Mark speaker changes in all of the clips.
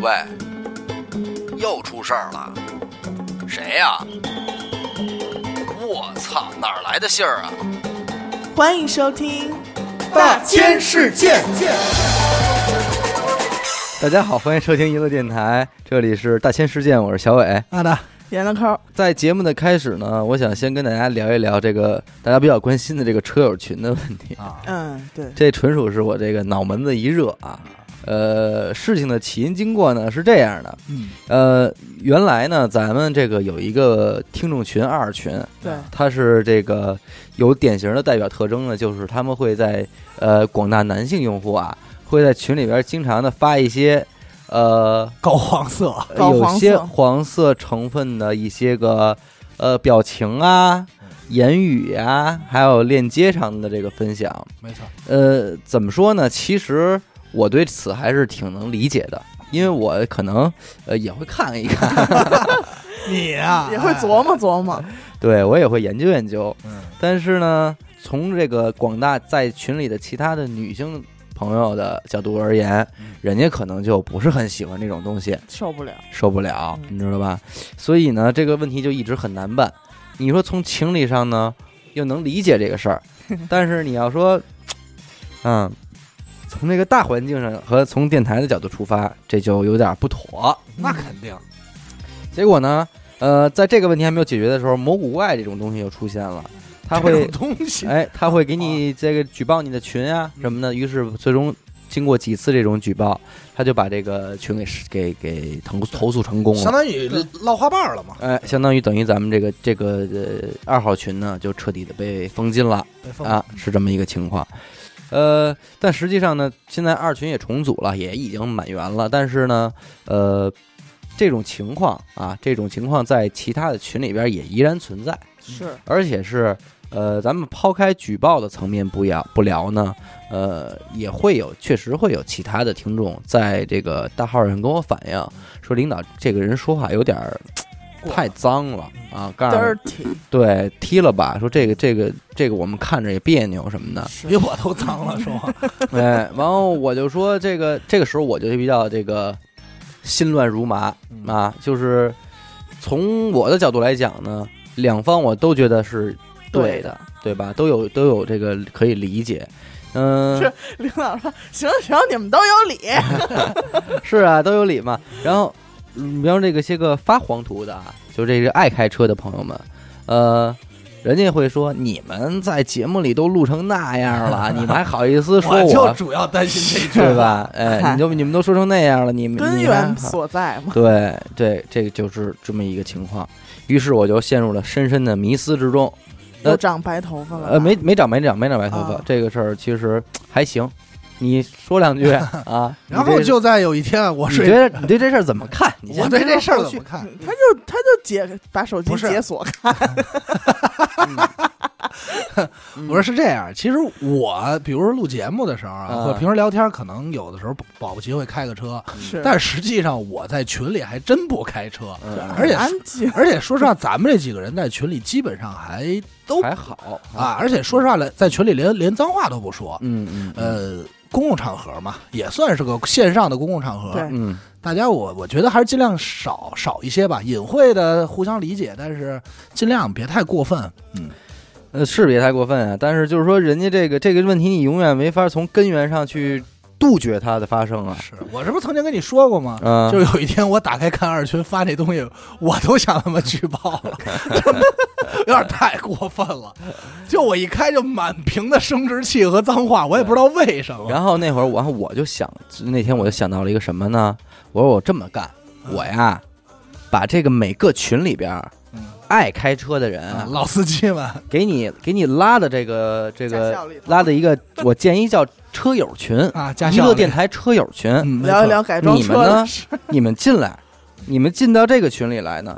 Speaker 1: 喂，又出事儿了？谁呀、我操，哪儿来的信儿啊？
Speaker 2: 欢迎收听
Speaker 3: 大千世界。
Speaker 4: 大家好，欢迎收听娱乐电台，这里是大千世界，我是小伟。
Speaker 3: 阿达，
Speaker 2: 圆了扣，
Speaker 4: 啊在节目的开始呢，我想先跟大家聊一聊这个大家比较关心的这个车友群的问题。
Speaker 2: 嗯，对，
Speaker 4: 这纯属是我这个脑门子一热啊。呃，事情的起因经过呢是这样的，
Speaker 3: 嗯，
Speaker 4: 呃，原来呢咱们这个有一个听众群二群，
Speaker 2: 对，
Speaker 4: 它是这个有典型的代表特征呢，就是他们会在呃广大男性用户啊会在群里边经常的发一些呃
Speaker 3: 搞黄色，
Speaker 2: 搞
Speaker 4: 有
Speaker 2: 黄
Speaker 4: 些
Speaker 2: 色
Speaker 4: 黄色成分的一些个呃表情啊、言语啊，还有链接上的这个分享。
Speaker 3: 没错，
Speaker 4: 呃，怎么说呢？其实我对此还是挺能理解的，因为我可能呃也会看一 看，
Speaker 3: 你啊
Speaker 2: 也会琢，磨琢磨，
Speaker 4: 对我也会研究研究。
Speaker 3: 嗯，
Speaker 4: 但是呢，从这个广大在群里的其他的女性朋友的角度而言
Speaker 3: 嗯，
Speaker 4: 人家可能就不是很喜欢这种东西。
Speaker 2: 受不了。
Speaker 4: 受不了，
Speaker 2: 嗯
Speaker 4: 你知道吧？所以呢，这个问题就一直很难办。你说从情理上呢，又能理解这个事 儿，但是你要说，嗯，从这个大环境上和从电台的角度出发，这就有点不妥。
Speaker 3: 那肯定，
Speaker 4: 结果呢，呃，在这个问题还没有解决的时候，蘑菇怪这种东西又出现了，它
Speaker 3: 这
Speaker 4: 会
Speaker 3: 种东西，哦
Speaker 4: 哎，他会给你这个举报你的群啊
Speaker 3: 嗯
Speaker 4: 什么的。于是最终经过几次这种举报，他就把这个群给给给投投诉成功了
Speaker 3: 相。当于落花瓣了嘛，
Speaker 4: 哎，相当于等于咱们这个这个呃二号群呢，就彻底的被封禁了
Speaker 3: 被封
Speaker 4: 啊，是这么一个情况。呃，但实际上呢，现在二群也重组了，也已经满员了。但是呢，呃，这种情况啊，这种情况在其他的群里边也依然存在，
Speaker 2: 是，
Speaker 4: 而且是呃，咱们抛开举报的层面不要不聊呢，呃，也会有确实会有其他的听众在这个大号上跟我反映说，领导这个人说话有点儿
Speaker 3: 过了
Speaker 4: 太脏了啊，告诉
Speaker 2: dirty，
Speaker 4: 对踢了吧，说这个这个这个我们看着也别扭什么的
Speaker 2: 是
Speaker 3: 比我都脏了，说话，
Speaker 4: 哎，然后我就说这个这个时候我就比较这个心乱如麻
Speaker 3: 嗯
Speaker 4: 啊，就是从我的角度来讲呢，两方我都觉得是对
Speaker 2: 对
Speaker 4: 的，对吧？都有都有这个可以理解，嗯、
Speaker 2: 是领导说：“行行，你们都有理。
Speaker 4: 是啊，都有理嘛。然后，嗯比方说这个些个发黄图的啊，就这个爱开车的朋友们，呃，人家会说你们在节目里都录成那样 了，你们还好意思说
Speaker 3: 嗯就
Speaker 4: 我，
Speaker 3: 主要担心这
Speaker 4: 对
Speaker 3: 个，
Speaker 4: 吧？哎，你就你们都说成那样了， 你”们
Speaker 2: 根
Speaker 4: 你
Speaker 2: 源
Speaker 4: 们
Speaker 2: 所在嘛，
Speaker 4: 对对，这个就是这么一个情况。于是我就陷入了深深的迷思之中。呃
Speaker 2: 又长白头发了吧。
Speaker 4: 呃，没没长没长没长白头发，
Speaker 2: 啊
Speaker 4: 这个事儿其实还行。你说两句 啊，你
Speaker 3: 然后
Speaker 4: 这
Speaker 3: 就在有一天，我
Speaker 4: 你
Speaker 3: 睡，
Speaker 4: 觉得你对这事儿怎么看？你先
Speaker 3: 我对这事儿怎么看？
Speaker 2: 嗯他就他就解把手机
Speaker 3: 不是
Speaker 2: 解锁，
Speaker 3: 我说是这样，其实我比如说录节目的时候啊，
Speaker 4: 嗯
Speaker 3: 或者平时聊天，可能有的时候保不齐会开个车，
Speaker 2: 是
Speaker 3: 但实际上我在群里还真不开车，
Speaker 4: 嗯
Speaker 3: 而且
Speaker 2: 安静，
Speaker 3: 而且说实话，咱们这几个人在群里基本上还都
Speaker 4: 还好
Speaker 3: 啊，，而且说实话来，在群里连连脏话都不说，
Speaker 4: 嗯嗯
Speaker 3: 呃。公共场合嘛，也算是个线上的公共场合
Speaker 2: 对。
Speaker 4: 嗯
Speaker 3: 大家我我觉得还是尽量少少一些吧，隐晦的互相理解，但是尽量别太过分。嗯，
Speaker 4: 呃是别太过分啊，但是就是说人家这个这个问题你永远没法从根源上去杜绝它的发生啊，
Speaker 3: 是我这不是曾经跟你说过吗？
Speaker 4: 嗯，
Speaker 3: 就是有一天我打开看二群发那东西，我都想他妈举报了， 真的有点太过分了。就我一开就满屏的生殖器和脏话，我也不知道为什么。
Speaker 4: 然后那会儿我我就想那天我就想到了一个什么呢？我说我这么干，我呀把这个每个群里边儿
Speaker 3: 嗯
Speaker 4: 爱开车的人
Speaker 3: 啊老司机们，
Speaker 4: 给你给你拉的这个这
Speaker 2: 驾校里
Speaker 4: 个
Speaker 2: 头
Speaker 4: 拉的一个，我建议叫车友群
Speaker 3: 啊驾校里
Speaker 4: 娱乐电台车友群，
Speaker 3: 嗯，没错
Speaker 2: 聊一聊改装
Speaker 4: 你
Speaker 2: 车
Speaker 4: 们呢
Speaker 2: 的事，
Speaker 4: 你们进来，你们进到这个群里来呢，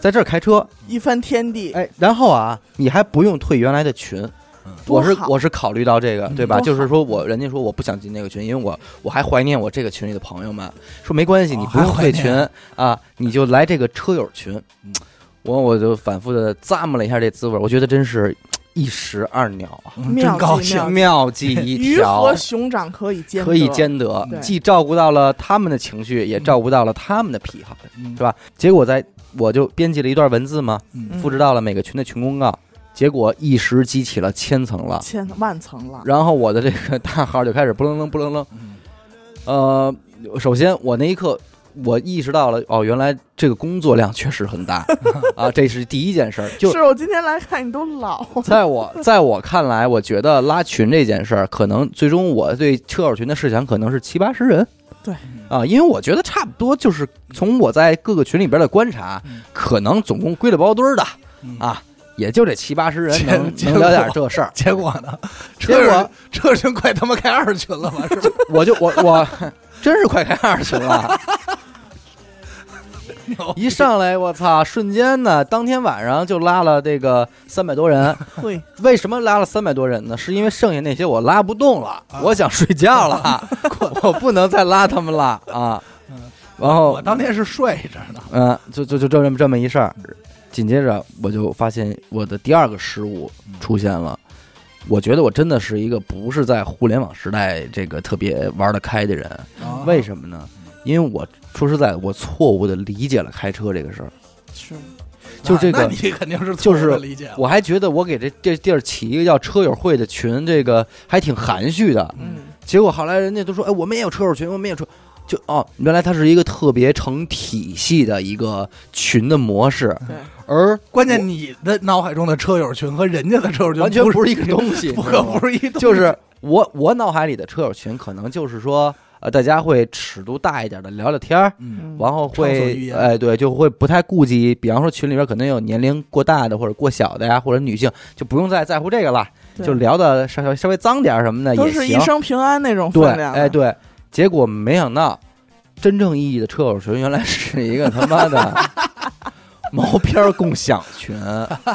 Speaker 4: 在这儿开车，
Speaker 2: 一番天地，
Speaker 4: 哎，然后啊，你还不用退原来的群。
Speaker 3: 嗯
Speaker 2: 多
Speaker 4: 我是
Speaker 2: 好
Speaker 4: 我是考虑到这个，对吧？
Speaker 2: 多好
Speaker 4: 就是说我人家说我不想进那个群，因为我我还怀念我这个群里的朋友们。说没关系，
Speaker 3: 哦
Speaker 4: 你不用退
Speaker 3: 还怀
Speaker 4: 群啊，你就来这个车友群
Speaker 3: 嗯。
Speaker 4: 我我就反复的咂摸了一下这滋味儿，我觉得真是一石二鸟啊，
Speaker 3: 嗯
Speaker 2: 妙
Speaker 3: 真
Speaker 2: 计妙
Speaker 3: 高兴
Speaker 2: 计。
Speaker 4: 妙计一
Speaker 2: 鱼
Speaker 4: 条
Speaker 2: 和，熊掌可以兼得
Speaker 4: 可以兼得
Speaker 2: 对，
Speaker 4: 既照顾到了他们的情绪，也照顾到了他们的癖好，
Speaker 3: 嗯
Speaker 4: 是吧？结果在我就编辑了一段文字嘛，
Speaker 3: 嗯
Speaker 2: 嗯
Speaker 4: 复制到了每个群的群公告，结果一时激起了千层浪，
Speaker 2: 千万层了。
Speaker 4: 然后我的这个大号就开始不楞楞不楞楞。
Speaker 3: 嗯
Speaker 4: 呃，首先我那一刻我意识到了，哦，原来这个工作量确实很大啊，这是第一件事儿。就是
Speaker 2: 我今天来看你都老，
Speaker 4: 在我在我看来，我觉得拉群这件事儿，可能最终我对车友群的设想可能是七八十人。
Speaker 2: 对
Speaker 4: 啊，因为我觉得差不多就是从我在各个群里边的观察
Speaker 3: 嗯，
Speaker 4: 可能总共归了包堆儿的
Speaker 3: 嗯
Speaker 4: 啊，也就这七八十人
Speaker 3: 结
Speaker 4: 能
Speaker 3: 结
Speaker 4: 能聊点
Speaker 3: 果
Speaker 4: 这事儿。
Speaker 3: 结果呢？
Speaker 4: 结
Speaker 3: 车
Speaker 4: 果
Speaker 3: 车群快他妈开二群了吧？是吧？
Speaker 4: 我就我我真是快开二群了。一上来，我操！瞬间呢，当天晚上就拉了这个三百多人。
Speaker 2: 对，
Speaker 4: 为什么拉了三百多人呢？是因为剩下那些我拉不动了，
Speaker 3: 啊
Speaker 4: 我想睡觉 了，我不能再拉他们了啊
Speaker 3: 嗯！
Speaker 4: 然后
Speaker 3: 我，当天是睡着呢。
Speaker 4: 嗯、就就就就这么这么一事儿。紧接着我就发现我的第二个失误
Speaker 3: 嗯
Speaker 4: 出现了。我觉得我真的是一个不是在互联网时代这个特别玩得开的人，
Speaker 3: 啊
Speaker 4: 为什么呢？因为我说实在，我错误的理解了开车这个事儿，
Speaker 2: 是
Speaker 4: 就这
Speaker 3: 那
Speaker 4: 个
Speaker 3: 那你肯定是
Speaker 4: 就
Speaker 3: 错误
Speaker 4: 是
Speaker 3: 地理解了。
Speaker 4: 我还觉得我给这这地儿起一个叫车友会的群，这个还挺含蓄的。
Speaker 2: 嗯，
Speaker 4: 结果后来人家都说，哎，我们也有车友群，我们也有车，就哦，原来它是一个特别成体系的一个群的模式，
Speaker 2: 对，
Speaker 4: 而
Speaker 3: 关键你的脑海中的车友群和人家的车友群
Speaker 4: 完全
Speaker 3: 不
Speaker 4: 不是一个东西，
Speaker 3: 不
Speaker 4: 你知道
Speaker 3: 可
Speaker 4: 吗
Speaker 3: 不是一东西
Speaker 4: 就是我我脑海里的车友群，可能就是说，呃，大家会尺度大一点的聊聊天儿，
Speaker 3: 嗯
Speaker 4: 然后
Speaker 3: 畅所欲
Speaker 4: 会，
Speaker 3: 言
Speaker 4: 哎，对，就会不太顾及，比方说群里边可能有年龄过大的或者过小的呀，或者女性，就不用再在乎这个了，
Speaker 2: 对
Speaker 4: 就聊的稍稍稍微脏点儿什么的
Speaker 2: 都
Speaker 4: 也
Speaker 2: 是一
Speaker 4: 行。
Speaker 2: 生平安那种
Speaker 4: 对，
Speaker 2: 分量。啊
Speaker 4: 哎，，对，结果没想到，真正意义的车友群原来是一个他妈 的毛片儿共享群、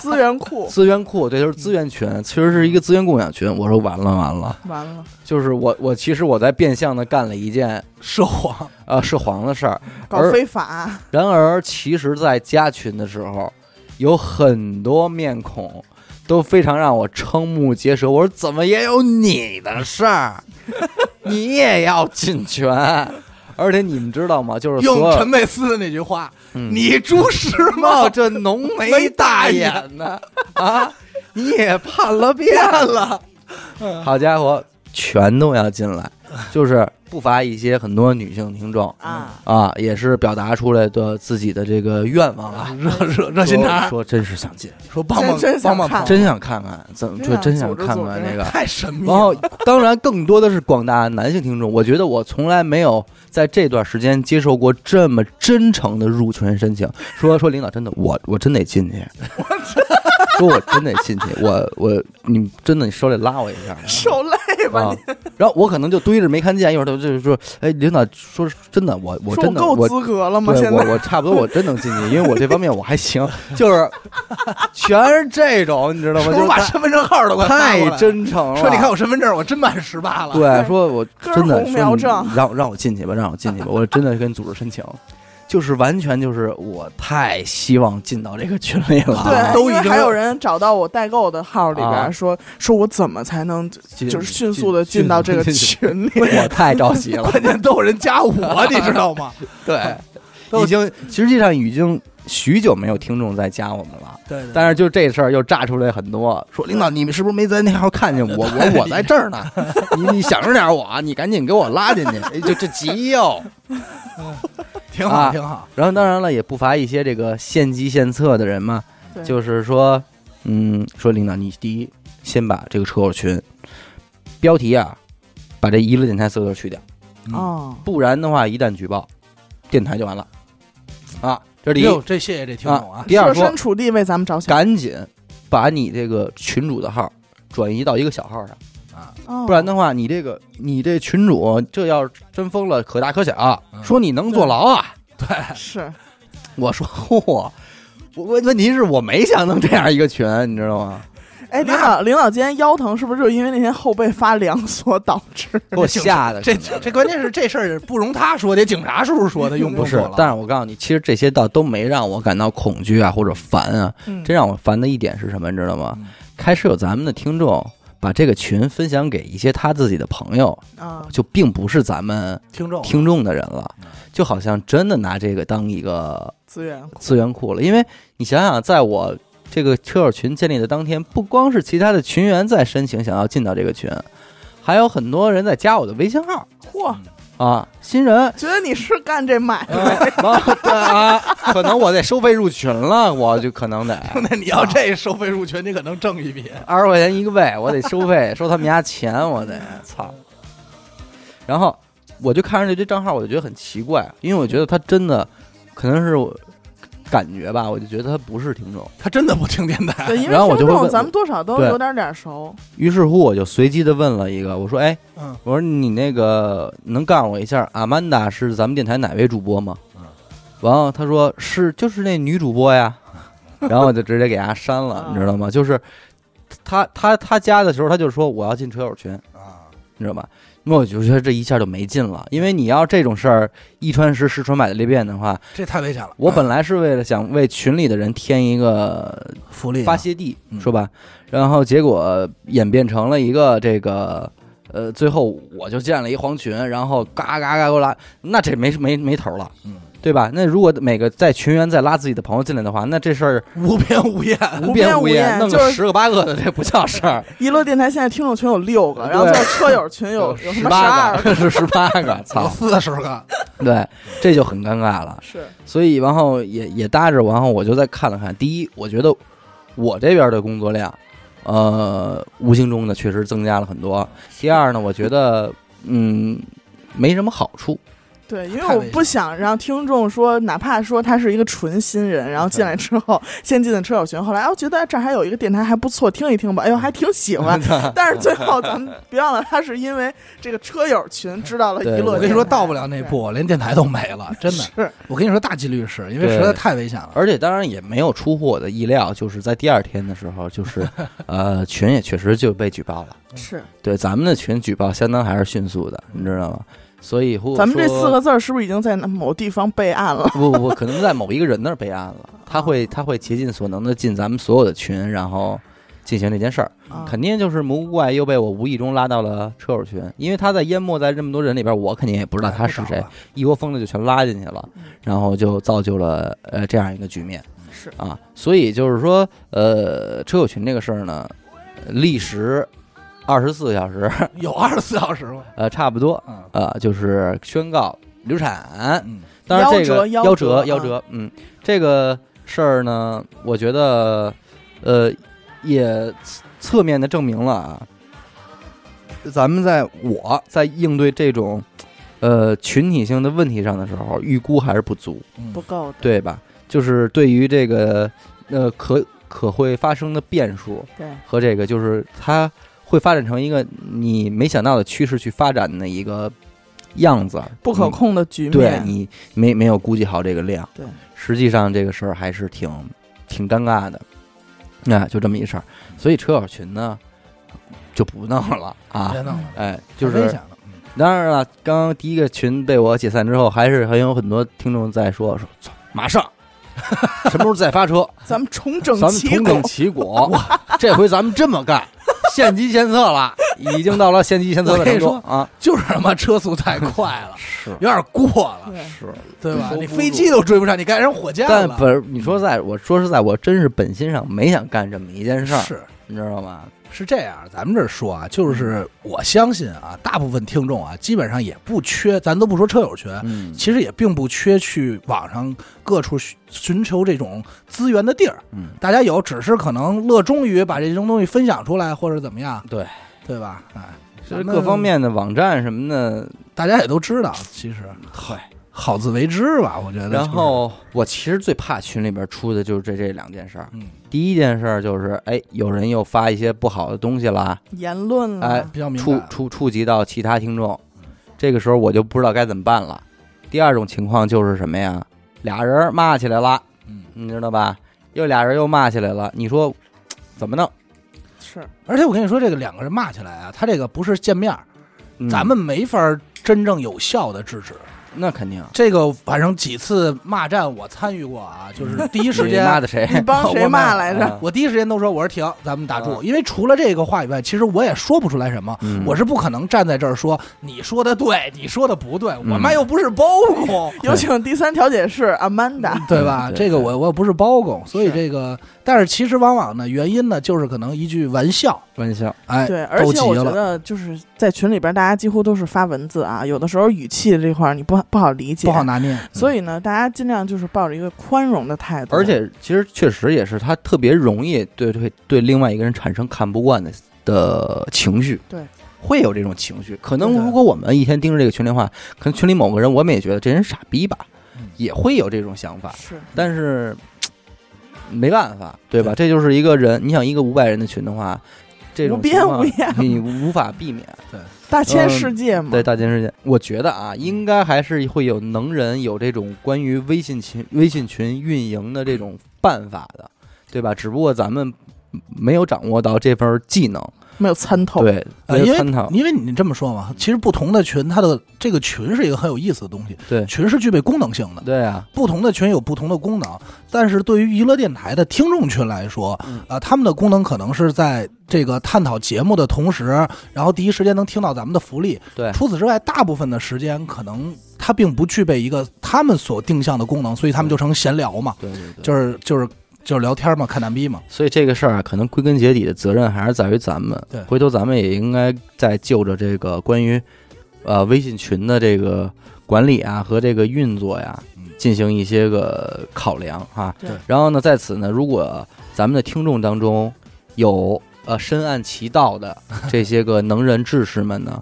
Speaker 2: 资源 库
Speaker 4: 资源库，对，就是资源群，其实是一个资源共享群。我说完了完了，
Speaker 2: 完了，
Speaker 4: 就是我我其实我在变相的干了一件
Speaker 3: 涉黄，
Speaker 4: 呃涉黄的事儿，
Speaker 2: 搞
Speaker 4: 而
Speaker 2: 非法，
Speaker 4: 然而，其实，在加群的时候，有很多面孔都非常让我瞠目结舌。我说，怎么也有你的事儿， 你也要进群？而且你们知道吗？就是 所
Speaker 3: 用
Speaker 4: 有
Speaker 3: 陈佩斯的那句话，
Speaker 4: 嗯
Speaker 3: 你猪食
Speaker 4: 冒
Speaker 3: 吗？
Speaker 4: 着浓眉大眼呢 啊，你也叛了变 了。好家伙，全都要进来，就是不乏一些很多女性听众
Speaker 2: 啊，
Speaker 4: 啊，也是表达出来的自己的这个愿望啊。
Speaker 3: 热热热心肠，
Speaker 4: 说真是想进，
Speaker 3: 说帮帮
Speaker 2: 真真想
Speaker 3: 帮帮
Speaker 2: 看
Speaker 3: 忙，
Speaker 4: 真想看看，怎么
Speaker 2: 真
Speaker 4: 说
Speaker 2: 想
Speaker 4: 真想
Speaker 2: 组织
Speaker 4: 看
Speaker 2: 组
Speaker 4: 看
Speaker 2: 织
Speaker 4: 那个。
Speaker 3: 太神秘
Speaker 4: 然后
Speaker 3: 了。，
Speaker 4: 当然更多的是广大男性听众，我觉得我从来没有在这段时间接受过这么真诚的入群申请，说说领导真的，我我真得进去，说我真得进去，我我你真的你手里拉我一下。
Speaker 2: 受累吧
Speaker 4: 啊
Speaker 2: 你，，
Speaker 4: 然后我可能就堆着没看见，一会儿他就说：“哎，领导，说真的，我我
Speaker 2: 说
Speaker 4: 真的
Speaker 2: 够
Speaker 4: 我
Speaker 2: 资格了吗？
Speaker 4: 对
Speaker 2: 现
Speaker 4: 我
Speaker 2: 在
Speaker 4: 我差不多我真能进去，因为我这方面我还 行，就是全是这种，你知道吗？
Speaker 3: 说
Speaker 4: 就是
Speaker 3: 我把
Speaker 4: 太
Speaker 3: 身份证号都给我发过
Speaker 4: 太
Speaker 3: 来
Speaker 4: 真诚了。
Speaker 3: 说你看我身份证，我真满十八了。
Speaker 4: 对，说我
Speaker 2: 根
Speaker 4: 真的
Speaker 2: 红苗
Speaker 4: 说
Speaker 2: 正
Speaker 4: 你让让我进去吧，让我进去吧，我真的跟组织申请，就是完全就是我太希望进到这个群里了。
Speaker 2: 对，
Speaker 3: 都
Speaker 2: 因为
Speaker 3: 已经
Speaker 2: 还有人找到我代购的号里
Speaker 4: 啊
Speaker 2: 边说说我怎么才能
Speaker 4: 进
Speaker 2: 就是迅速的进到这个，群 里，
Speaker 4: 进我太着急了。
Speaker 3: 关键都有人加 我，你知道吗？
Speaker 4: 对，已经实际上已经许久没有听众在加我们了。啊
Speaker 3: 对
Speaker 4: 但是就这事儿又炸出来很多，说领导你们是不是没在那号看见我？我
Speaker 3: 对
Speaker 4: 我在这儿呢，你你想着点我啊，你赶紧给我拉进去，哎就这急哟。
Speaker 3: 挺
Speaker 4: 啊
Speaker 3: 好，挺好。
Speaker 4: 然后当然了，也不乏一些这个献计献策的人嘛，
Speaker 2: 对
Speaker 4: 就是说，嗯，说领导你第一先把这个车友群标题啊，把这娱乐电台四个字儿去掉，
Speaker 2: 哦，
Speaker 4: 不然的话一旦举报，电台就完了啊。这是第一
Speaker 3: 哟，这谢谢这听众啊，
Speaker 4: 第二
Speaker 2: 设
Speaker 4: 说
Speaker 2: 身处地为咱们着想，
Speaker 4: 赶紧把你这个群主的号转移到一个小号上，
Speaker 2: 哦
Speaker 4: 不然的话，你这个你这群主这要是真疯了，可大可小，
Speaker 3: 嗯
Speaker 4: 说你能坐牢啊？
Speaker 2: 是
Speaker 4: 我说 嚯，我我问题是我没想弄这样一个群，你知道吗？
Speaker 2: 哎，领导领导今天腰疼，是不是就因为那天后背发凉所导致？
Speaker 4: 给我吓的。
Speaker 3: 这这关键是这事儿不容他说，得警察叔叔说的，用
Speaker 4: 不
Speaker 3: 着
Speaker 4: 是
Speaker 3: 我，了。
Speaker 4: 但是我告诉你，其实这些倒都没让我感到恐惧啊或者烦啊，
Speaker 2: 嗯
Speaker 4: 真让我烦的一点是什么，你知道吗
Speaker 3: 嗯？
Speaker 4: 开始有咱们的听众把这个群分享给一些他自己的朋友，
Speaker 2: 啊，
Speaker 4: 就并不是咱们
Speaker 3: 听众
Speaker 4: 听众的人了
Speaker 3: 嗯，
Speaker 4: 就好像真的拿这个当一个
Speaker 2: 资源库
Speaker 4: 资源库了。因为你想想，在我这个车友群建立的当天，不光是其他的群员在申请想要进到这个群，还有很多人在加我的微信号
Speaker 2: 嚯，
Speaker 4: 啊，新人
Speaker 2: 觉得你是干这买卖
Speaker 4: 啊，然后对啊，可能我得收费入群了，我就可能得
Speaker 3: 那你要这收费入群，你可能挣一笔。
Speaker 4: 二十块钱一个位，我得收费，收他们家钱，我 得操。然后我就看上去这账号，我就觉得很奇怪，因为我觉得他真的可能是我感觉吧，我就觉得他不是听众。
Speaker 3: 他真的不听电台
Speaker 2: 对，，因为
Speaker 4: 然后我
Speaker 2: 听
Speaker 4: 就会
Speaker 2: 众
Speaker 4: 问
Speaker 2: 咱们多少都
Speaker 4: 对
Speaker 2: 有点点熟，
Speaker 4: 于是乎，我就随机的问了一个，我说：“哎，
Speaker 3: 嗯，
Speaker 4: 我说你那个能告诉我一下，阿曼达是咱们电台哪位主播吗？”
Speaker 3: 嗯
Speaker 4: 然后他说：“是，就是那女主播呀。”然后我就直接给他删了，你知道吗？就是他他他加的时候，他就说我要进车友群，
Speaker 3: 啊，
Speaker 4: 你知道吧？那我就觉得这一下就没劲了，因为你要这种事儿一传十，十传百的裂变的话，
Speaker 3: 这太危险了。
Speaker 4: 我本来是为了想为群里的人添一个
Speaker 3: 福利啊
Speaker 4: 发泄地，
Speaker 3: 嗯
Speaker 4: 说吧，然后结果演变成了一个这个，呃，最后我就建了一黄群，然后嘎嘎嘎给我拉，那这没没没头了，
Speaker 3: 嗯
Speaker 4: 对吧？那如果每个在群员再拉自己的朋友进来的话，那这事儿
Speaker 3: 无边无厌，
Speaker 4: 无
Speaker 2: 边
Speaker 4: 边
Speaker 2: 无
Speaker 4: 厌，
Speaker 2: 厌
Speaker 4: 弄
Speaker 2: 就
Speaker 4: 个
Speaker 2: 是
Speaker 4: 十个八个的，这不叫事儿。
Speaker 2: 娱乐电台现在听众群有六个，然后
Speaker 4: 对
Speaker 2: 就是车友群 有有什
Speaker 4: 十
Speaker 2: 么啊十
Speaker 4: 八
Speaker 2: 二个，
Speaker 4: 个 是十八个，
Speaker 3: 有
Speaker 4: 操！
Speaker 3: 四十个，
Speaker 4: 对，这就很尴尬了。
Speaker 2: 是
Speaker 4: 所以然后也也搭着，然后我就再看了看。第一，我觉得我这边的工作量，呃，无形中呢确实增加了很多。 第二呢，我觉得嗯没什么好处，
Speaker 2: 对，因为
Speaker 3: 太
Speaker 2: 我
Speaker 3: 危
Speaker 2: 不想让听众说，哪怕说他是一个纯新人，然后进来之后先进的车友群，后来哎我觉得这儿还有一个电台还不错，听一听吧，哎呦还挺 喜欢。但是最后咱们别忘了，他是因为这个车友群知道了
Speaker 4: 对
Speaker 2: 娱乐电台。
Speaker 4: 我
Speaker 3: 我跟你说到不了那步，连电台都没了，真的。
Speaker 2: 是
Speaker 3: 我跟你说大几率是因为
Speaker 4: 对
Speaker 3: 实在太危险了。
Speaker 4: 而且当然也没有出乎我的意料，就是在第二天的时候，就是 呃群也确实就被举报了。
Speaker 2: 是，
Speaker 4: 对，咱们的群举报相当还是迅速的，你知道吗？所以或者
Speaker 2: 咱们这
Speaker 4: 说
Speaker 2: 四个字儿是不是已经在那某地方备案了？
Speaker 4: 不不不，可能在某一个人那儿备案了，他会他会竭尽所能的进咱们所有的群，然后进行这件事儿。
Speaker 2: 啊
Speaker 4: 肯定就是蘑菇怪又被我无意中拉到了车友群，因为他在淹没在这么多人里边，我肯定也不知道啊他是谁，一窝蜂的就全拉进去了
Speaker 2: 嗯，
Speaker 4: 然后就造就了呃这样一个局面
Speaker 2: 是
Speaker 4: 啊。所以就是说，呃，车友群这个事儿呢，历时二十四小时，
Speaker 3: 有二十四小时 吗？
Speaker 4: 呃，差不多
Speaker 3: 嗯
Speaker 4: 呃，就是宣告流产，
Speaker 3: 嗯，
Speaker 4: 当然这个
Speaker 2: 夭折
Speaker 4: 折
Speaker 2: 啊夭折
Speaker 4: 夭折，嗯，这个事儿呢，我觉得呃也侧侧面的证明了啊，咱们在我在应对这种呃群体性的问题上的时候，预估还是不足，
Speaker 3: 嗯
Speaker 2: 不够的，
Speaker 4: 对吧？就是对于这个呃可可会发生的变数
Speaker 2: 对，
Speaker 4: 和这个就是它会发展成一个你没想到的趋势去发展的一个样子，
Speaker 2: 不可
Speaker 4: 嗯
Speaker 2: 控的局
Speaker 4: 对
Speaker 2: 面。
Speaker 4: 你没没有估计好这个量，
Speaker 2: 对，
Speaker 4: 实际上这个事儿还是挺挺尴尬的，那、就这么一事儿，所以车友群呢就不闹了啊
Speaker 3: 别，弄了，
Speaker 4: 哎，就
Speaker 3: 太危
Speaker 4: 是
Speaker 3: 险了。嗯
Speaker 4: 当然了，刚刚第一个群被我解散之后，还是很有很多听众在说 说，操马上什么时候再发 车，
Speaker 2: 咱们重整
Speaker 4: 咱们
Speaker 2: 旗
Speaker 4: 重
Speaker 2: 鼓
Speaker 4: 整，旗鼓，这回咱们这么干，献计献策了，已经到了献计献策的
Speaker 3: 我跟
Speaker 4: 程
Speaker 3: 你
Speaker 4: 度
Speaker 3: 说
Speaker 4: 啊，
Speaker 3: 就是他妈车速太快 了，
Speaker 4: 是
Speaker 3: 有点过了，
Speaker 2: 对
Speaker 4: 是。
Speaker 3: 对吧
Speaker 4: 收？不
Speaker 3: 你
Speaker 4: 住
Speaker 3: 飞机都追不上，你干人火箭
Speaker 4: 但
Speaker 3: 了。
Speaker 4: 不是你说在，我说实在，我真是本心上没想干这么一件事儿，
Speaker 3: 是
Speaker 4: 你知道吗？
Speaker 3: 是这样，咱们这儿说啊，就是我相信啊，大部分听众啊，基本上也不缺，咱都不说车友群，
Speaker 4: 嗯
Speaker 3: 其实也并不缺去网上各处寻寻求这种资源的地儿。
Speaker 4: 嗯，
Speaker 3: 大家有，只是可能乐衷于把这种东西分享出来，或者怎么样，
Speaker 4: 对，
Speaker 3: 对吧？哎，
Speaker 4: 其实
Speaker 3: 咱
Speaker 4: 各
Speaker 3: 们
Speaker 4: 方面的网站什么的，
Speaker 3: 大家也都知道，其实
Speaker 4: 对。
Speaker 3: 好自为之吧，我觉得。
Speaker 4: 然，后我其实最怕群里边出的就是这这两件事儿。
Speaker 3: 嗯，
Speaker 4: 第一件事儿就是，哎，有人又发一些不好的东西啦，
Speaker 2: 言论啊了，
Speaker 4: 哎
Speaker 3: 比较敏
Speaker 4: 触
Speaker 3: 感。
Speaker 4: 触触及到其他听众，这个时候我就不知道该怎么办了。第二种情况就是什么呀？俩人骂起来了，
Speaker 3: 嗯，
Speaker 4: 你知道吧？又俩人又骂起来了，你说怎么弄？
Speaker 2: 是
Speaker 3: 而且我跟你说，这个两个人骂起来啊，他这个不是见面儿，
Speaker 4: 嗯
Speaker 3: 咱们没法真正有效的制止。
Speaker 4: 那肯定。
Speaker 3: 这个反正几次骂战我参与过啊，就是第一时
Speaker 4: 你骂
Speaker 3: 间，
Speaker 4: 的谁？
Speaker 2: 你 帮谁骂来着？
Speaker 4: 啊
Speaker 3: 我第一时间都说我说停，咱们打住，
Speaker 4: 啊
Speaker 3: 因为除了这个话以外，其实我也说不出来什么。
Speaker 4: 嗯
Speaker 3: 我是不可能站在这儿说你说的对，你说的不对，我
Speaker 4: 嗯
Speaker 3: 妈又不是包公，
Speaker 2: 有请第三调解室 Amanda。
Speaker 3: 对吧？
Speaker 4: 对对
Speaker 3: 这个我我不是包公，所以
Speaker 2: 是
Speaker 3: 这个，但是其实往往呢，原因呢就是可能一句玩笑，
Speaker 4: 玩笑，
Speaker 3: 哎，
Speaker 2: 对，而
Speaker 3: 斗
Speaker 2: 且
Speaker 3: 急
Speaker 2: 我觉
Speaker 3: 了
Speaker 2: 得就是在群里边，大家几乎都是发文字啊，有的时候语气这块儿你不不好理解，
Speaker 3: 不好拿捏。
Speaker 2: 所以呢，大家尽量就是抱着一个宽容的态度。
Speaker 4: 而，且其实确实也是，他特别容易对对对另外一个人产生看不惯的的情绪，
Speaker 2: 对，
Speaker 4: 会有这种情绪。可能
Speaker 3: 对的
Speaker 4: 如果我们一天盯着这个群里的话，可能群里某个人我们也觉得这人傻逼吧
Speaker 3: 嗯，
Speaker 4: 也会有这种想法。
Speaker 2: 是
Speaker 4: 但是没办法，对吧？这就是一个人，你想一个五百人的群的话，这种
Speaker 2: 无边
Speaker 4: 情况
Speaker 2: 无涯
Speaker 4: 你无法避免。
Speaker 2: 大千
Speaker 4: 嗯
Speaker 2: 世界嘛，
Speaker 4: 对大千世界，我觉得啊，应该还是会有能人有这种关于微信群、微信群运营的这种办法的，对吧？只不过咱们没有掌握到这份技能，
Speaker 2: 没有参透。
Speaker 4: 对，
Speaker 3: 呃，
Speaker 4: 没
Speaker 3: 因
Speaker 4: 有
Speaker 3: 为
Speaker 4: 参考，
Speaker 3: 因为你这么说嘛，其实不同的群，它的这个群是一个很有意思的东西，
Speaker 4: 对
Speaker 3: 群是具备功能性的，
Speaker 4: 对啊，
Speaker 3: 不同的群有不同的功能，但是对于娱乐电台的听众群来说，
Speaker 4: 嗯
Speaker 3: 呃，他们的功能可能是在这个探讨节目的同时，然后第一时间能听到咱们的福利。
Speaker 4: 对
Speaker 3: 除此之外，大部分的时间可能它并不具备一个他们所定向的功能，所以他们就成闲聊嘛，
Speaker 4: 对对对。
Speaker 3: 就是就是就是聊天嘛，看蛋逼嘛。
Speaker 4: 所以这个事儿啊，可能归根结底的责任还是在于咱们。
Speaker 3: 对
Speaker 4: 回头咱们也应该再就着这个关于呃微信群的这个管理啊和这个运作呀
Speaker 3: 嗯，
Speaker 4: 进行一些个考量哈。
Speaker 2: 对
Speaker 4: 然后呢，在此呢，如果咱们的听众当中有呃深谙其道 的这些个能人志士们呢，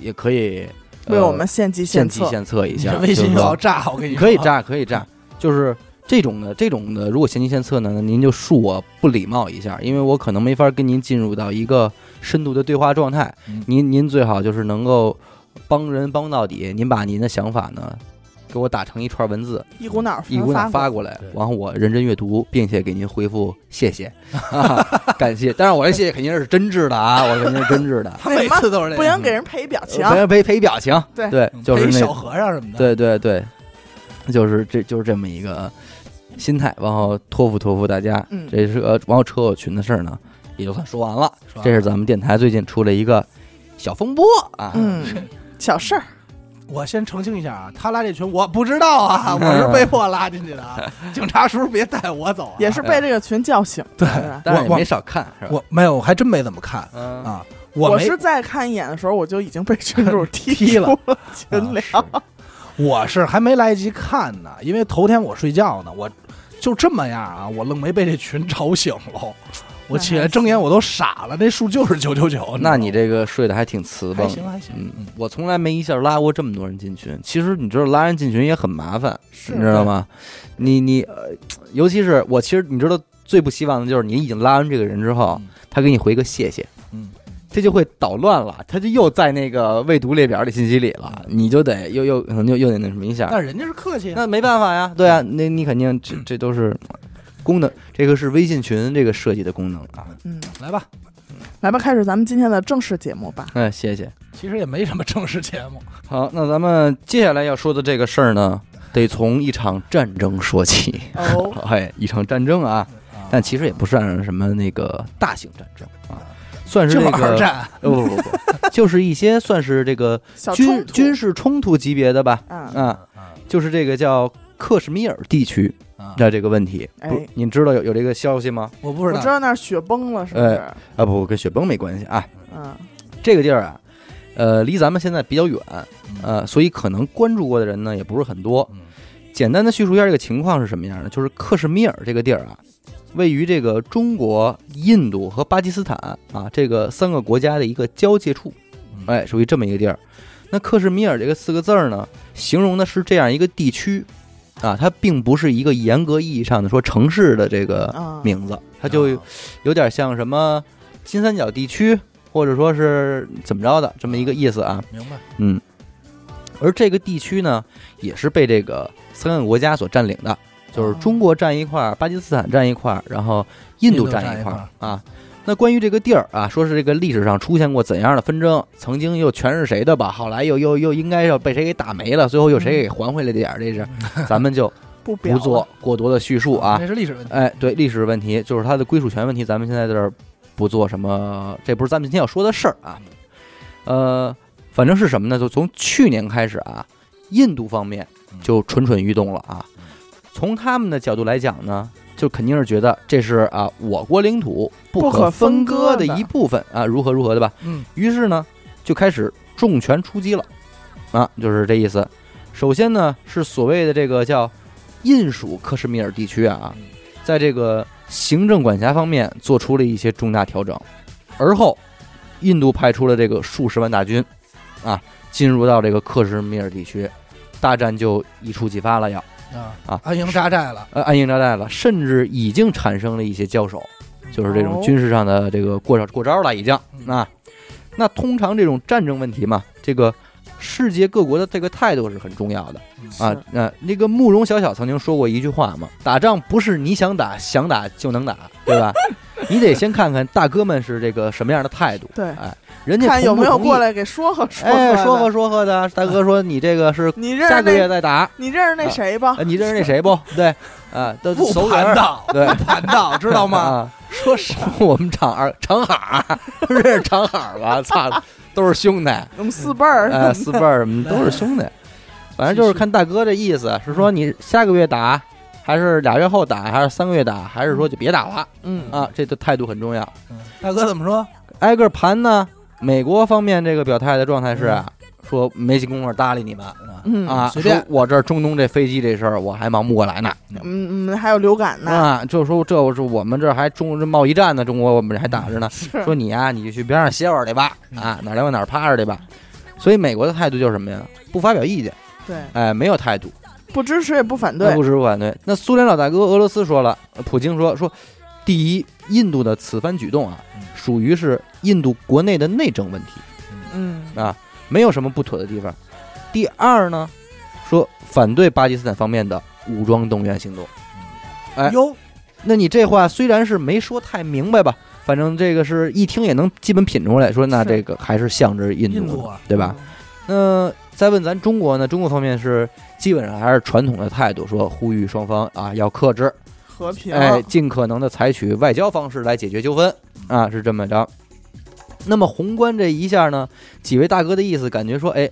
Speaker 4: 也可以、呃、
Speaker 2: 为我们献计
Speaker 4: 献
Speaker 2: 献
Speaker 4: 计
Speaker 2: 策，
Speaker 4: 献策一
Speaker 3: 你这
Speaker 4: 下。
Speaker 3: 微信
Speaker 4: 就是
Speaker 3: 又
Speaker 4: 说
Speaker 3: 要炸，我跟你
Speaker 4: 你
Speaker 3: 说，
Speaker 4: 可以，炸，可以炸，就是这种的，这种的，如果嫌弃献策呢，您就恕我不礼貌一下，因为我可能没法跟您进入到一个深度的对话状态。
Speaker 3: 嗯
Speaker 4: 您您最好就是能够帮人帮到底，您把您的想法呢。给我打成一串文字，
Speaker 2: 一股脑儿
Speaker 4: 一股脑
Speaker 2: 发
Speaker 4: 发过
Speaker 2: 过
Speaker 4: 来
Speaker 3: 对，
Speaker 4: 然后我认真阅读，并且给您回复谢谢， 啊、感谢。当然，我这谢谢肯定是真挚的啊，我肯定是真挚的，
Speaker 3: 他每次都是这
Speaker 2: 不
Speaker 3: 样，
Speaker 2: 行，给人配一表情。
Speaker 4: 陪陪陪表情，
Speaker 2: 对
Speaker 4: 对，就是
Speaker 3: 陪
Speaker 4: 那
Speaker 3: 嗯小和尚什么的。
Speaker 4: 对对对，就是这就是这么一个心态，然后托付托付大家。
Speaker 2: 嗯
Speaker 4: 这是呃，然后车友群的事儿呢，也就算说完了。
Speaker 3: 是吧，
Speaker 4: 这是咱们电台最近出了一个小风波啊，
Speaker 2: 嗯，小事儿，
Speaker 3: 我先澄清一下啊，他拉这群我不知道啊，我是被迫拉进去的啊。 警察叔叔别带我走啊！
Speaker 2: 也是被这个群叫醒。
Speaker 3: 对
Speaker 2: 对吧
Speaker 4: 但是也
Speaker 3: 我
Speaker 4: 没少看，是吧？
Speaker 3: 我没有，我还真没怎么看
Speaker 4: 嗯，
Speaker 3: 啊。
Speaker 2: 我
Speaker 3: 没
Speaker 2: 是，在看一眼的时候，我就已经被群 主踢
Speaker 3: 踢了
Speaker 2: 出了
Speaker 4: 啊
Speaker 2: 群聊。
Speaker 4: 哦
Speaker 3: 我是还没来得及看呢，因为头天我睡觉呢，我就这么样啊，我愣没被这群吵醒喽。我起来睁眼我都傻了，那数就是九九九。
Speaker 4: 那你这个睡得还挺瓷
Speaker 3: 还
Speaker 4: 蹦。
Speaker 3: 行啊还行，
Speaker 4: 嗯，我从来没一下拉过这么多人进群。其实你知道拉人进群也很麻烦，
Speaker 2: 是
Speaker 4: 你知道吗？你你呃，尤其是我，其实你知道最不希望的就是你已经拉完这个人之后
Speaker 3: 嗯，
Speaker 4: 他给你回个谢谢，
Speaker 3: 嗯，
Speaker 4: 这就会捣乱了，他就又在那个未读列表里信息里了，你就得又又可能又又得那什么一下，
Speaker 3: 嗯但人家是客气啊，
Speaker 4: 那没办法呀，对啊，那你肯定这这都是功能，这个是微信群这个设计的功能啊，
Speaker 2: 嗯，
Speaker 3: 来吧。
Speaker 2: 来吧，开始咱们今天的正式节目吧。
Speaker 4: 嗯，谢谢。
Speaker 3: 其实也没什么正式节目，
Speaker 4: 好，那咱们接下来要说的这个事儿呢，得从一场战争说起。
Speaker 2: 哦，
Speaker 4: 哎，一场战争啊，
Speaker 3: 啊
Speaker 4: 但其实也不算什么那个大型战争啊，算是
Speaker 3: 就
Speaker 4: 这
Speaker 3: 二
Speaker 4: 个
Speaker 3: 战
Speaker 4: 呃不不不，就是一些算是这个
Speaker 2: 小冲
Speaker 4: 军
Speaker 2: 突
Speaker 4: 军事冲突级别的吧，
Speaker 2: 啊，
Speaker 4: 啊，就是这个叫克什米尔地区
Speaker 3: 啊，
Speaker 4: 的这个问题，
Speaker 2: 哎
Speaker 4: 不，您知道有有这个消息吗？
Speaker 3: 我不
Speaker 2: 我
Speaker 3: 知
Speaker 2: 知
Speaker 3: 道，
Speaker 2: 道那儿雪崩了，是不是？
Speaker 4: 啊，不，跟雪崩没关系啊，
Speaker 2: 嗯，
Speaker 4: 这个地儿啊。呃，离咱们现在比较远，
Speaker 3: 嗯
Speaker 4: 呃，所以可能关注过的人呢也不是很多。
Speaker 3: 嗯
Speaker 4: 简单的叙述一下这个情况是什么样的，就是克什米尔这个地儿啊，位于这个中国、印度和巴基斯坦啊这个三个国家的一个交界处，
Speaker 3: 嗯
Speaker 4: 哎，属于这么一个地儿。那克什米尔这个四个字儿呢，形容的是这样一个地区啊，它并不是一个严格意义上的说城市的这个
Speaker 2: 啊，
Speaker 4: 名字，它就
Speaker 3: 哦
Speaker 4: 有点像什么金三角地区，或者说是怎么着的这么一个意思啊。
Speaker 3: 明白。
Speaker 4: 嗯，而这个地区呢，也是被这个三个国家所占领哦哦的，就是中国占一块儿，巴基斯坦占一块儿，然后印度占一块
Speaker 3: 印度占一
Speaker 4: 儿啊。那关于这个地儿啊，说是这个历史上出现过怎样的纷争，曾经又全是谁的吧，后来又又又应该要被谁给打没了，最后又谁给还回来点儿，这是 咱们就
Speaker 2: 不表
Speaker 4: 嗯不
Speaker 2: 了
Speaker 4: 做过多的叙述啊
Speaker 3: 那。是历史问题。
Speaker 4: 哎，对历史问题，就是它的归属权问题，咱们现在在这儿不做什么，这不是咱们今天要说的事儿啊。
Speaker 2: 嗯
Speaker 4: 呃，反正是什么呢？就从去年开始啊，印度方面
Speaker 2: 嗯
Speaker 4: 就蠢蠢欲动了啊。从他们的角度来讲呢，就肯定是觉得这是啊我国领土
Speaker 2: 不可
Speaker 4: 可分
Speaker 2: 分割
Speaker 4: 割
Speaker 2: 的
Speaker 4: 的一部分啊，如何如何的吧。
Speaker 3: 嗯，
Speaker 4: 于是呢，就开始重拳出击了，啊，就是这意思。首先呢，是所谓的这个叫印属克什米尔地区啊
Speaker 3: 嗯，
Speaker 4: 在这个行政管辖方面做出了一些重大调整，而后，印度派出了这个数十万大军，啊，进入到这个克什米尔地区，大战就一触即发了要，
Speaker 3: 啊
Speaker 4: 啊
Speaker 3: 安营扎寨了，
Speaker 4: 呃，暗应扎寨了，甚至已经产生了一些交手，就是这种
Speaker 2: 哦
Speaker 4: 军事上的这个过招过招了，已经
Speaker 3: 嗯
Speaker 4: 啊。那通常这种战争问题嘛，这个世界各国的这个态度是很重要的啊
Speaker 2: 是。
Speaker 4: 那那个慕容小小曾经说过一句话嘛，打仗不是你想打想打就能打，对吧？ 你得先看看大哥们是这个什么样的态度，
Speaker 2: 对，
Speaker 4: 人家
Speaker 2: 看有
Speaker 4: 同不
Speaker 2: 没有
Speaker 4: 同意
Speaker 2: 过。来给说和说
Speaker 4: 哎，说
Speaker 2: 和
Speaker 4: 和，说和的，大哥说你这个是
Speaker 2: 你认
Speaker 4: 下
Speaker 2: 识
Speaker 4: 个月
Speaker 2: 那，
Speaker 4: 再打，
Speaker 2: 你认识那谁吧
Speaker 4: 呃？你认识那谁不？对，啊，都
Speaker 3: 不
Speaker 4: 熟人
Speaker 3: 盘，道，
Speaker 4: 对，
Speaker 3: 盘道，知道吗？
Speaker 4: 啊？
Speaker 3: 说啥？
Speaker 4: 我们长二长海儿， 认识长海儿吧？操，都是兄弟，
Speaker 2: 我们四辈儿，
Speaker 4: 呃，四辈儿我们都是兄弟。反正就是看大哥这意思，是说你下个月打，还是俩月后打，还是三个月打，还是说就别打了
Speaker 2: 嗯，
Speaker 4: 啊？这个态度很重要。
Speaker 3: 嗯大哥怎么说？
Speaker 4: 挨个盘呢，美国方面这个表态的状态是啊，说没几功夫搭理你们
Speaker 2: 嗯
Speaker 4: 啊，
Speaker 3: 随便
Speaker 4: 说我这儿中东这飞机这事儿我还忙不过来呢。
Speaker 2: 嗯嗯，还有流感呢，
Speaker 4: 啊，就说这是我们这儿还中这贸易战呢，中国我们这还打着呢。
Speaker 2: 是
Speaker 4: 说你呀、你就去边上歇会儿去吧，
Speaker 3: 嗯
Speaker 4: 啊，哪儿凉快哪儿趴着去吧。所以美国的态度就是什么呀？不发表意见，
Speaker 2: 对，
Speaker 4: 哎，没有态度，
Speaker 2: 不支持也不反
Speaker 4: 那
Speaker 2: 对
Speaker 4: 不，支持不反对。那苏联老大哥俄罗斯说了，呃普京说说，第一，印度的此番举动啊
Speaker 3: 嗯，
Speaker 4: 属于是印度国内的内政问题，
Speaker 2: 嗯
Speaker 4: 啊，没有什么不妥的地方。第二呢，说反对巴基斯坦方面的武装动员行动。哎
Speaker 3: 哟，
Speaker 4: 那你这话虽然是没说太明白吧，反正这个是一听也能基本品出来，说那
Speaker 2: 是
Speaker 4: 这个还是向着印度的，
Speaker 3: 印度啊
Speaker 4: 对吧？？那再问咱中国呢？中国方面是基本上还是传统的态度，说呼吁双方啊要克制，
Speaker 2: 和 平，
Speaker 3: 啊
Speaker 4: 哎，尽可能的采取外交方式来解决纠纷啊，是这么着。那么宏观这一下呢，几位大哥的意思感觉说，哎，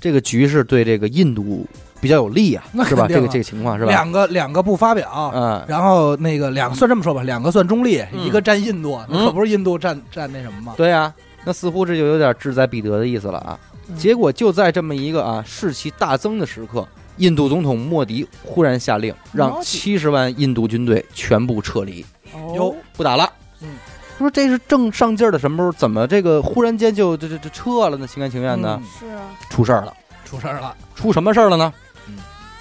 Speaker 4: 这个局势对这个印度比较有利啊，
Speaker 3: 那
Speaker 4: 是吧？
Speaker 3: 肯定
Speaker 4: 这
Speaker 3: 啊
Speaker 4: 个这个情况是吧？
Speaker 3: 两个两个不发表，
Speaker 4: 嗯，
Speaker 3: 然后那个两个算这么说吧，两个算中立，
Speaker 4: 嗯
Speaker 3: 一个占印度，那
Speaker 4: 嗯
Speaker 3: 可不是印度占占那什么吗？
Speaker 4: 对呀、那似乎这就有点志在必得的意思了啊。
Speaker 2: 嗯
Speaker 4: 结果就在这么一个啊士气大增的时刻，印度总统莫迪忽然下令，让
Speaker 2: 莫迪
Speaker 4: 七十万印度军队全部撤离，
Speaker 2: 哦，
Speaker 4: 不打了。
Speaker 3: 嗯，
Speaker 4: 说这是正上劲儿的什么时候，怎么这个忽然间就这这这撤了呢？心甘情愿呢？
Speaker 3: 嗯
Speaker 2: 是啊，
Speaker 4: 出事儿了，
Speaker 3: 出事儿了，
Speaker 4: 出什么事儿了呢
Speaker 3: 嗯？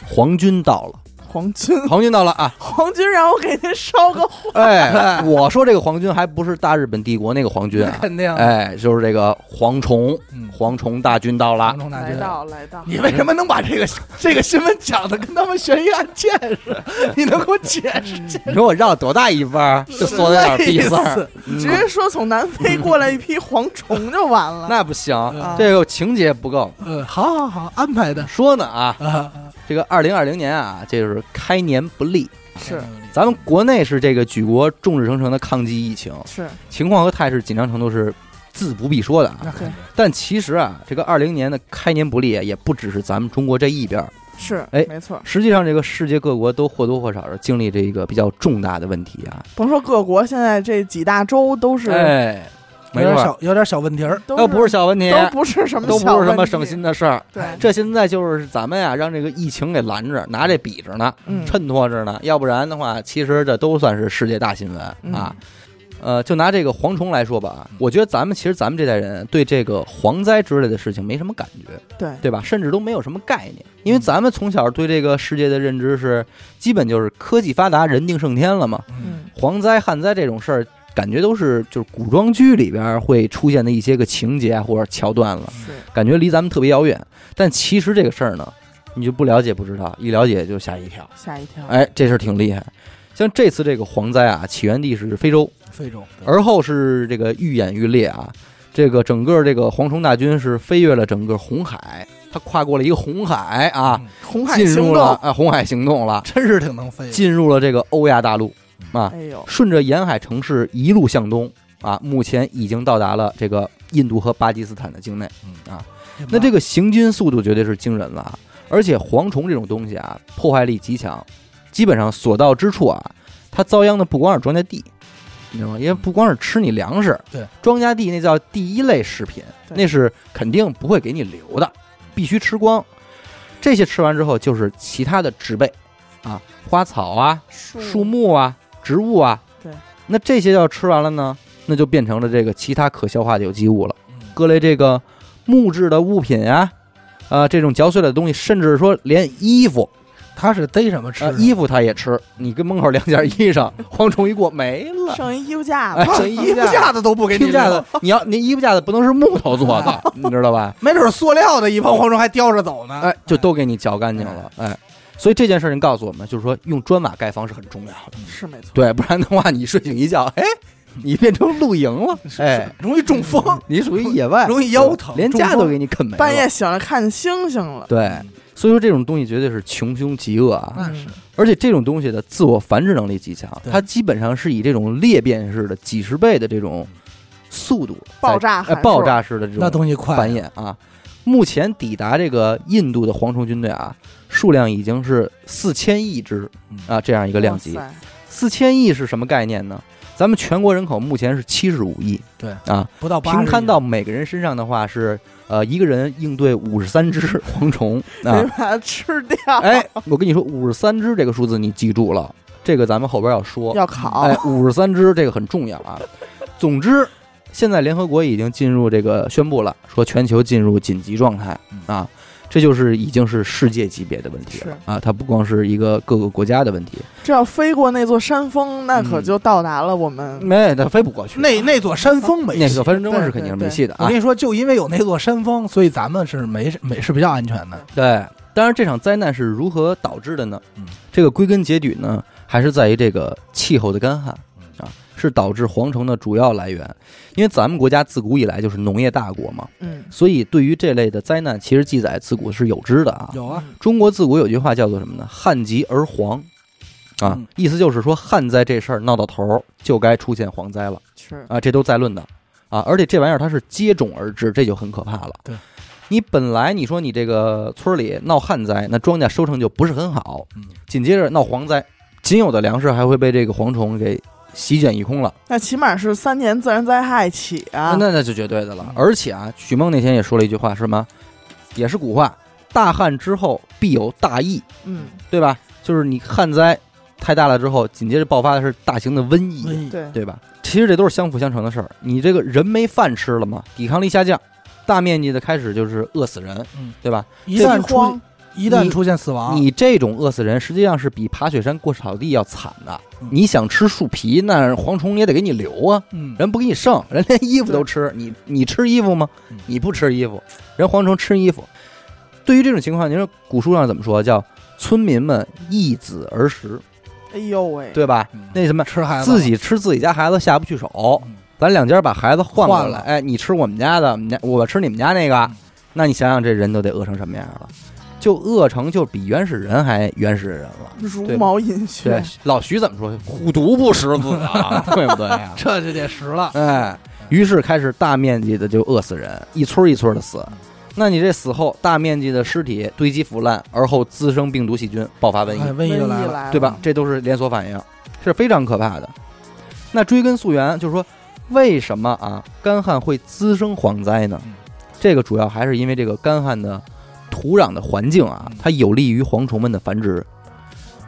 Speaker 4: 皇军到了，
Speaker 2: 皇军，
Speaker 4: 皇军到了啊！
Speaker 2: 皇军让我给您烧个
Speaker 4: 哎，我说这个皇军还不是大日本帝国那个皇军
Speaker 3: 那
Speaker 4: 啊，
Speaker 3: 肯定，
Speaker 4: 哎，就是这个蝗虫，
Speaker 3: 嗯，
Speaker 4: 蝗虫大军到了
Speaker 3: 黄。忠大
Speaker 2: 来
Speaker 3: 军。
Speaker 2: 到来到，
Speaker 3: 你为什么能把这个这个新闻讲的跟他们悬疑案件似的？你能给我解释
Speaker 2: 嗯
Speaker 3: 解
Speaker 4: 你说我绕多大一弯儿，就缩在点儿
Speaker 3: 释
Speaker 4: 逼
Speaker 3: 意
Speaker 4: 字儿，
Speaker 3: 思？
Speaker 4: 嗯
Speaker 2: 直接说从南非过来一批蝗虫就完了。
Speaker 4: 那不行
Speaker 2: 嗯，
Speaker 4: 这个情节不够。
Speaker 3: 嗯，好好好，安排的
Speaker 4: 说呢啊，
Speaker 3: 啊，
Speaker 4: 这个二零二零年啊，这就是开年不利。
Speaker 2: 是
Speaker 4: 咱们国内是这个举国众志成城的抗击疫情，
Speaker 2: 是，
Speaker 4: 情况和态势紧张程度是自不必说的啊。
Speaker 2: 对，
Speaker 4: 但其实啊，这个二零年的开年不利啊也不只是咱们中国这一边儿，
Speaker 2: 是，
Speaker 4: 哎
Speaker 2: 没错。
Speaker 4: 实际上这个世界各国都或多或少是经历这个比较重大的问题啊。
Speaker 2: 甭说各国，现在这几大洲都是，
Speaker 4: 哎，
Speaker 3: 有
Speaker 4: 没
Speaker 3: 点
Speaker 4: 错，
Speaker 3: 小有点小问题儿，
Speaker 2: 都
Speaker 4: 那不是小问题，
Speaker 2: 都不是什么
Speaker 4: 都
Speaker 2: 小
Speaker 4: 不是什么
Speaker 2: 问题
Speaker 4: 省心的事儿。
Speaker 2: 对，
Speaker 4: 这现在就是咱们呀，让这个疫情给拦着，拿这比着呢，
Speaker 2: 嗯
Speaker 4: 衬托着呢，要不然的话，其实这都算是世界大新闻
Speaker 2: 嗯
Speaker 4: 啊。呃，就拿这个蝗虫来说吧，我觉得咱们其实咱们这代人对这个蝗灾之类的事情没什么感觉，
Speaker 2: 对
Speaker 4: 对吧？甚至都没有什么概念，因为咱们从小对这个世界的认知是，基本就是科技发达，人定胜天了嘛。
Speaker 2: 嗯
Speaker 4: 蝗灾、旱灾这种事儿，感觉都是就是古装剧里边会出现的一些个情节啊或者桥段了。
Speaker 2: 是
Speaker 4: 感觉离咱们特别遥远。但其实这个事儿呢，你就不了解不知道，一了解就吓一跳。哎
Speaker 2: 吓一跳。
Speaker 4: 哎，这事儿挺厉害。像这次这个蝗灾啊，起源地是非洲，
Speaker 3: 非洲，对
Speaker 4: 而后是这个愈演愈烈啊，这个整个这个蝗虫大军是飞越了整个红海，它跨过了一个红海啊，
Speaker 3: 嗯
Speaker 2: 红海
Speaker 4: 进
Speaker 2: 行
Speaker 4: 入
Speaker 2: 动，
Speaker 4: 了啊红海行动了，
Speaker 3: 真是挺能飞的。
Speaker 4: 进入了这个欧亚大陆啊，
Speaker 2: 哎呦，
Speaker 4: 顺着沿海城市一路向东啊，目前已经到达了这个印度和巴基斯坦的境内。那这
Speaker 3: 个
Speaker 4: 个行军速度绝对是惊人了啊！而且蝗虫这种东西啊，破坏力极强，基本上所到之处啊，它遭殃的不光是庄稼地，你知道吗？因为不光是吃你粮食，
Speaker 3: 对，
Speaker 4: 庄稼地那叫第一类食品，
Speaker 2: 对
Speaker 4: 那是肯定不会给你留的，必须吃光。这些吃完之后，就是其他的植被啊，花草啊，
Speaker 2: 树
Speaker 4: 树木啊、植物啊。
Speaker 2: 对，
Speaker 4: 那这些要吃完了呢，那就变成了这个其他可消化的有机物了
Speaker 3: 嗯，
Speaker 4: 各类这个木质的物品啊。啊、这种嚼碎了的东西，甚至说连衣服，
Speaker 3: 他是逮什么吃
Speaker 4: 啊，
Speaker 3: 什么？
Speaker 4: 衣服它也吃。你跟门口晾件衣裳， 蝗虫一过没了，
Speaker 2: 剩一衣服架
Speaker 4: 哎
Speaker 2: 子，，
Speaker 4: 这衣
Speaker 3: 衣服架
Speaker 4: 子
Speaker 3: 子都不给
Speaker 4: 衣
Speaker 3: 你
Speaker 4: 服架
Speaker 3: 留
Speaker 4: 子，，你要那衣服架子不能是木头做 的，你知道吧？
Speaker 3: 没准塑料的一帮蝗虫还叼着走呢。
Speaker 4: 哦哎，就都给你嚼干净了，哎。所以这件事情告诉我们，就是说用砖瓦盖房是很重要的。
Speaker 2: 是没错。
Speaker 4: 对，不然的话，你睡醒一觉，哎，你变成露营 了，哎，
Speaker 3: 容易中风，
Speaker 4: 你属于野外，
Speaker 3: 容易腰疼，
Speaker 4: 连家都给你啃没了。
Speaker 2: 半夜醒了看星星了，
Speaker 4: 对，所以说这种东西绝对是穷凶极恶啊！
Speaker 3: 那是
Speaker 4: 而且这种东西的自我繁殖能力极强，
Speaker 3: 嗯对
Speaker 4: 它基本上是以这种裂变式的几十倍的这种速度在
Speaker 2: 爆炸
Speaker 4: 哎
Speaker 2: 函数
Speaker 4: 爆炸式的这
Speaker 3: 那
Speaker 4: 种
Speaker 3: 东西快
Speaker 4: 繁衍啊。目前抵达这个印度的蝗虫军队啊，数量已经是四千亿只
Speaker 3: 嗯
Speaker 4: 啊，这样一个量级。
Speaker 2: 哇塞
Speaker 4: 四千亿是什么概念呢？咱们全国人口目前是七十五亿，
Speaker 3: 对
Speaker 4: 啊，
Speaker 3: 不到八
Speaker 4: 平摊到每个人身上的话是，呃，一个人应对五十三只蝗虫啊
Speaker 2: 得。把它吃掉，
Speaker 4: 哎，我跟你说，五十三只这个数字你记住了，这个咱们后边要说。
Speaker 2: 要烤
Speaker 4: 哎，五十三只这个很重要啊。总之，现在联合国已经进入这个宣布了，说全球进入紧急状态啊，这就是已经是世界级别的问题了啊，它不光是一个各个国家的问题，
Speaker 2: 这要飞过那座山峰，那可
Speaker 4: 嗯
Speaker 2: 就到达了我们。
Speaker 4: 没，它飞不过去。
Speaker 3: 那那座山峰没
Speaker 4: 那
Speaker 3: 戏
Speaker 4: 个。分钟是肯定是没戏的
Speaker 3: 我
Speaker 4: 啊
Speaker 3: 跟。你说，就因为有那座山峰，所以咱们是没没是比较安全的。
Speaker 4: 对，当然这场灾难是如何导致的呢
Speaker 3: 嗯？
Speaker 4: 这个归根结底呢，还是在于这个气候的干旱
Speaker 3: 嗯
Speaker 4: 啊，是导致蝗虫的主要来源。因为咱们国家自古以来就是农业大国嘛，
Speaker 2: 嗯，
Speaker 4: 所以对于这类的灾难，其实记载自古是有之的啊。
Speaker 3: 有
Speaker 2: 嗯
Speaker 3: 啊，
Speaker 4: 中国自古有句话叫做什么呢？旱极而蝗。啊
Speaker 3: 嗯，
Speaker 4: 意思就是说，旱灾这事儿闹到头儿，就该出现蝗灾了。
Speaker 2: 是
Speaker 4: 啊，这都在论的啊，而且这玩意儿它是接踵而至，这就很可怕了。
Speaker 3: 对，
Speaker 4: 你本来你说你这个村儿里闹旱灾，那庄稼收成就不是很好，
Speaker 3: 嗯，
Speaker 4: 紧接着闹蝗灾，仅有的粮食还会被这个蝗虫给席卷一空了，
Speaker 2: 那起码是三年自然灾害起啊，
Speaker 4: 那那就绝对的了
Speaker 3: 嗯。
Speaker 4: 而且啊，许梦那天也说了一句话，是什么？也是古话，大旱之后必有大疫，
Speaker 2: 嗯，
Speaker 4: 对吧？就是你旱灾太大了之后，紧接着爆发的是大型的瘟疫。
Speaker 3: 瘟疫
Speaker 2: 对，
Speaker 4: 嗯对吧？其实这都是相辅相成的事儿。你这个人没饭吃了嘛，抵抗力下降，大面积的开始就是饿死人，
Speaker 3: 嗯啊
Speaker 4: 对吧？
Speaker 3: 一旦
Speaker 2: 饥荒
Speaker 3: 出一旦
Speaker 4: 你
Speaker 3: 出现死亡，
Speaker 4: 你这种饿死人，实际上是比爬雪山过草地要惨的
Speaker 3: 嗯。
Speaker 4: 你想吃树皮，那蝗虫也得给你留啊，
Speaker 3: 嗯，
Speaker 4: 人不给你剩，人连衣服都吃，你你吃衣服吗
Speaker 3: 嗯？
Speaker 4: 你不吃衣服，人蝗虫吃衣服。对于这种情况，您说古书上怎么说？叫村民们易子而食，
Speaker 2: 哎呦喂，
Speaker 4: 对吧
Speaker 3: 嗯？
Speaker 4: 那什么，
Speaker 3: 吃孩子
Speaker 4: 自己吃自己家孩子下不去手
Speaker 3: 嗯，
Speaker 4: 咱两家把孩子换过
Speaker 3: 换
Speaker 4: 来，
Speaker 3: 了
Speaker 4: 哎，你吃我们家的，我们家我吃你们家那个
Speaker 3: 嗯，
Speaker 4: 那你想想这人都得饿成什么样了？就饿成就比原始人还原始人了。
Speaker 2: 茹
Speaker 4: 对
Speaker 2: 毛饮
Speaker 4: 对
Speaker 2: 血，，
Speaker 4: 老徐怎么说？虎毒不食子 啊，对不对呀？
Speaker 3: 这就得实了。
Speaker 4: 哎，于是开始大面积的就饿死人，一村儿一村儿的死。那你这死后，大面积的尸体堆积腐烂，而后滋生病毒细菌，爆发瘟疫
Speaker 3: 哎，。瘟疫就来了，
Speaker 2: 了，
Speaker 4: 对吧？？这都是连锁反应，是非常可怕的。那追根溯源，就是说，为什么啊干旱会滋生蝗灾呢
Speaker 3: 嗯？
Speaker 4: 这个主要还是因为这个干旱的土壤的环境啊
Speaker 3: 嗯，
Speaker 4: 它有利于蝗虫们的繁殖。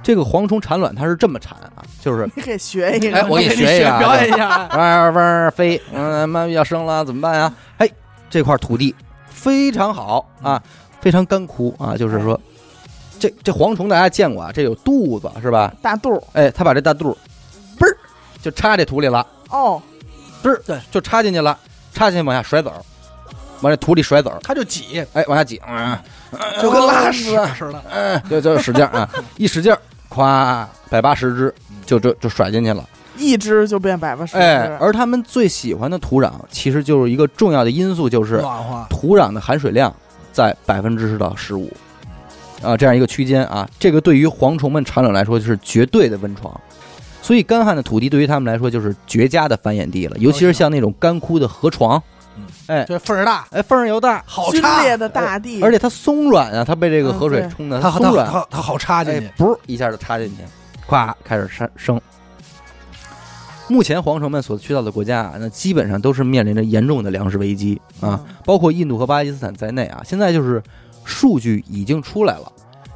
Speaker 4: 这个蝗虫产卵，它是这么产啊， 就是
Speaker 2: 你给学一
Speaker 4: 哎
Speaker 2: 个，
Speaker 4: 我 给你学一个啊
Speaker 3: 表演一下。
Speaker 4: 嗡儿嗡儿飞，嗯，妈要生了怎么办呀？哎，这块土地非常好啊，
Speaker 3: 嗯
Speaker 4: 非常干枯啊，就是说，这这蝗虫大家见过啊，这有肚子是吧？
Speaker 2: 大肚儿
Speaker 4: 哎，他把这大肚儿嘣儿就插这土里了，
Speaker 2: 哦，
Speaker 4: 就插进去了，插进去往下甩子儿，往这土里甩子儿，
Speaker 3: 他就挤，
Speaker 4: 哎，往下挤，嗯，
Speaker 3: 就跟拉屎似的。
Speaker 4: 嗯就就使劲儿啊，一使劲儿，咵，百八十只就就就甩进去了。
Speaker 2: 一只就变百分之十，
Speaker 4: 哎，而他们最喜欢的土壤，其实就是一个重要的因素， 就是
Speaker 3: 暖和，
Speaker 4: 土壤的含水量在百分之十到十五啊这样一个区间啊，这个对于蝗虫们产卵来说就是绝对的温床，所以干旱的土地对于他们来说就是绝佳的繁衍地了，尤其是像那种干枯的河床
Speaker 3: 嗯，
Speaker 4: 哎
Speaker 3: 这份儿大，
Speaker 4: 哎缝儿又大，
Speaker 3: 好
Speaker 2: 皲
Speaker 3: 插，
Speaker 2: 裂的大地，
Speaker 4: 而且它松软啊，它被这个
Speaker 2: 嗯
Speaker 4: 河水
Speaker 2: 对
Speaker 4: 冲的
Speaker 3: 它好
Speaker 4: 松
Speaker 3: 它
Speaker 4: 软，
Speaker 3: 它它好插进
Speaker 4: 哎
Speaker 3: 去，，
Speaker 4: 不是一下就插进去，咵开始生生。目前蝗虫们所去到的国家啊，那基本上都是面临着严重的粮食危机啊，
Speaker 2: 嗯
Speaker 4: 包括印度和巴基斯坦在内啊。现在就是数据已经出来了，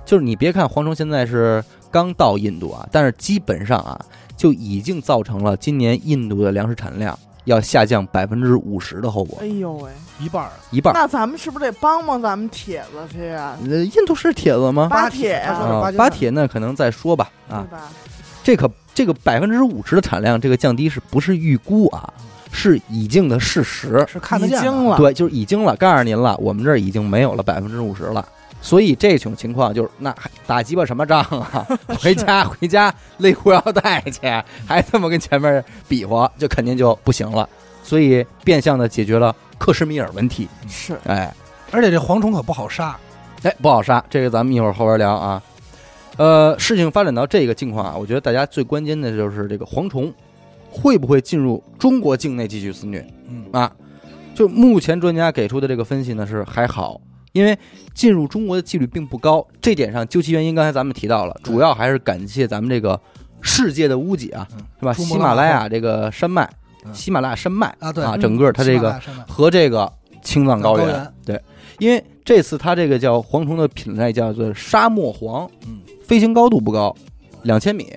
Speaker 4: 就是你别看蝗虫现在是刚到印度啊，但是基本上啊就已经造成了今年印度的粮食产量要下降百分之五十的后果
Speaker 2: 哎，呦喂，
Speaker 3: 一半儿
Speaker 4: 一半儿。
Speaker 2: 那咱们是不是得帮帮咱们铁子去啊呀？
Speaker 4: 呃，印度是铁子吗？
Speaker 2: 巴铁
Speaker 3: 他说
Speaker 2: 啊，
Speaker 3: 是
Speaker 4: 啊
Speaker 3: 巴，基斯
Speaker 4: 巴
Speaker 3: 坦
Speaker 4: 铁那可能再说吧啊
Speaker 2: 对。吧？
Speaker 4: 这可这个百分之五十的产量，这个降低是不是预估啊？是已经的事实，
Speaker 3: 是看得
Speaker 2: 已
Speaker 3: 见
Speaker 2: 经
Speaker 3: 的，
Speaker 2: 了，
Speaker 4: 对，就是已经了。告诉您了，我们这儿已经没有了百分之五十了。所以这种情况就是，那还打鸡巴什么仗啊？ 回家回家勒裤腰带去，还这么跟前面比划，就肯定就不行了。所以变相的解决了克什米尔问题。
Speaker 2: 是
Speaker 4: 哎
Speaker 3: 而且这蝗虫可不好杀，
Speaker 4: 哎，不好杀，这个咱们一会儿后边聊啊。呃，事情发展到这个境况啊，我觉得大家最关键的就是这个蝗虫会不会进入中国境内继续肆虐
Speaker 3: 嗯，
Speaker 4: 啊？就目前专家给出的这个分析呢是还好，因为进入中国的几率并不高。这点上究其原因，刚才咱们提到了，
Speaker 3: 对
Speaker 4: 主要还是感谢咱们这个世界的屋脊啊，
Speaker 3: 嗯
Speaker 4: 是吧？
Speaker 3: 珠
Speaker 4: 喜
Speaker 3: 穆
Speaker 4: 马
Speaker 3: 朗玛
Speaker 4: 拉
Speaker 3: 峰
Speaker 4: 雅这个山脉，
Speaker 3: 嗯
Speaker 4: 喜马拉雅山脉
Speaker 3: 啊对
Speaker 4: 啊，
Speaker 2: 嗯
Speaker 4: 整个它这
Speaker 3: 喜马
Speaker 4: 个
Speaker 3: 拉雅山脉
Speaker 4: 和这个青藏高
Speaker 3: 高
Speaker 4: 原。对，因为这次它这个叫蝗虫的品类叫做沙漠蝗，
Speaker 3: 嗯，
Speaker 4: 飞行高度不高，两千米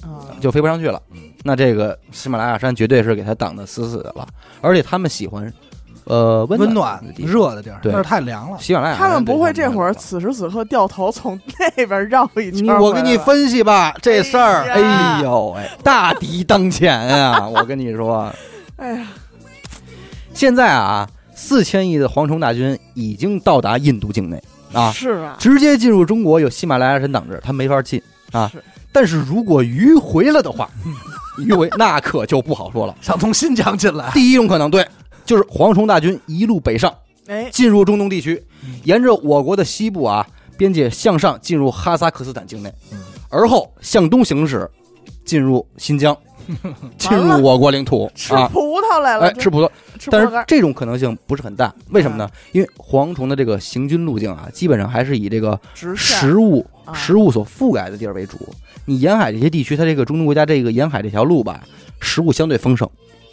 Speaker 2: 啊，
Speaker 4: 就飞不上去了。
Speaker 3: 嗯
Speaker 4: 那这个喜马拉雅山绝对是给它挡得死死的了，而且他们喜欢，呃，温
Speaker 3: 温
Speaker 4: 暖
Speaker 3: 暖
Speaker 4: 的地方。
Speaker 3: 热的地儿，
Speaker 4: 对
Speaker 3: 那儿太凉了，
Speaker 4: 喜马拉雅山
Speaker 2: 他们不会这会儿
Speaker 4: 对
Speaker 2: 此时此刻掉头从那边绕一圈
Speaker 4: 你
Speaker 2: 儿
Speaker 4: 嗯
Speaker 2: 回来吧？
Speaker 4: 我给你分析吧，这事儿，
Speaker 2: 哎呀
Speaker 4: 哎呦喂，大敌当前 啊！我跟你说，
Speaker 2: 哎呀，
Speaker 4: 现在啊，四千亿的蝗虫大军已经到达印度境内啊，
Speaker 2: 是啊，
Speaker 4: 直接进入中国有喜马拉雅山挡着，它没法进啊
Speaker 2: 是。
Speaker 4: 但是如果迂回了的 话，迂回那可就不好说了。
Speaker 3: 想从新疆进来，
Speaker 4: 第一种可能，对，就是蝗虫大军一路北上，
Speaker 2: 哎，
Speaker 4: 进入中东地区
Speaker 3: 嗯，
Speaker 4: 沿着我国的西部啊边界向上进入哈萨克斯坦境内
Speaker 3: 嗯，
Speaker 4: 而后向东行驶，进入新 疆，进入我国领土
Speaker 2: 吃
Speaker 4: 啊。
Speaker 2: 葡萄来了，嗯
Speaker 4: 哎，吃葡萄，
Speaker 2: 吃葡
Speaker 4: 但
Speaker 2: 萄
Speaker 4: 是
Speaker 2: 干儿，
Speaker 4: 这种可能性不是很大，为什么呢？因为蝗虫的这个行军路径啊，基本上还是以这个
Speaker 2: 直线
Speaker 4: 食物
Speaker 2: 啊
Speaker 4: 食物所覆盖的地儿为主。你沿海这些地区，它这个中东国家这个沿海这条路吧，食物相对丰盛，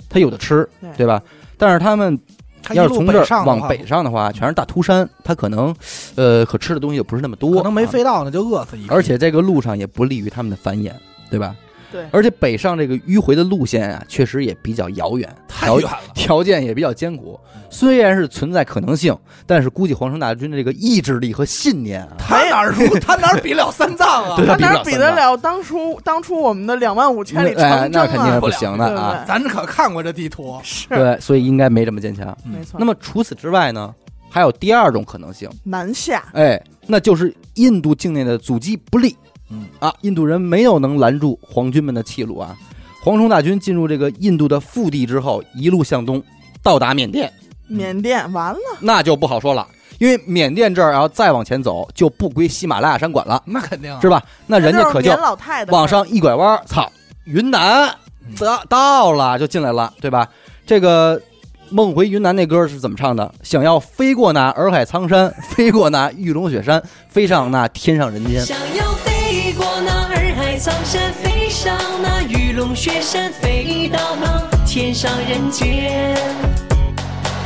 Speaker 4: 它有的吃，对吧？但是他们
Speaker 3: 它一
Speaker 4: 要是
Speaker 3: 路
Speaker 4: 从
Speaker 3: 北
Speaker 4: 这儿
Speaker 3: 上的
Speaker 4: 往
Speaker 3: 话
Speaker 4: 北上的话，全是大秃山，它可能呃可吃的东西就不是那么多，
Speaker 3: 可能没
Speaker 4: 啊
Speaker 3: 飞到呢就饿死一个，
Speaker 4: 而且这个路上也不利于他们的繁衍，对吧？
Speaker 2: 对
Speaker 4: 而且北上这个迂回的路线啊，确实也比较遥远，
Speaker 3: 太
Speaker 4: 条
Speaker 3: 远了，
Speaker 4: 条件也比较艰苦。虽然是存在可能性，但是估计皇城大军的这个意志力和信念啊，
Speaker 3: 他哪儿如他哪儿比了三藏 啊？
Speaker 4: 对
Speaker 2: 他
Speaker 4: 比不
Speaker 2: 哪
Speaker 4: 了
Speaker 2: 比
Speaker 4: 三
Speaker 2: 得
Speaker 4: 大
Speaker 2: 了当初当初我们的两万五千里
Speaker 4: 哎，
Speaker 2: 长征
Speaker 4: 那肯定是
Speaker 2: 啊？
Speaker 4: 不行的啊。
Speaker 3: 咱可看过这地图，
Speaker 2: 是，
Speaker 4: 对，所以应该没这么坚强。
Speaker 2: 没错。
Speaker 4: 那么除此之外呢，还有第二种可能性，
Speaker 2: 南下，
Speaker 4: 哎，那就是印度境内的阻击不利。
Speaker 3: 嗯
Speaker 4: 啊，印度人没有能拦住皇军们的气路啊。蝗虫大军进入这个印度的腹地之后，一路向东，到达缅甸，
Speaker 2: 缅甸完了，
Speaker 4: 那就不好说了，因为缅甸这儿要再往前走，就不归喜马拉雅山管了，
Speaker 3: 那肯定啊
Speaker 4: 是吧？那人家
Speaker 2: 就是
Speaker 4: 可就
Speaker 2: 缅老太的
Speaker 4: 往
Speaker 2: 事儿
Speaker 4: 上一拐弯，操，云南
Speaker 3: 嗯
Speaker 4: 到到了就进来了，对吧？这个梦回云南那歌是怎么唱的？想要飞过那洱海苍山，飞过那玉龙雪山，飞上那天上人间。
Speaker 5: 想要飞过那洱海苍山，飞上那玉龙雪山，飞到那天上人间。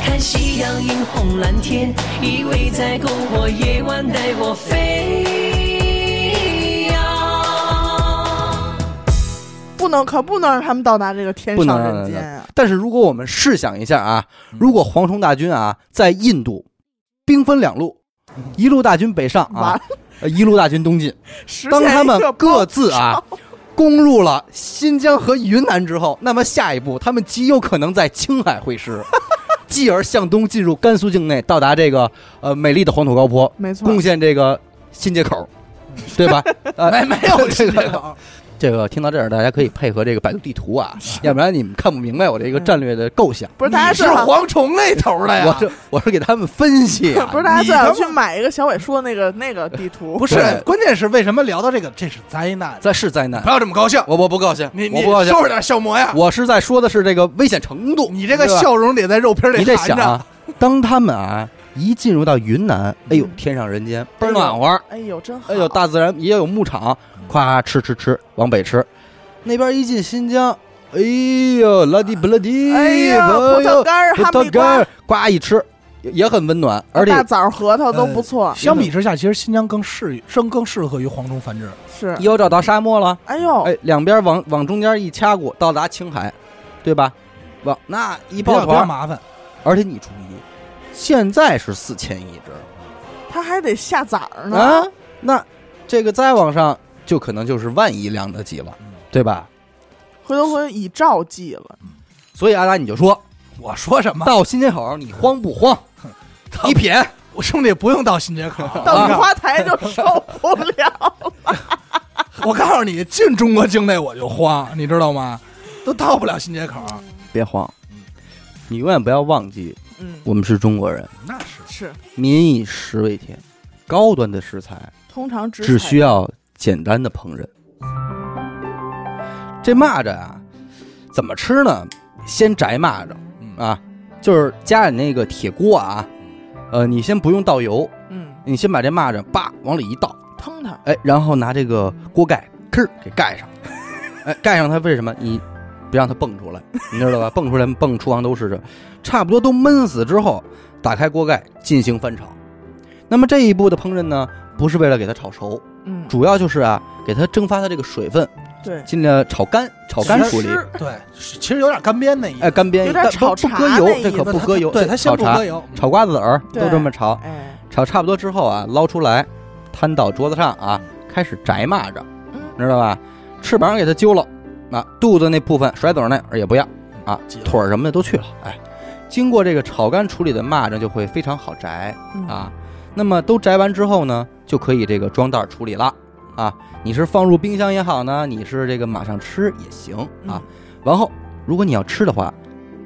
Speaker 5: 看夕阳映红蓝天，依偎在篝火夜晚，带我飞呀。
Speaker 2: 不能可不能让他们到达这个天
Speaker 4: 不能
Speaker 2: 上
Speaker 4: 让
Speaker 2: 人
Speaker 4: 人
Speaker 2: 间啊！
Speaker 4: 但是如果我们试想一下啊，如果蝗虫大军啊在印度兵分两路，一路大军北上啊
Speaker 2: 嗯完，
Speaker 4: 呃一路大军东进，
Speaker 2: 实
Speaker 4: 当
Speaker 2: 现
Speaker 4: 他
Speaker 2: 一
Speaker 4: 们
Speaker 2: 个
Speaker 4: 各
Speaker 2: 包
Speaker 4: 自 啊攻入了新疆和云南之后，那么下一步他们极有可能在青海会师，继而向东进入甘肃境内，到达这个呃美丽的黄土高坡，
Speaker 2: 没错，
Speaker 4: 攻陷这个新街口，对吧？呃，
Speaker 3: 没没有
Speaker 4: 这
Speaker 3: 新
Speaker 4: 个
Speaker 3: 街口，
Speaker 4: 这个听到这儿，大家可以配合这个百度地图啊，要不然你们看不明白我这个战略的构想。
Speaker 2: 不是大家
Speaker 3: 你
Speaker 2: 最
Speaker 3: 是
Speaker 2: 好，
Speaker 3: 蝗虫那头的呀？
Speaker 4: 我是我是给他们分 析、啊，
Speaker 2: 不是大家
Speaker 3: 你
Speaker 2: 最好
Speaker 3: 他妈
Speaker 2: 去买一个小伟说的那个那个地图，
Speaker 3: 不是
Speaker 4: 对，
Speaker 3: 关键是为什么聊到这个？这是灾难，
Speaker 4: 在是灾难
Speaker 3: 不，要这么高兴。
Speaker 4: 我我不高兴，
Speaker 3: 你
Speaker 4: 我
Speaker 3: 你
Speaker 4: 不高兴
Speaker 3: 收，拾点笑模呀！
Speaker 4: 我是在说的是这个危险程度。
Speaker 3: 你这个
Speaker 4: 对吧
Speaker 3: 笑容得在肉皮里
Speaker 4: 你得
Speaker 3: 含
Speaker 4: 想
Speaker 3: 着。
Speaker 4: 啊，当他们啊一进入到云南，哎呦，天上人间倍儿暖和，
Speaker 2: 嗯哎呦真好，
Speaker 4: 哎呦，大自然也有牧场，夸吃吃吃，往北吃。那边一进新疆，哎呦，拉迪不拉迪，
Speaker 2: 哎呀，葡萄干儿、
Speaker 4: 哎葡
Speaker 2: 哈密
Speaker 4: 萄
Speaker 2: 瓜
Speaker 4: 干儿，呱一吃也也很温暖，而且哎
Speaker 2: 大枣、核桃都不错，
Speaker 3: 相比之下，其实新疆更适于，更更适合于蝗虫繁殖。
Speaker 2: 是，
Speaker 4: 又找到沙漠了。
Speaker 2: 哎呦，
Speaker 4: 哎，两边往往中间一掐过，到达青海，对吧？往那一
Speaker 3: 比
Speaker 4: 抱
Speaker 3: 较比较
Speaker 4: 团，
Speaker 3: 麻烦，
Speaker 4: 而且你注意，现在是四千一只
Speaker 2: 他还得下崽儿呢，
Speaker 4: 啊，那这个再往上就可能就是万一量的级了，对吧？
Speaker 2: 回头回头以照计了，
Speaker 4: 所以阿达你就说，
Speaker 3: 我说什么？
Speaker 4: 到新街口你慌不慌？
Speaker 3: 一撇，我兄弟不用到新街口。
Speaker 4: 啊
Speaker 2: 到雨花台就受不 了。
Speaker 3: 我告诉你，进中国境内我就慌，你知道吗？都到不了新街口。
Speaker 4: 别慌，你永远不要忘记，
Speaker 2: 嗯，
Speaker 4: 我们是中国人，
Speaker 3: 那是
Speaker 2: 是，
Speaker 4: 民以食为天，高端的食材
Speaker 2: 通常只
Speaker 4: 只需
Speaker 2: 要
Speaker 4: 要简单的烹饪。这蚂蚱啊，怎么吃呢？先摘蚂蚱
Speaker 3: 嗯
Speaker 4: 啊，就是家里那个铁锅啊，呃，你先不用倒油，
Speaker 2: 嗯
Speaker 4: 你先把这蚂蚱叭往里一倒，
Speaker 2: 腾它，
Speaker 4: 哎，然后拿这个锅盖吭儿给盖上，哎，盖上它为什么？你别让它蹦出来，你知道吧？蹦出来蹦厨房都是这，差不多都闷死之后，打开锅盖进行翻炒。那么这一步的烹饪呢，不是为了给它炒熟，
Speaker 2: 嗯，
Speaker 4: 主要就是啊，给它蒸发它这个水分，
Speaker 2: 对，
Speaker 4: 尽量炒干，炒干处理。
Speaker 2: 湿
Speaker 3: 对，是其实有点干煸的意思。
Speaker 4: 哎，干煸
Speaker 2: 有点
Speaker 4: 但
Speaker 2: 炒
Speaker 4: 不
Speaker 2: 茶
Speaker 4: 不搁
Speaker 2: 那
Speaker 4: 油，
Speaker 2: 意
Speaker 4: 这可
Speaker 2: 思
Speaker 4: 不搁油，
Speaker 3: 对他先
Speaker 4: 炒
Speaker 3: 不
Speaker 4: 茶
Speaker 3: 搁、油，嗯
Speaker 4: 炒瓜子儿都
Speaker 2: 对
Speaker 4: 这么炒，
Speaker 2: 哎，
Speaker 4: 炒差不多之后啊，捞出来，摊到桌子上啊，开始摘蚂蚱。
Speaker 2: 嗯，
Speaker 4: 知道吧？翅膀给它揪了，啊，肚子那部分甩走那儿也不要啊
Speaker 3: 挤，了
Speaker 4: 腿儿什么的都去了。哎，经过这个炒干处理的蚂蚱就会非常好摘
Speaker 2: 嗯
Speaker 4: 啊。那么都摘完之后呢，就可以这个装袋处理了啊。你是放入冰箱也好呢，你是这个马上吃也行啊
Speaker 2: 嗯。
Speaker 4: 然后如果你要吃的话，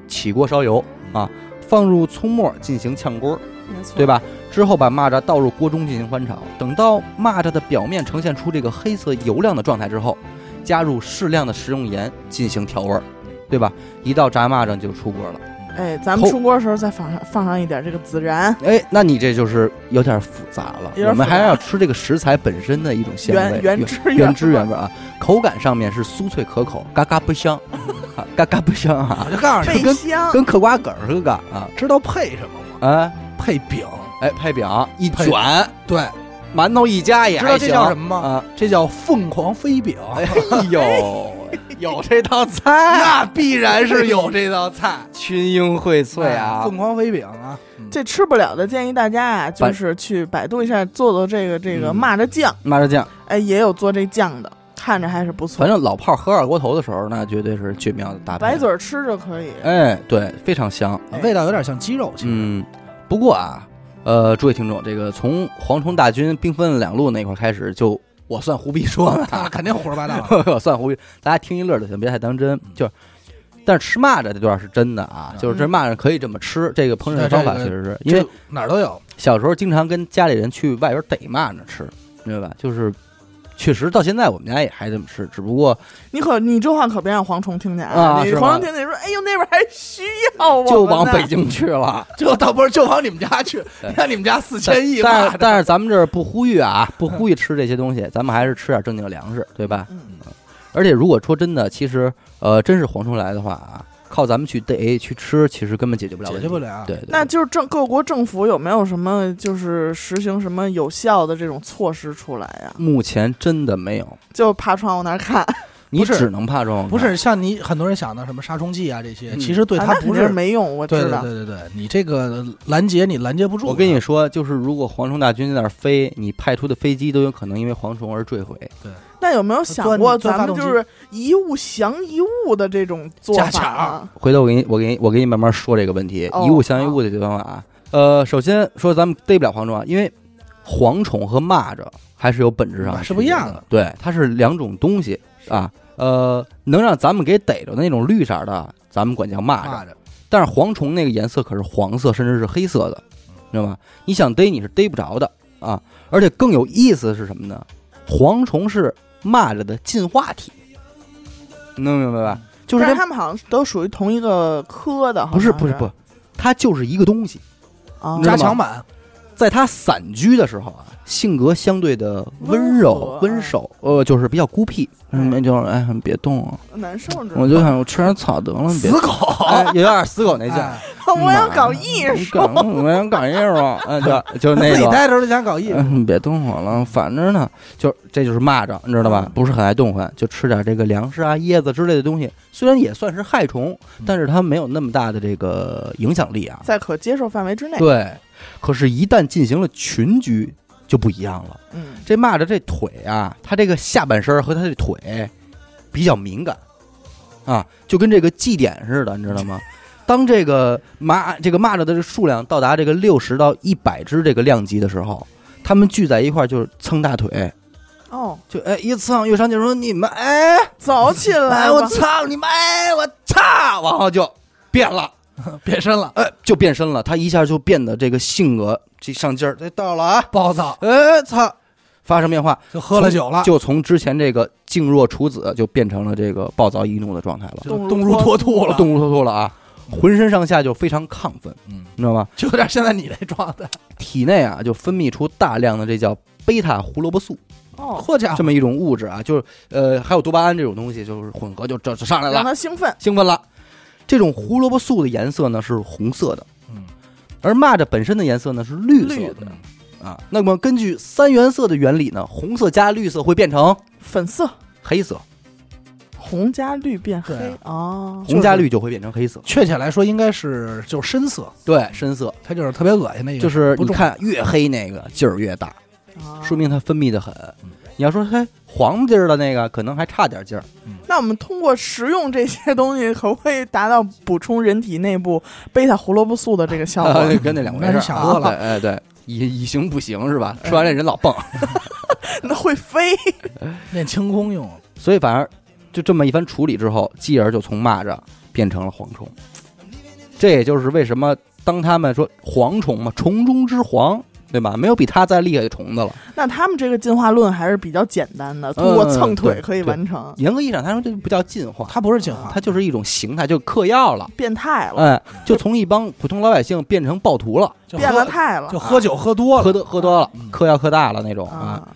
Speaker 4: 起锅烧油啊，放入葱末进行炝锅，
Speaker 2: 没错，
Speaker 4: 对？吧？之后把蚂蚱倒入锅中进行翻炒，等到蚂蚱的表面呈现出这个黑色油亮的状态之后，加入适量的食用盐进行调味儿，对吧？一道炸蚂蚱就出锅了。
Speaker 2: 哎，咱们
Speaker 4: 后
Speaker 2: 出锅的时候再放上放上一点这个孜然，
Speaker 4: 哎，那你这就是有点复杂了。
Speaker 2: 有点复杂
Speaker 4: 我们还要吃这个食材本身的一种鲜味，
Speaker 2: 原原汁
Speaker 4: 原
Speaker 2: 原
Speaker 4: 原汁原味啊，口感上面是酥脆可口，嘎嘎不香，啊，嘎嘎不香啊
Speaker 3: 我，就告诉你，
Speaker 2: 味香，
Speaker 4: 跟嗑瓜子儿似的啊。
Speaker 3: 知道配什么吗？
Speaker 4: 哎
Speaker 3: 配饼。
Speaker 4: 哎，配饼一
Speaker 3: 配
Speaker 4: 卷，
Speaker 3: 对，
Speaker 4: 馒头一夹也
Speaker 3: 知道
Speaker 4: 还
Speaker 3: 这
Speaker 4: 行。
Speaker 3: 叫什么吗？
Speaker 4: 啊，
Speaker 3: 这叫凤凰飞饼。
Speaker 4: 哎呦， 有这道菜，
Speaker 3: 哎那必然是有这道菜。
Speaker 4: 群英荟萃
Speaker 3: 哎
Speaker 4: 啊！
Speaker 3: 凤凰飞饼啊，嗯
Speaker 2: 这吃不了的，建议大家啊，
Speaker 4: 百
Speaker 2: 就是去百度一下，做做这个这个
Speaker 4: 嗯
Speaker 2: 蚂蚱酱，
Speaker 4: 蚂蚱酱，
Speaker 2: 哎，也有做这酱的，看着还是不错
Speaker 4: 反。正老炮儿喝二锅头的时候，那绝对是绝妙的搭配。
Speaker 2: 白嘴，儿吃就可以。
Speaker 4: 哎，对，非常香。
Speaker 3: 味道有点像鸡肉，其实
Speaker 4: 哎嗯，不过啊，呃，诸位听众，这个从蝗虫大军兵分两路那块儿开始，就我算胡逼说了
Speaker 3: 啊，
Speaker 4: 啊，
Speaker 3: 肯定胡说八道。
Speaker 4: 我算胡逼，大家听一乐就行，别太当真。就是，但是吃蚂蚱这段是真的啊，就是这蚂蚱可以这么吃，这个烹饪的方法确实是因为
Speaker 3: 这哪儿都有，
Speaker 4: 小时候经常跟家里人去外边逮蚂蚱吃，明白吧？就是确实到现在我们家也还这么吃，只不过
Speaker 2: 你可你这话可别让蝗虫听见
Speaker 4: 啊
Speaker 2: 你
Speaker 4: 是
Speaker 2: 蝗
Speaker 4: 吗
Speaker 2: 虫听见说，哎呦，那边还需要啊我
Speaker 4: 就
Speaker 2: 们
Speaker 4: 往
Speaker 2: 呢
Speaker 4: 北京去 了。
Speaker 3: 就到不是就往你们家去
Speaker 4: 对，
Speaker 3: 看你们家四
Speaker 4: 但
Speaker 3: 千亿
Speaker 4: 但是
Speaker 3: 吧。
Speaker 4: 但是咱们这儿不呼吁 啊，不呼吁吃这些东西，咱们还是吃点正经粮食，对吧？
Speaker 2: 嗯
Speaker 4: 而且如果说真的，其实呃，真是蝗虫来的话啊，靠咱们去逮去吃，其实根本解决不了
Speaker 3: 解
Speaker 4: 问
Speaker 3: 决
Speaker 4: 题。
Speaker 3: 不了。
Speaker 4: 对，对
Speaker 2: 那
Speaker 4: 对
Speaker 2: 就是政各国政府有没有什么就是实行什么有效的这种措施出来呀、
Speaker 4: 目前真的没有，
Speaker 2: 就爬窗户那儿看，
Speaker 4: 你
Speaker 3: 不是
Speaker 4: 只能怕中。
Speaker 3: 不是像你很多人想的什么杀虫剂啊这些，
Speaker 4: 嗯
Speaker 3: 其实对
Speaker 2: 啊
Speaker 3: 它
Speaker 2: 那肯
Speaker 3: 不
Speaker 2: 定
Speaker 3: 是。
Speaker 2: 没用，我
Speaker 3: 对
Speaker 2: 知
Speaker 3: 对
Speaker 2: 道。
Speaker 3: 对对对，你这个拦截你拦截不住。
Speaker 4: 我跟你说，就是如果蝗虫大军在那儿飞，你派出的飞机都有可能因为蝗虫而坠毁。
Speaker 2: 那有没有想
Speaker 3: 钻
Speaker 2: 过
Speaker 3: 钻
Speaker 2: 咱
Speaker 3: 发
Speaker 2: 们
Speaker 3: 动机
Speaker 2: 就是一物降一物的这种做
Speaker 3: 加
Speaker 2: 法
Speaker 3: 强
Speaker 2: 啊？
Speaker 4: 回头我给你，我给你，我给你慢慢说这个问题，
Speaker 2: 哦
Speaker 4: 一物降一物的这方法啊。呃，首先说咱们逮不了蝗虫啊，因为蝗虫和蚂蚱还是有本质上的
Speaker 3: 是不一样
Speaker 4: 区别
Speaker 3: 的
Speaker 4: 的，对，它是两种东西啊。呃，能让咱们给逮着的那种绿色的，咱们管叫蚂蚱，
Speaker 3: 蚂蚱
Speaker 4: 但是蝗虫那个颜色可是黄色，甚至是黑色的，你知道吗？你想逮你是逮不着的啊！而且更有意思的是什么呢？蝗虫是蚂蚱的进化体，你能明白吧？就是
Speaker 2: 但
Speaker 4: 这
Speaker 2: 是他们好像都属于同一个科的，好
Speaker 4: 不是
Speaker 2: 像
Speaker 4: 不是
Speaker 2: 是
Speaker 4: 不，它就是一个东西。
Speaker 2: 啊
Speaker 4: 你知道
Speaker 3: 加
Speaker 4: 吗
Speaker 3: 强版，
Speaker 4: 在它散居的时候啊，性格相对的温
Speaker 2: 温和
Speaker 4: 柔
Speaker 2: 啊、
Speaker 4: 温柔，呃，就是比较孤僻，嗯，就是哎，别动啊，
Speaker 2: 难受着呢。
Speaker 4: 我就想我吃点草得了，别
Speaker 3: 死狗，
Speaker 4: 哎，有点死狗那劲儿，嗯
Speaker 3: 哎
Speaker 2: 我想搞艺
Speaker 4: 你
Speaker 2: 术，
Speaker 4: 敢，我想搞艺术，哎， 对，就
Speaker 3: 他
Speaker 4: 那
Speaker 3: 自己
Speaker 4: 种。
Speaker 3: 待着都想搞艺术，
Speaker 4: 嗯，别动我了，反正呢，就这就是蚂蚱，你知道吧？
Speaker 2: 嗯
Speaker 4: 不是很爱动弹，就吃点这个粮食啊、叶子之类的东西。虽然也算是害虫，
Speaker 2: 嗯
Speaker 4: 但是它没有那么大的这个影响力啊。
Speaker 2: 在可接受范围之内。
Speaker 4: 对，可是，一旦进行了群居，就不一样了。
Speaker 2: 嗯，
Speaker 4: 这蚂蚱这腿啊，它这个下半身儿和它这腿比较敏感啊，就跟这个祭点似的，你知道吗？当这个蚂这个蚂蚱的这个数量到达这个六十到一百只这个量级的时候，它们聚在一块儿就是蹭大腿，
Speaker 2: 哦，
Speaker 4: 就哎一蹭，越上就说你们哎
Speaker 2: 走起来
Speaker 4: 哎
Speaker 2: 吧，
Speaker 4: 我操你们哎我操，然后就变了。
Speaker 3: 变身了，
Speaker 4: 哎，就变身了，它一下就变得这个性格这上劲儿，这到了啊，
Speaker 3: 暴躁，
Speaker 4: 哎操，发生变化，
Speaker 3: 就喝了酒了，
Speaker 4: 就从之前这个静若处子，就变成了这个暴躁易怒的状态了，
Speaker 3: 就
Speaker 2: 动
Speaker 3: 动
Speaker 2: 如
Speaker 3: 如
Speaker 2: 脱
Speaker 3: 脱兔了，
Speaker 4: 动如脱兔了啊，浑身上下就非常亢奋，
Speaker 3: 嗯
Speaker 4: 你知道吗？
Speaker 3: 就有点现在你那状 态。
Speaker 4: 体内啊就分泌出大量的这叫贝塔胡萝卜素
Speaker 2: 哦，
Speaker 3: 嚯家伙
Speaker 4: 这，么一种物质啊，就是呃还有多巴胺这种东西，就是混合就这这上来
Speaker 2: 让
Speaker 4: 了，
Speaker 2: 他兴奋。
Speaker 4: 兴奋了。这种胡萝卜素的颜色呢是红色的，
Speaker 3: 嗯
Speaker 4: 而蚂蚱本身的颜色呢是绿色
Speaker 2: 绿
Speaker 4: 的啊。那么根据三原色的原理呢，红色加绿色会变成
Speaker 2: 粉色，
Speaker 4: 黑色，
Speaker 2: 红加绿变黑
Speaker 3: 对
Speaker 2: 哦，
Speaker 4: 红加绿就会变成黑色。
Speaker 3: 确切来说应该是就是深色，
Speaker 4: 对，深色
Speaker 3: 它就是特别恶心的一个，
Speaker 4: 就是
Speaker 3: 不
Speaker 4: 你
Speaker 3: 重
Speaker 4: 看越黑那个劲儿越大，
Speaker 2: 啊
Speaker 4: 说明它分泌的很
Speaker 3: 嗯。
Speaker 4: 你要说它黄劲儿的那个，可能还差点劲儿。
Speaker 2: 哦那我们通过食用这些东西，可不可以达到补充人体内部贝塔胡萝卜素的这个效 果？
Speaker 4: 跟那两回
Speaker 3: 那
Speaker 4: 事
Speaker 3: 是
Speaker 4: 儿
Speaker 3: 想多了哎
Speaker 4: 啊对哎，对，以以形补形是吧？吃完这人老蹦，
Speaker 2: 那会飞，
Speaker 3: 练轻功用，
Speaker 4: 所以反而就这么一番处理之后，继而就从蚂蚱变成了蝗虫。这也就是为什么当他们说蝗虫嘛，虫中之蝗，对吧？没有比它再厉害的虫子了。
Speaker 2: 那他们这个进化论还是比较简单的，通
Speaker 4: 嗯
Speaker 2: 过蹭腿可以完成。
Speaker 4: 严格意义上，他说这不叫进化，
Speaker 3: 它不是进化，
Speaker 4: 它就是一种形态，就是嗑药了。
Speaker 2: 变态了，
Speaker 4: 哎，就从一帮普通老百姓变成暴徒嗯了，
Speaker 3: 就
Speaker 2: 变了
Speaker 3: 喝
Speaker 2: 态了
Speaker 3: 就喝酒喝多了，
Speaker 4: 喝多喝多了
Speaker 3: 嗯，
Speaker 4: 嗑药嗑大了那种啊。
Speaker 2: 啊！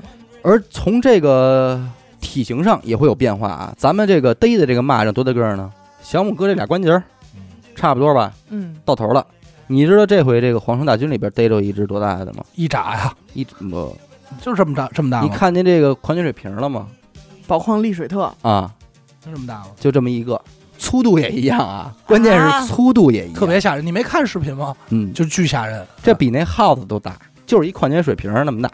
Speaker 4: 而从这个体型上也会有变化啊。咱们这个逮的这个蚂蚱多大个儿呢？小拇哥这俩关节儿差不多吧，
Speaker 2: 嗯，
Speaker 4: 到头了。你知道这回这个皇城大军里边逮着一只多大的吗？
Speaker 3: 一眨呀，
Speaker 4: 一我，
Speaker 3: 就是这么大这么大吗？
Speaker 4: 你看见这个矿泉水瓶了吗？
Speaker 2: 宝矿力水特
Speaker 4: 啊，
Speaker 3: 就这么大吗？
Speaker 4: 就这么一个，粗度也一样啊，关键
Speaker 2: 啊
Speaker 4: 是粗度也一样，
Speaker 3: 特别吓人，你没看视频吗？
Speaker 4: 嗯，
Speaker 3: 就巨吓人，啊
Speaker 4: 这比那耗子都大，就是一矿泉水瓶那么大，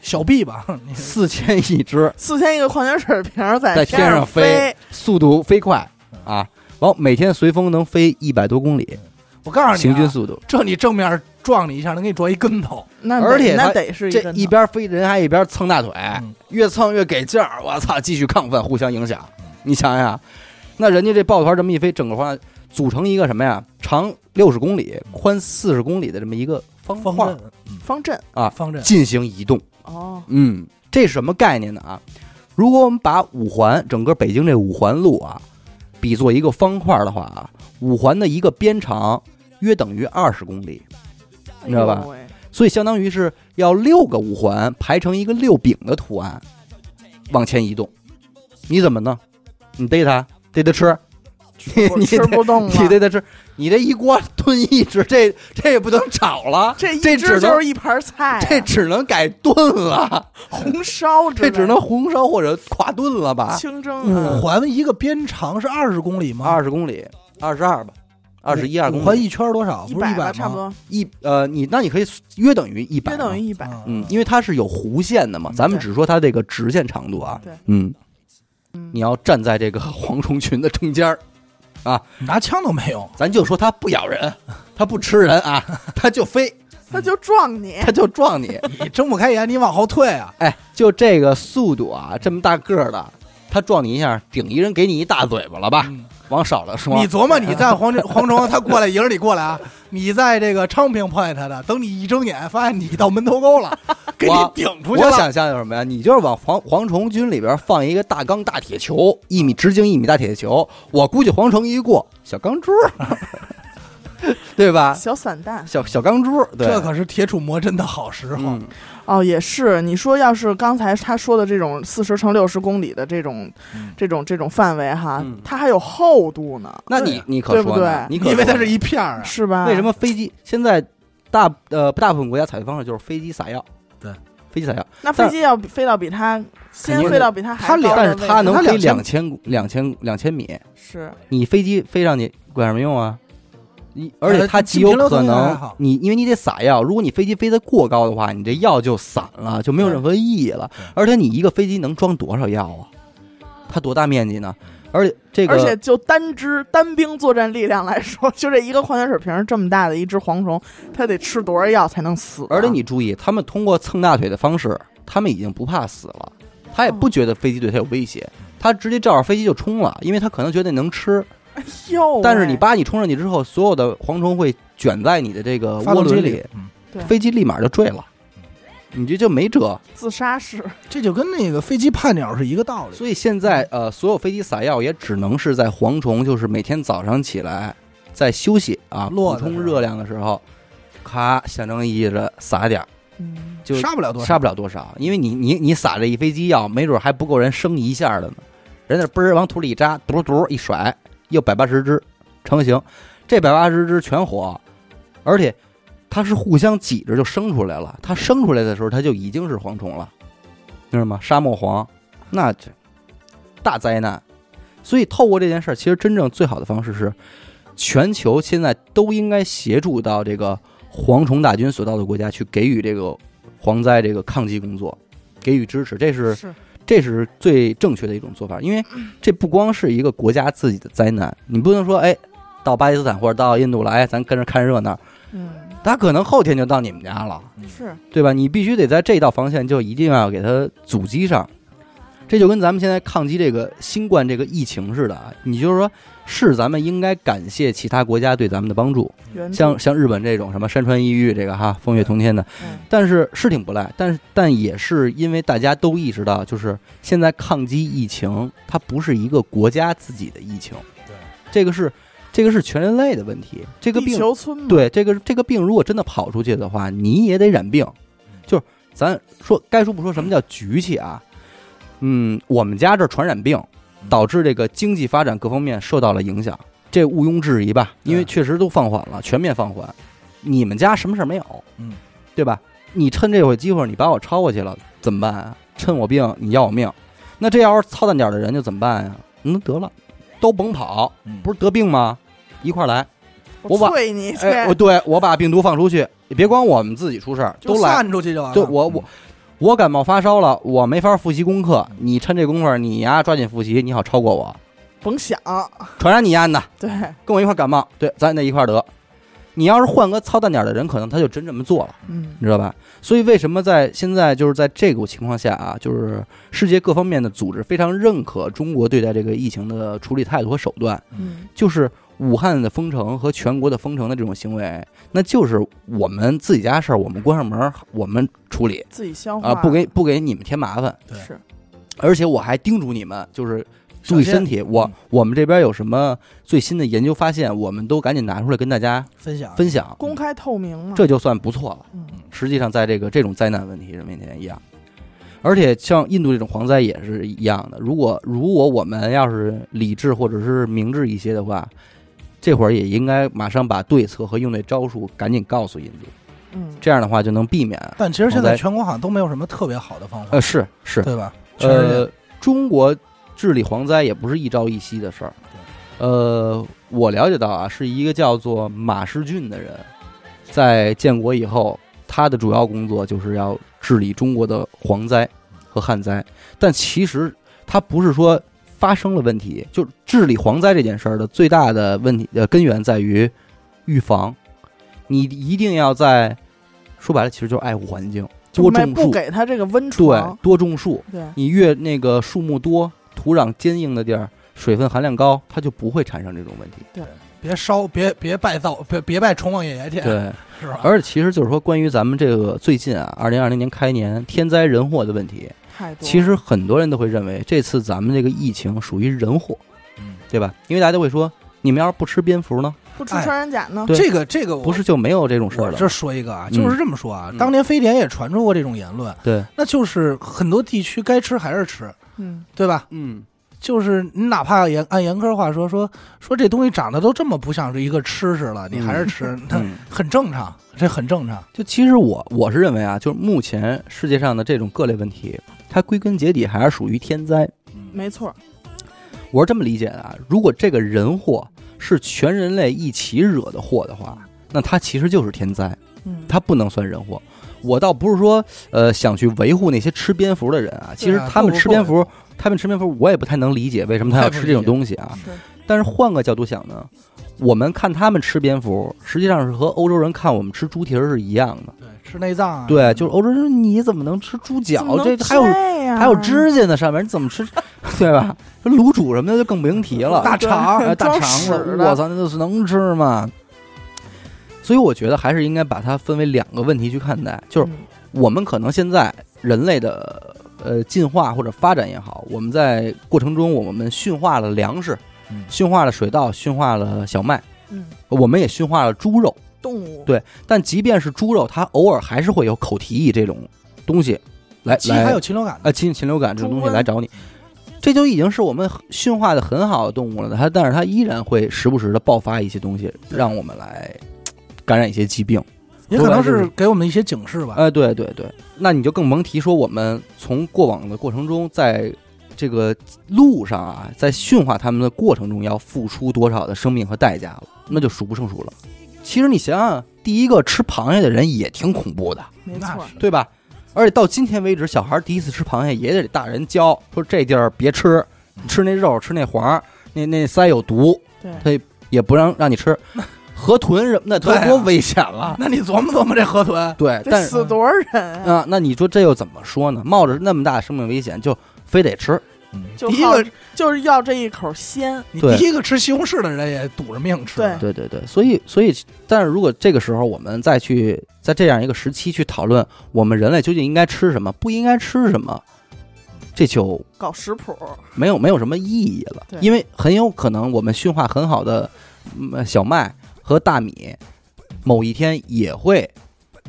Speaker 3: 小臂吧，你
Speaker 4: 四千一只。
Speaker 2: 四千一个矿泉水瓶儿在
Speaker 4: 在
Speaker 2: 天
Speaker 4: 天上
Speaker 2: 飞
Speaker 4: 飞，速度飞快啊！然后每天随风能飞一百多公里，
Speaker 3: 我告诉你啊，
Speaker 4: 行军速度。
Speaker 3: 这你正面撞你一下，能给你撞一跟头，
Speaker 2: 那得
Speaker 4: 而且
Speaker 2: 那
Speaker 4: 它
Speaker 2: 得是
Speaker 4: 这一
Speaker 2: 一个
Speaker 4: 边飞人还一边蹭大腿
Speaker 3: 嗯，
Speaker 4: 越蹭越给劲儿。我操，继续亢奋，互相影响。你想想，那人家这抱团这么一飞，整个话组成一个什么呀？长六十公里，宽四十公里的这么一个方
Speaker 3: 方
Speaker 4: 块
Speaker 3: 阵，
Speaker 2: 方阵
Speaker 3: 方阵，
Speaker 4: 进行移动。
Speaker 2: 哦，
Speaker 4: 嗯，这是什么概念呢？啊，如果我们把五环整个北京这五环路啊，比作一个方块的话啊，五环的一个边长约等于二十公里，你知道吧
Speaker 2: 哎呦喂？
Speaker 4: 所以相当于是要六个五环排成一个六饼的图案往前移动。你怎么弄？你逮它，逮它吃，你
Speaker 2: 我
Speaker 4: 你
Speaker 2: 吃不动
Speaker 4: 你
Speaker 2: 了，
Speaker 4: 逮它吃，你这一锅炖一只，这这也不能炒了，
Speaker 2: 这一
Speaker 4: 这
Speaker 2: 只
Speaker 4: 只
Speaker 2: 就
Speaker 4: 能
Speaker 2: 是一盘菜啊，
Speaker 4: 这只能改炖 了。
Speaker 2: 红烧之
Speaker 4: 这
Speaker 2: 类的，
Speaker 4: 只能嗯红烧或者垮炖了吧？
Speaker 2: 清蒸
Speaker 3: 五
Speaker 2: 啊。
Speaker 3: 环一个边长是二十公里吗？
Speaker 4: 二十公里，二十二吧，二十一二
Speaker 3: 五
Speaker 4: 公
Speaker 3: 环
Speaker 4: 里，
Speaker 3: 一圈多少？
Speaker 2: 一
Speaker 3: 不是
Speaker 2: 百
Speaker 3: 百吗？
Speaker 2: 吧，差不多，
Speaker 4: 一呃，你那你可以约等于一百，
Speaker 2: 约等于。一百。
Speaker 3: 嗯。
Speaker 4: 嗯，因为它是有弧线的嘛，咱们只说它这个直线长度啊。
Speaker 2: 对，
Speaker 4: 嗯，
Speaker 2: 嗯
Speaker 4: 你要站在这个蝗虫群的中间儿，
Speaker 3: 拿枪都没用，
Speaker 4: 咱就说它不咬人，它不吃人啊，它就飞，
Speaker 2: 他就撞你，
Speaker 4: 他就撞 你。
Speaker 3: 你睁不开眼，你往后退啊！
Speaker 4: 哎，就这个速度啊，这么大个儿的，他撞你一下，顶一人给你一大嘴巴了吧？
Speaker 3: 嗯
Speaker 4: 往少了说，
Speaker 3: 你琢磨，你在黄黄城， 他过来迎着你过来啊，你在这个昌平碰见他的，等你一睁眼，发现你到门头 沟了，给你
Speaker 4: 我
Speaker 3: 顶出去
Speaker 4: 我
Speaker 3: 了。
Speaker 4: 想象有什么呀？你就是往蝗蝗虫军里边放一个大钢大铁球，一米直径一米大铁球，我估计蝗虫一过，小钢珠儿， 对吧？
Speaker 2: 小散弹
Speaker 4: 小小钢珠儿，对
Speaker 3: 这可是铁杵磨针的好时候。
Speaker 4: 嗯
Speaker 2: 哦，也是。你说要是刚才他说的这种四十乘六十公里的这种、这种这种范围哈，
Speaker 4: 嗯
Speaker 2: 它还有厚度呢，
Speaker 4: 那你你可
Speaker 2: 对不
Speaker 4: 说呢
Speaker 2: 对
Speaker 4: 你可
Speaker 3: 因为它
Speaker 4: 说
Speaker 3: 是
Speaker 4: 呢
Speaker 3: 一片儿啊，
Speaker 2: 是吧？
Speaker 4: 为什么飞机现在大呃大部分国家采取方式就是飞机撒药，
Speaker 3: 对，
Speaker 4: 飞机撒药，
Speaker 2: 那飞机要比飞到比它先
Speaker 4: 定
Speaker 2: 飞
Speaker 4: 是
Speaker 2: 到比它还
Speaker 4: 它
Speaker 2: 高
Speaker 4: 两但
Speaker 2: 的
Speaker 4: 是
Speaker 2: 位置
Speaker 4: 它能
Speaker 3: 它
Speaker 4: 飞
Speaker 3: 两
Speaker 4: 两千两千两千米，
Speaker 2: 是
Speaker 4: 你飞机飞上去管什么用啊？你而且
Speaker 3: 呃
Speaker 4: 它极有可
Speaker 3: 进平流层还
Speaker 4: 能
Speaker 3: 好
Speaker 4: 你，因为你得撒药，如果你飞机飞得过高的话，你这药就散了，就没有任何意义了。而且你一个飞机能装多少药啊？它多大面积呢？
Speaker 3: 嗯
Speaker 4: 而且这个，
Speaker 2: 而且就单只单兵作战力量来说，就这一个矿泉水瓶儿这么大的一只蝗虫，它得吃多少药才能死啊、
Speaker 4: 而且你注意，他们通过蹭大腿的方式，他们已经不怕死了，他也不觉得飞机对他有威胁，他直接照着飞机就冲了，因为他可能觉得能吃，
Speaker 2: 哎哟喂，
Speaker 4: 但是你叭你冲上去之后，所有的蝗虫会卷在你的这个
Speaker 3: 发
Speaker 4: 涡
Speaker 3: 动机
Speaker 4: 轮
Speaker 3: 里
Speaker 4: 里，，
Speaker 3: 嗯
Speaker 2: 对
Speaker 4: 飞机立马就坠了，你这就没辙。
Speaker 2: 自杀式
Speaker 3: 这就跟那个飞机怕鸟是一个道理。
Speaker 4: 所以现在呃，所有飞机撒药也只能是在蝗虫，就是每天早上起来在休息啊，
Speaker 3: 落
Speaker 4: 补
Speaker 3: 的时候
Speaker 4: 充热量的时候，咔象征意义的撒点儿，
Speaker 2: 嗯，
Speaker 4: 就
Speaker 3: 杀不了多少，
Speaker 4: 杀不了多少，因为你你你撒这一飞机药，没准还不够人生一下的呢。人家嘣儿往土里一扎，嘟噜嘟噜一甩，又百八十只成型，这百八十只全活，而且它是互相挤着就生出来了。它生出来的时候，它就已经是蝗虫了，知道吗？沙漠蝗，那这大灾难。所以透过这件事儿，其实真正最好的方式是，全球现在都应该协助到这个蝗虫大军所到的国家去给予这个蝗灾这个抗击工作给予支持，这是
Speaker 2: 是
Speaker 4: 这是最正确的一种做法，因为这不光是一个国家自己的灾难，你不能说哎，到巴基斯坦或者到印度来，咱跟着看热闹，
Speaker 2: 嗯
Speaker 4: 他可能后天就到你们家了，
Speaker 2: 是
Speaker 4: 对吧？你必须得在这道防线就一定要给它阻击上，这就跟咱们现在抗击这个新冠这个疫情似的啊，你就是说是咱们应该感谢其他国家对咱们的帮助，
Speaker 2: 原著
Speaker 4: 像像日本这种什么山川异域这个哈风月同天的
Speaker 2: 嗯，
Speaker 4: 但是是挺不赖，但是但也是因为大家都意识到，就是现在抗击疫情，它不是一个国家自己的疫情，
Speaker 3: 对，
Speaker 4: 这个是这个是全人类的问题，这个
Speaker 2: 地
Speaker 4: 病
Speaker 2: 球
Speaker 3: 嗯
Speaker 2: 村嘛，
Speaker 4: 对这个这个病如果真的跑出去的话，你也得染病，
Speaker 3: 嗯
Speaker 4: 就是咱说该说不说，什么叫局气啊？嗯，我们家这儿传染病，
Speaker 3: 嗯
Speaker 4: 导致这个经济发展各方面受到了影响，这毋庸置疑吧？因为
Speaker 3: 对
Speaker 4: 确实都放缓了，全面放缓。你们家什么事儿没有？
Speaker 3: 嗯，
Speaker 4: 对吧？你趁这会机会，你把我超过去了，怎么办啊？趁我病，你要我命，那这要是操蛋点儿的人就怎么办呀、那得了，都甭跑，
Speaker 3: 嗯
Speaker 4: 不是得病吗？一块儿来。我把
Speaker 2: 啐你 去，
Speaker 4: 哎，我对我把病毒放出去，也别光我们自己出事儿，
Speaker 3: 就
Speaker 4: 都来。
Speaker 3: 散出去就完了。嗯
Speaker 4: 对我我我感冒发烧了，我没法复习功课，你趁这功夫儿你呀、抓紧复习，你好超过我，
Speaker 2: 甭想，
Speaker 4: 传染你丫的，
Speaker 2: 对，
Speaker 4: 跟我一块儿感冒，对，咱得一块儿得。你要是换个操蛋点儿的人，可能他就真这么做了，
Speaker 2: 嗯
Speaker 4: 你知道吧？所以为什么在现在就是在这个情况下啊，就是世界各方面的组织非常认可中国对待这个疫情的处理态度和手段，
Speaker 2: 嗯，
Speaker 4: 就是武汉的封城和全国的封城的这种行为，那就是我们自己家事儿，我们关上门儿，我们处理
Speaker 2: 自己消
Speaker 4: 啊、
Speaker 2: 化、
Speaker 4: 不给不给你们添麻烦。
Speaker 3: 对
Speaker 2: 是
Speaker 4: 而且我还叮嘱你们，就是注意
Speaker 3: 小心
Speaker 4: 身体。我我们这边有什么最新的研究发现，我们都赶紧拿出来跟大家
Speaker 3: 分享
Speaker 4: 分享，
Speaker 2: 公开透明嘛，
Speaker 4: 这就算不错了。
Speaker 2: 嗯
Speaker 4: 实际上，在这个这种灾难问题上面前一样，而且像印度这种蝗灾也是一样的。如果如果我们要是理智或者是明智一些的话，这会儿也应该马上把对策和应对招数赶紧告诉印度，
Speaker 2: 嗯，
Speaker 4: 这样的话就能避免。
Speaker 3: 但其实现
Speaker 4: 好
Speaker 3: 在
Speaker 4: 在
Speaker 3: 全国好像都没有什么特别好的方法
Speaker 4: 呃，，是是，
Speaker 3: 对吧？全世界
Speaker 4: 呃，中国治理蝗灾也不是一朝一夕的事儿。呃，我了解到啊，是一个叫做马世俊的人，在建国以后，他的主要工作就是要治理中国的蝗灾和旱灾。但其实他不是说发生了问题，就治理呃蝗灾这件事儿的最大的问题呃根源在于预防。你一定要在说白了，其实就是爱护环境，
Speaker 2: 就
Speaker 4: 多
Speaker 2: 没
Speaker 4: 种
Speaker 2: 不
Speaker 4: 树，
Speaker 2: 给他这个温
Speaker 4: 对
Speaker 2: 床，，
Speaker 4: 多种树。
Speaker 2: 对，
Speaker 4: 你越那个树木多、土壤坚硬的地儿，水分含量高，它就不会产生这种问题。
Speaker 3: 别烧，别别拜灶，别别拜崇王爷爷去，
Speaker 4: 对，
Speaker 3: 是吧？
Speaker 4: 而其实就是说，关于咱们这个最近啊，二零二零年开年天灾人祸的问题，
Speaker 2: 太多了。
Speaker 4: 其实很多人都会认为这次咱们这个疫情属于人祸，
Speaker 3: 嗯
Speaker 4: 对吧？因为大家都会说，你们要是不吃蝙蝠呢，
Speaker 2: 不吃穿山甲呢，
Speaker 4: 哎对
Speaker 3: 这个这个我
Speaker 4: 不是就没有这种事儿
Speaker 3: 我
Speaker 4: 了？
Speaker 3: 这说一个啊，就是这么说啊，
Speaker 4: 嗯
Speaker 3: 当年非典也传出过这种言论，
Speaker 4: 对，
Speaker 3: 那就是很多地区该吃还是吃，
Speaker 2: 嗯，
Speaker 3: 对吧？
Speaker 4: 嗯，
Speaker 3: 就是你哪怕严按严苛话说说说这东西长得都这么不像是一个吃食了，你还
Speaker 4: 嗯
Speaker 3: 是吃，那、很正常，这很正常。
Speaker 4: 就其实我我是认为啊，就是目前世界上的这种各类问题，它归根结底还是属于天灾。嗯
Speaker 2: 没错，
Speaker 4: 我是这么理解的啊，如果这个人祸是全人类一起惹的祸的话，那它其实就是天灾。
Speaker 2: 嗯，
Speaker 4: 它不能算人祸。我倒不是说呃想去维护那些吃蝙蝠的人啊，其实
Speaker 3: 对啊
Speaker 4: 他们
Speaker 3: 不
Speaker 4: 吃
Speaker 3: 不
Speaker 4: 蝙蝠，他们吃蝙蝠，我也不太能理解为什么他要吃这种东西啊。
Speaker 2: 是
Speaker 4: 但是换个角度想呢，我们看他们吃蝙蝠，实际上是和欧洲人看我们吃猪蹄儿是一样的。
Speaker 3: 对，吃内脏啊，
Speaker 4: 对，就是欧洲人说你怎么能吃猪
Speaker 2: 怎么
Speaker 4: 脚？
Speaker 2: 能
Speaker 4: 这还有
Speaker 2: 这样
Speaker 4: 还有指甲呢，上面你怎么吃？ 对吧？卤煮什么的就更甭提了。
Speaker 3: 大肠
Speaker 4: 哎，大
Speaker 2: 呃装
Speaker 4: 肠
Speaker 2: 屎
Speaker 4: 子，
Speaker 2: 的
Speaker 4: 我操，那都是能吃吗？所以我觉得还是应该把它分为两个问题去看待，就是
Speaker 2: 嗯
Speaker 4: 我们可能现在人类的呃进化或者发展也好，我们在过程中我们驯化了粮食
Speaker 3: 嗯，
Speaker 4: 驯化了水稻，驯化了小麦，
Speaker 2: 嗯，
Speaker 4: 我们也驯化了猪肉。
Speaker 2: 动物
Speaker 4: 对但即便是猪肉，它偶尔还是会有口蹄疫这种东西来
Speaker 3: 鸡
Speaker 4: 来
Speaker 3: 还有禽流感呢
Speaker 4: 啊，禽禽流感这种东西
Speaker 2: 猪瘟
Speaker 4: 来找你，这就已经是我们驯化的很好的动物了。它但是它依然会时不时的爆发一些东西，让我们来嘖感染一些疾病。
Speaker 3: 也可能
Speaker 4: 哎说白了
Speaker 3: 是
Speaker 4: 就是
Speaker 3: 给我们一些警示吧。
Speaker 4: 哎，对对对，那你就更甭提说我们从过往的过程中，在这个路上啊，在驯化它们的过程中要付出多少的生命和代价了，那就数不胜数了。其实你想想，第一个吃螃蟹的人也挺恐怖的，
Speaker 2: 没
Speaker 3: 那
Speaker 2: 错
Speaker 3: 是，
Speaker 4: 对吧？而且到今天为止，小孩第一次吃螃蟹也得大人教，说这地儿别吃，
Speaker 3: 嗯
Speaker 4: 吃那肉，吃那黄儿，那那鳃有毒，
Speaker 2: 对，
Speaker 4: 他也不让让你 吃。河豚什么的都
Speaker 3: 对啊
Speaker 4: 多危险了，
Speaker 3: 那你琢磨琢磨这河豚，
Speaker 4: 对，但
Speaker 2: 得
Speaker 4: 是
Speaker 2: 死多少人啊？
Speaker 4: 啊，那你说这又怎么说呢？冒着那么大的生命危险，就非得吃，
Speaker 2: 就
Speaker 3: 第一
Speaker 2: 好
Speaker 3: 个
Speaker 2: 就是要这一口鲜，
Speaker 3: 你
Speaker 4: 对
Speaker 3: 第一个吃西红柿的人也堵着命吃，
Speaker 2: 对
Speaker 4: 对对对，所以所以，但是如果这个时候我们再去在这样一个时期去讨论我们人类究竟应该吃什么，不应该吃什么，这就
Speaker 2: 搞食谱，
Speaker 4: 没有没有什么意义了
Speaker 2: 对，
Speaker 4: 因为很有可能我们驯化很好的嗯小麦和大米，某一天也会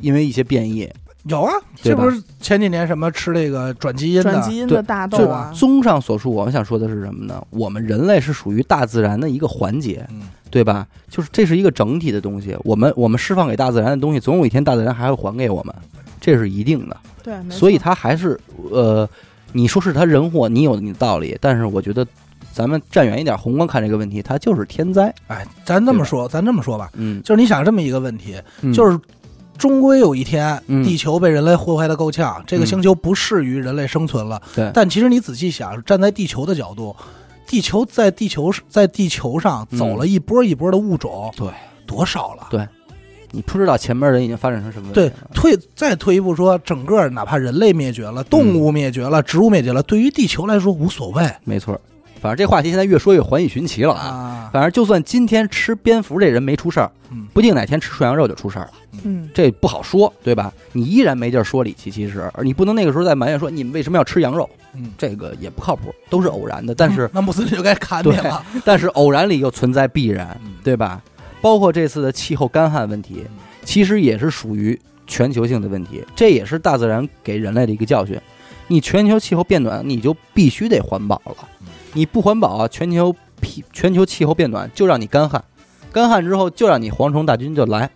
Speaker 4: 因为一些变异。
Speaker 3: 有啊，
Speaker 4: 对
Speaker 3: 这
Speaker 4: 吧
Speaker 3: 不是前几年什么吃这个转基因的
Speaker 2: 转基因的大豆
Speaker 4: 就
Speaker 2: 啊，
Speaker 4: 综上所述，我们想说的是什么呢？我们人类是属于大自然的一个环节，
Speaker 3: 嗯
Speaker 4: 对吧？就是这是一个整体的东西，我们我们释放给大自然的东西，总有一天大自然还会还给我们，这是一定的。
Speaker 2: 对，没错
Speaker 4: 所以它还是呃，你说是它人祸，你有你的道理，但是我觉得咱们站远一点，宏观看这个问题，它就是天灾。
Speaker 3: 哎，咱这么说，咱这么说吧，
Speaker 4: 嗯，
Speaker 3: 就是你想这么一个问题，
Speaker 4: 是
Speaker 3: 就是终归有一天，
Speaker 4: 嗯
Speaker 3: 地球被人类祸害的够呛，这个
Speaker 4: 嗯
Speaker 3: 星球不适于人类生存了。
Speaker 4: 对
Speaker 3: 但其实你仔细想，站在地球的角度，地球在地球在地球上
Speaker 4: 嗯
Speaker 3: 走了一波一波的物种，
Speaker 4: 对，
Speaker 3: 多少了？
Speaker 4: 对你不知道前面人已经发展成什么
Speaker 3: 对
Speaker 4: 样了，
Speaker 3: 退再退一步说，整个哪怕人类灭绝了，动物灭绝了，植物灭绝了，对于地球来说无所谓
Speaker 4: 没错儿。反正这话题现在越说越环宇寻奇了啊。
Speaker 3: 啊。
Speaker 4: 反正就算今天吃蝙蝠这人没出事儿，
Speaker 3: 嗯
Speaker 4: 不定哪天吃涮羊肉就出事儿了，
Speaker 2: 嗯，
Speaker 4: 这不好说，对吧？你依然没地儿说理去，其实，而你不能那个时候再埋怨说你们为什么要吃羊肉，
Speaker 3: 嗯，
Speaker 4: 这个也不靠谱，都是偶然的，但 是、
Speaker 3: 那穆斯林就该砍你
Speaker 4: 对
Speaker 3: 了。嗯
Speaker 4: 但是偶然里又存在必然，对吧？包括这次的气候干旱问题，其实也是属于全球性的问题，这也是大自然给人类的一个教训。你全球气候变暖，你就必须得环保了。你不环保，啊全球气全球气候变暖就让你干旱，干旱之后就让你蝗虫大军就来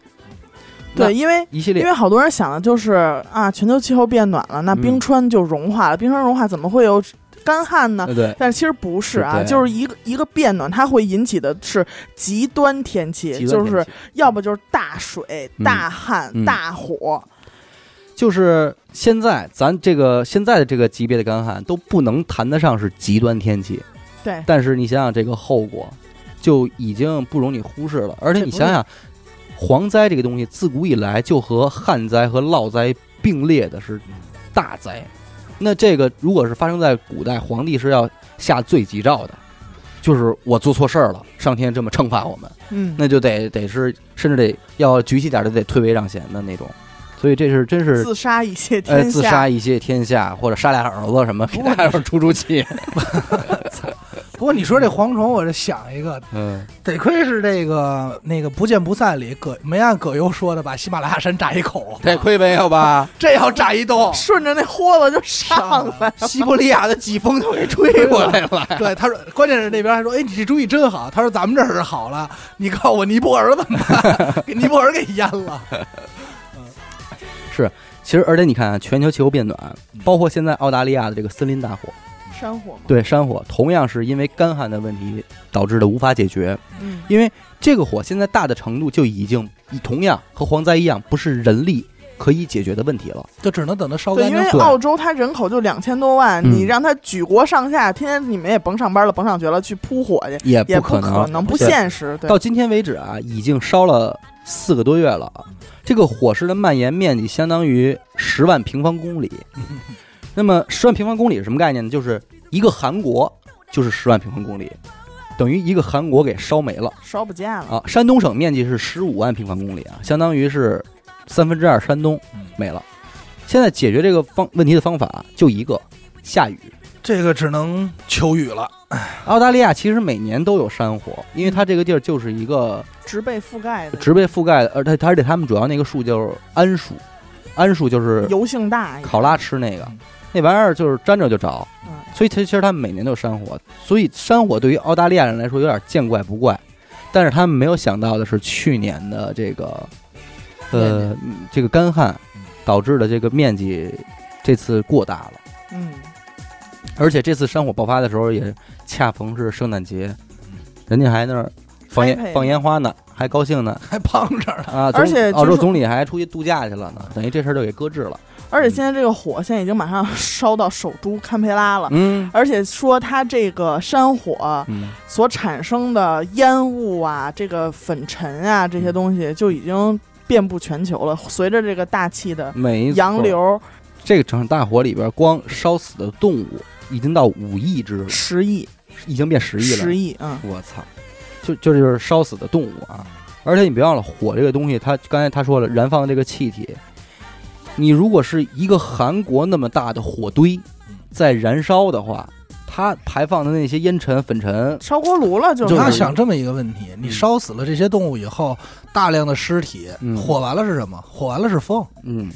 Speaker 4: 那
Speaker 2: 对，因为。
Speaker 4: 一系
Speaker 2: 因
Speaker 4: 列。
Speaker 2: 为好多人想的就是啊，全球气候变暖了，那
Speaker 4: 嗯
Speaker 2: 冰川就融化了，冰川融化怎么会有干旱呢？
Speaker 4: 对对
Speaker 2: 但其实不是啊，
Speaker 4: 对
Speaker 2: 就是一个一个变暖，它会引起的是极端天气，
Speaker 4: 极端
Speaker 2: 就
Speaker 4: 天气
Speaker 2: 是要不就是大水、
Speaker 4: 嗯
Speaker 2: 大旱、
Speaker 4: 嗯
Speaker 2: 大火，
Speaker 4: 就是现在咱这个现在的这个级别的干旱都不能谈得上是极端天气，
Speaker 2: 对，
Speaker 4: 但是你想想这个后果，就已经不容你忽视了。而且你想想，蝗灾这个东西自古以来就和旱灾和涝灾并列的是大灾。那这个如果是发生在古代，皇帝是要下罪己诏的，就是我做错事儿了，上天这么惩罚我们，
Speaker 2: 嗯，
Speaker 4: 那就得得是甚至得要举起点儿的得退位让贤的那种。所以这是真是
Speaker 2: 自杀一切
Speaker 4: 呃，
Speaker 2: 天
Speaker 4: 自
Speaker 2: 下，，
Speaker 4: 杀一泻天下，或者杀俩儿子什么，给
Speaker 3: 不过
Speaker 4: 大
Speaker 3: 你
Speaker 4: 家伙出出气。
Speaker 3: 不过你说这蝗虫，我这想一个，
Speaker 4: 嗯，
Speaker 3: 得亏是这个那个《不见不散》里葛没按葛优说的把喜马拉雅山炸一口，啊
Speaker 4: 得亏没有吧？
Speaker 3: 这要炸一洞
Speaker 2: 顺着那豁子就上来，
Speaker 4: 西伯利亚的季风都给吹过来 了。
Speaker 3: 对，他说，关键是那边还说，哎，你这主意真好。他说咱们这儿是好了，你告诉我尼泊尔怎么办？ 给尼泊尔给淹了。
Speaker 4: 其实，而且你看啊，全球气候变暖，包括现在澳大利亚的这个森林大火，
Speaker 2: 山火嘛，
Speaker 4: 对山火，同样是因为干旱的问题导致的无法解决。
Speaker 2: 嗯，
Speaker 4: 因为这个火现在大的程度就已经同样和蝗灾一样，不是人力可以解决的问题了。
Speaker 3: 就只能等它烧
Speaker 2: 对，
Speaker 3: 干
Speaker 2: 因
Speaker 3: 净
Speaker 2: 为。
Speaker 4: 对
Speaker 2: 澳洲它人口就两千多万，
Speaker 4: 嗯
Speaker 2: 你让它举国上下天天你们也甭上班了，甭上学了，去扑火去，
Speaker 4: 也
Speaker 2: 也
Speaker 4: 不可
Speaker 2: 能，不
Speaker 4: 对
Speaker 2: 现实。对，
Speaker 4: 到今天为止啊，已经烧了四个多月了。这个火势的蔓延面积相当于十万平方公里。那么十万平方公里是什么概念呢？就是一个韩国就是十万平方公里，等于一个韩国给烧没了
Speaker 2: 烧不见了，
Speaker 4: 啊！山东省面积是十五万平方公里啊，相当于是三分之二山东
Speaker 3: 嗯
Speaker 4: 没了。现在解决这个方问题的方法就一个，下雨。
Speaker 3: 这个只能求雨了。
Speaker 4: 澳大利亚其实每年都有山火，因为它这个地儿就是一个
Speaker 2: 植被覆盖的，
Speaker 4: 植被覆盖的，而它而且他们主要那个树就是桉树，桉树就是
Speaker 2: 油性大，
Speaker 4: 考拉吃那个
Speaker 3: 嗯，
Speaker 4: 那玩意儿就是沾着就着，
Speaker 2: 嗯
Speaker 4: 所以它其实他们每年都有山火，所以山火对于澳大利亚人来说有点见怪不怪，但是他们没有想到的是去年的这个，呃，嗯这个干旱
Speaker 3: 嗯
Speaker 4: 导致的这个面积这次过大了，
Speaker 2: 嗯，
Speaker 4: 而且这次山火爆发的时候也恰逢是圣诞节，人家还那儿放烟
Speaker 2: Happy
Speaker 4: 放烟花呢，还高兴呢。
Speaker 3: 还帮着呢，
Speaker 4: 啊，
Speaker 2: 而
Speaker 4: 总
Speaker 2: 且
Speaker 4: 澳
Speaker 2: 就
Speaker 4: 洲
Speaker 2: 是
Speaker 4: 总理还出去度假去了呢，等于这事儿就给搁置了。
Speaker 2: 而且现在这个火现在已经马上烧到首都堪培拉了。
Speaker 4: 嗯
Speaker 2: 而且说它这个山火
Speaker 4: 嗯，
Speaker 2: 所产生的烟雾啊，这个粉尘啊，这些东西就已经遍布全球了。随着这个大气的
Speaker 4: 没错
Speaker 2: 洋，流，
Speaker 4: 嗯这场大火里边光烧死的动物已经到五亿只，
Speaker 2: 十亿，
Speaker 4: 已经变十亿了。
Speaker 2: 十亿，嗯，
Speaker 4: 我操，就就就是烧死的动物啊！而且你别忘了，火这个东西，它刚才他说了，燃放的这个气体，你如果是一个韩国那么大的火堆在燃烧的话，它排放的那些烟尘、粉尘，
Speaker 2: 烧锅炉了就
Speaker 4: 就是
Speaker 3: 你要
Speaker 4: 是
Speaker 3: 想这么一个问题：你烧死了这些动物以后，大量的尸体
Speaker 4: 嗯
Speaker 3: 火完了是什么？火完了是风，
Speaker 4: 嗯，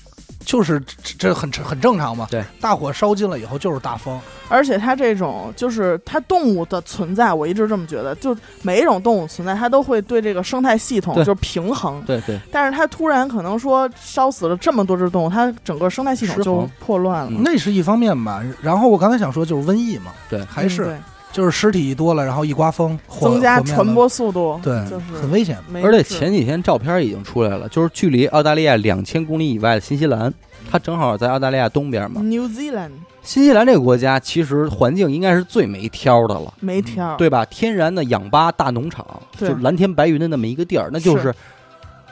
Speaker 3: 就是这这很很正常嘛。
Speaker 4: 对，
Speaker 3: 大火烧尽了以后就是大风，
Speaker 2: 而且它这种就是它动物的存在，我一直这么觉得，就每一种动物存在，它都会对这个生态系统
Speaker 4: 对
Speaker 2: 就是平衡。
Speaker 4: 对对，
Speaker 2: 但是它突然可能说烧死了这么多只动物，它整个生态系统
Speaker 4: 失
Speaker 2: 就
Speaker 4: 衡
Speaker 2: 破乱了。
Speaker 4: 嗯
Speaker 3: 那是一方面吧。然后我刚才想说就是瘟疫嘛，
Speaker 4: 对
Speaker 3: 还是、
Speaker 2: 嗯对
Speaker 3: 就是尸体一多了，然后一刮风，火
Speaker 2: 增加
Speaker 3: 火灭了
Speaker 2: 传播速度，
Speaker 3: 对，
Speaker 2: 就是
Speaker 3: 很危险。
Speaker 2: 没
Speaker 4: 而且
Speaker 2: 治
Speaker 4: 前几天照片已经出来了，就是距离澳大利亚两千公里以外的新西兰，它正好在澳大利亚东边嘛。
Speaker 2: New Zealand
Speaker 4: 新西兰这个国家其实环境应该是最没挑的了，
Speaker 2: 没
Speaker 4: 嗯
Speaker 2: 挑，
Speaker 4: 对吧？天然的氧吧大农场，就
Speaker 2: 啊对
Speaker 4: 是蓝天白云的那么一个地儿，那就是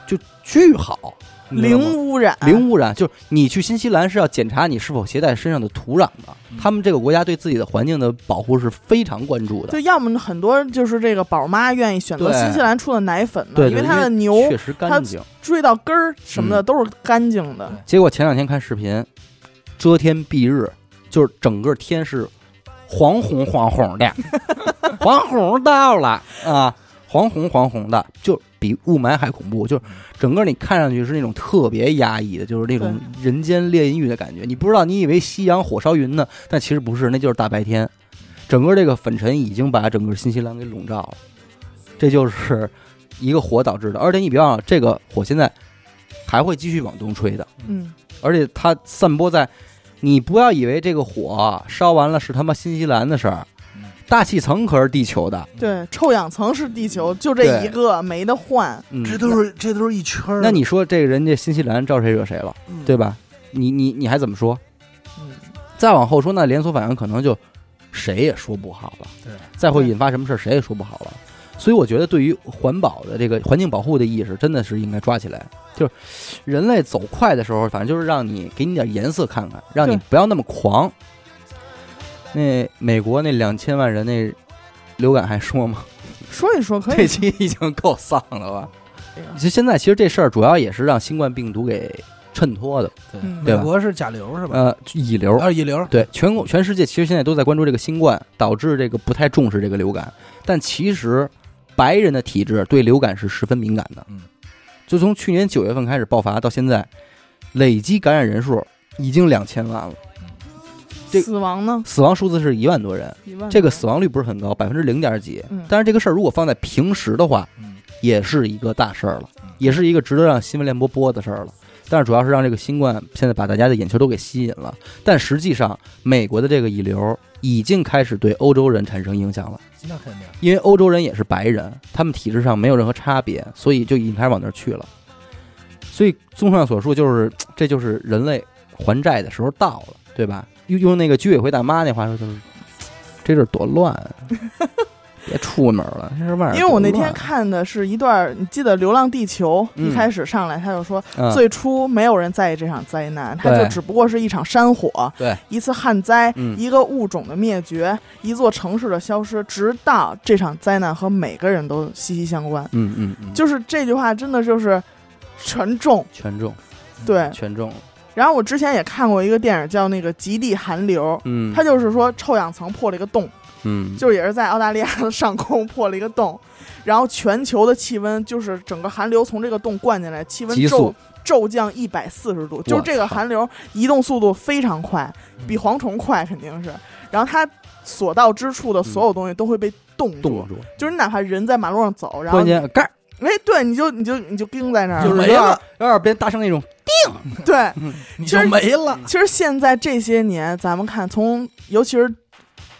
Speaker 4: 就巨好，你知道吗
Speaker 2: 零污染，
Speaker 4: 零污染。就是你去新西兰是要检查你是否携带身上的土壤的，
Speaker 2: 嗯
Speaker 4: 他们这个国家对自己的环境的保护是非常关注的
Speaker 2: 就。要么很多就是这个宝妈愿意选择
Speaker 4: 对
Speaker 2: 新西兰出的奶粉呢，
Speaker 4: 对，
Speaker 2: 因
Speaker 4: 对
Speaker 2: 为它的牛
Speaker 4: 确实干净。
Speaker 2: 追到根儿什
Speaker 4: 嗯
Speaker 2: 么的都是干净的，
Speaker 3: 对
Speaker 4: 结果前两天看视频，遮天蔽日，就是整个天是黄红黄红的，黄红到了啊，黄红黄红的，就比雾霾还恐怖。就是整个你看上去是那种特别压抑的，就是那种人间炼狱的感觉。你不知道，你以为夕阳火烧云呢，但其实不是，那就是大白天。整个这个粉尘已经把整个新西兰给笼罩了，这就是一个火导致的。而且你别忘了，这个火现在还会继续往东吹的。
Speaker 2: 嗯，
Speaker 4: 而且它散播在，你不要以为这个火烧完了是他妈新西兰的事儿
Speaker 3: 嗯，
Speaker 4: 大气层可是地球的，
Speaker 2: 对，臭氧层是地球，就这
Speaker 4: 对
Speaker 2: 一个没得换，
Speaker 4: 嗯，
Speaker 3: 这都是这都是一圈儿。
Speaker 4: 那你说这人家新西兰招谁惹谁了，
Speaker 2: 嗯
Speaker 4: 对吧？你你你还怎么说？
Speaker 2: 嗯，
Speaker 4: 再往后说，那连锁反应可能就谁也说不好了，
Speaker 3: 对，
Speaker 4: 再会
Speaker 2: 对
Speaker 4: 引发什么事儿谁也说不好了。所以我觉得，对于环保的这个环境保护的意识，真的是应该抓起来。就是人类走快的时候，反正就是让你给你点颜色看看，让你
Speaker 2: 对
Speaker 4: 不要那么狂。那美国那两千万人那流感还说吗？
Speaker 2: 说一 说可
Speaker 4: 这
Speaker 2: 以，
Speaker 4: 期已经够丧了吧？
Speaker 2: 哎呀
Speaker 4: 其实现在其实这事儿主要也是让新冠病毒给衬托的，
Speaker 3: 对
Speaker 2: 嗯
Speaker 4: 对
Speaker 3: 美
Speaker 4: 吧
Speaker 3: 国是甲流是吧？啊
Speaker 4: 呃，乙流。
Speaker 3: 二乙流，
Speaker 4: 对，全国全世界其实现在都在关注这个新冠，导致这个不太重视这个流感。但其实白人的体质对流感是十分敏感的。
Speaker 3: 嗯，
Speaker 4: 就从去年九月份开始爆发到现在，累计感染人数已经两千万了，这
Speaker 2: 死亡呢？
Speaker 4: 死亡数字是一万多人。
Speaker 2: 一万
Speaker 4: 这个死亡率不是很高，百分之零点几
Speaker 2: 嗯。
Speaker 4: 但是这个事儿如果放在平时的话，
Speaker 3: 嗯，
Speaker 4: 也是一个大事儿了
Speaker 3: 嗯，
Speaker 4: 也是一个值得让新闻联播播的事儿了。但是主要是让这个新冠现在把大家的眼球都给吸引了。但实际上，美国的这个乙流已经开始对欧洲人产生影响了，
Speaker 3: 那肯定。
Speaker 4: 因为欧洲人也是白人，他们体质上没有任何差别，所以就已经开始往那儿去了。所以综上所述，就是这就是人类还债的时候到了，对吧？用用那个居委会大妈那话说，就是这阵儿多乱 啊，别出门了，这是外面
Speaker 2: 因为我那
Speaker 4: 多
Speaker 2: 天
Speaker 4: 乱啊
Speaker 2: 看的是一段儿，你记得《流浪地球》
Speaker 4: 嗯
Speaker 2: 一开始上来，他就说，
Speaker 4: 嗯
Speaker 2: 最初没有人在意这场灾难，它
Speaker 4: 对
Speaker 2: 就只不过是一场山火，
Speaker 4: 对
Speaker 2: 一次旱灾，
Speaker 4: 嗯
Speaker 2: 一个物种的灭绝，一座城市的消失，直到这场灾难和每个人都息息相关。
Speaker 4: 嗯嗯嗯，
Speaker 2: 就是这句话真的就是全中
Speaker 4: 全中，
Speaker 2: 对。
Speaker 4: 全中，
Speaker 2: 然后我之前也看过一个电影叫那个《极地寒流》。
Speaker 4: 嗯，
Speaker 2: 它就是说，臭氧层破了一个洞，
Speaker 4: 嗯，
Speaker 2: 就是也是在澳大利亚的上空破了一个洞，然后全球的气温就是整个寒流从这个洞灌进来，气温
Speaker 4: 急
Speaker 2: 骤
Speaker 4: 速
Speaker 2: 骤降一百四十度，就是这个
Speaker 4: 操嗯
Speaker 2: 寒流移动速度非常快，比蝗虫快肯定是。然后它所到之处的所有东西都会被冻住，
Speaker 4: 冻住，
Speaker 2: 就是你哪怕人在马路上走，然
Speaker 4: 突
Speaker 2: 后嗯
Speaker 4: 然间盖儿
Speaker 2: 哎对，你就你就你就钉在那儿，
Speaker 4: 就
Speaker 3: 就是没
Speaker 4: 有点
Speaker 3: 了
Speaker 4: 有点变大圣那
Speaker 2: 嗯
Speaker 4: 种，
Speaker 2: 对。
Speaker 3: 你
Speaker 2: 其
Speaker 3: 就
Speaker 2: 实
Speaker 3: 没了。
Speaker 4: 嗯
Speaker 2: 其实现在这些年，咱们看从尤其是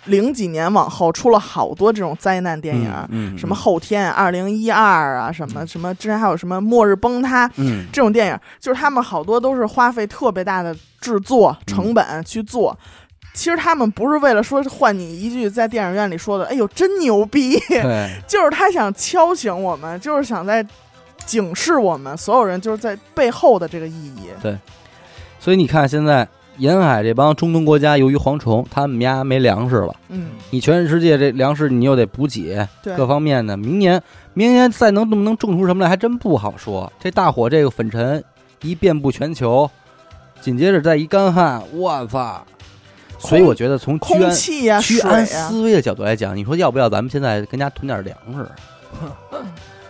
Speaker 2: 零几年往后，出了好多这种灾难电影，
Speaker 4: 嗯，嗯
Speaker 2: 什么，后天二零一二啊，什么什么之前还有什么末日崩塌
Speaker 4: 嗯
Speaker 2: 这种电影，就是他们好多都是花费特别大的制作
Speaker 4: 嗯
Speaker 2: 成本去做。其实他们不是为了说换你一句在电影院里说的“哎呦真 牛逼
Speaker 4: 嗯，对”，
Speaker 2: 就是他想敲醒我们，就是想在警示我们所有人，就是在背后的这个意义。
Speaker 4: 所以你看现在沿海这帮中东国家，由于蝗虫，他们家没粮食了，
Speaker 2: 嗯，
Speaker 4: 你全世界这粮食你又得补给，
Speaker 2: 对，
Speaker 4: 各方面的，明年明年再能不能种出什么来，还真不好说。这大火这个粉尘一遍布全球，紧接着再一干旱，我操！所以
Speaker 2: 空
Speaker 4: 我觉得从居
Speaker 2: 空
Speaker 4: 安
Speaker 2: 气呀、
Speaker 4: 居
Speaker 2: 水啊
Speaker 4: 安
Speaker 2: 呀、
Speaker 4: 思危的角度来讲，你说要不要咱们现在跟家囤点粮食？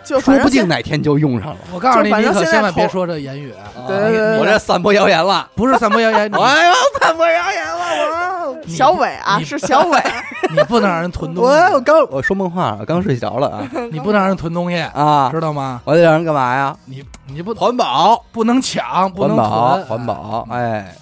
Speaker 2: 就
Speaker 4: 说
Speaker 2: 反
Speaker 4: 不
Speaker 2: 正
Speaker 4: 定哪天就用上了。
Speaker 3: 我告诉你，
Speaker 2: 就反
Speaker 3: 你
Speaker 2: 正
Speaker 3: 可
Speaker 2: 现在
Speaker 3: 千万别
Speaker 2: 头
Speaker 3: 说这言语啊，
Speaker 2: 对对对对
Speaker 4: 我这散播谣言了，
Speaker 3: 不是散播 谣言，你
Speaker 4: 哎呦，
Speaker 2: 看不谣言了，我
Speaker 3: 你
Speaker 2: 小伟啊，
Speaker 3: 你
Speaker 2: 是小伟，
Speaker 3: 你不能让人囤东
Speaker 4: 我我
Speaker 3: 西，
Speaker 4: 刚我说梦话了，刚睡着了啊
Speaker 3: 你不能让人囤东西，
Speaker 4: 啊！
Speaker 3: 知道吗？
Speaker 4: 我得让人干嘛呀？
Speaker 3: 你你不环保，不能抢，不
Speaker 4: 环
Speaker 3: 能
Speaker 4: 保，
Speaker 3: 囤，
Speaker 4: 环保，哎，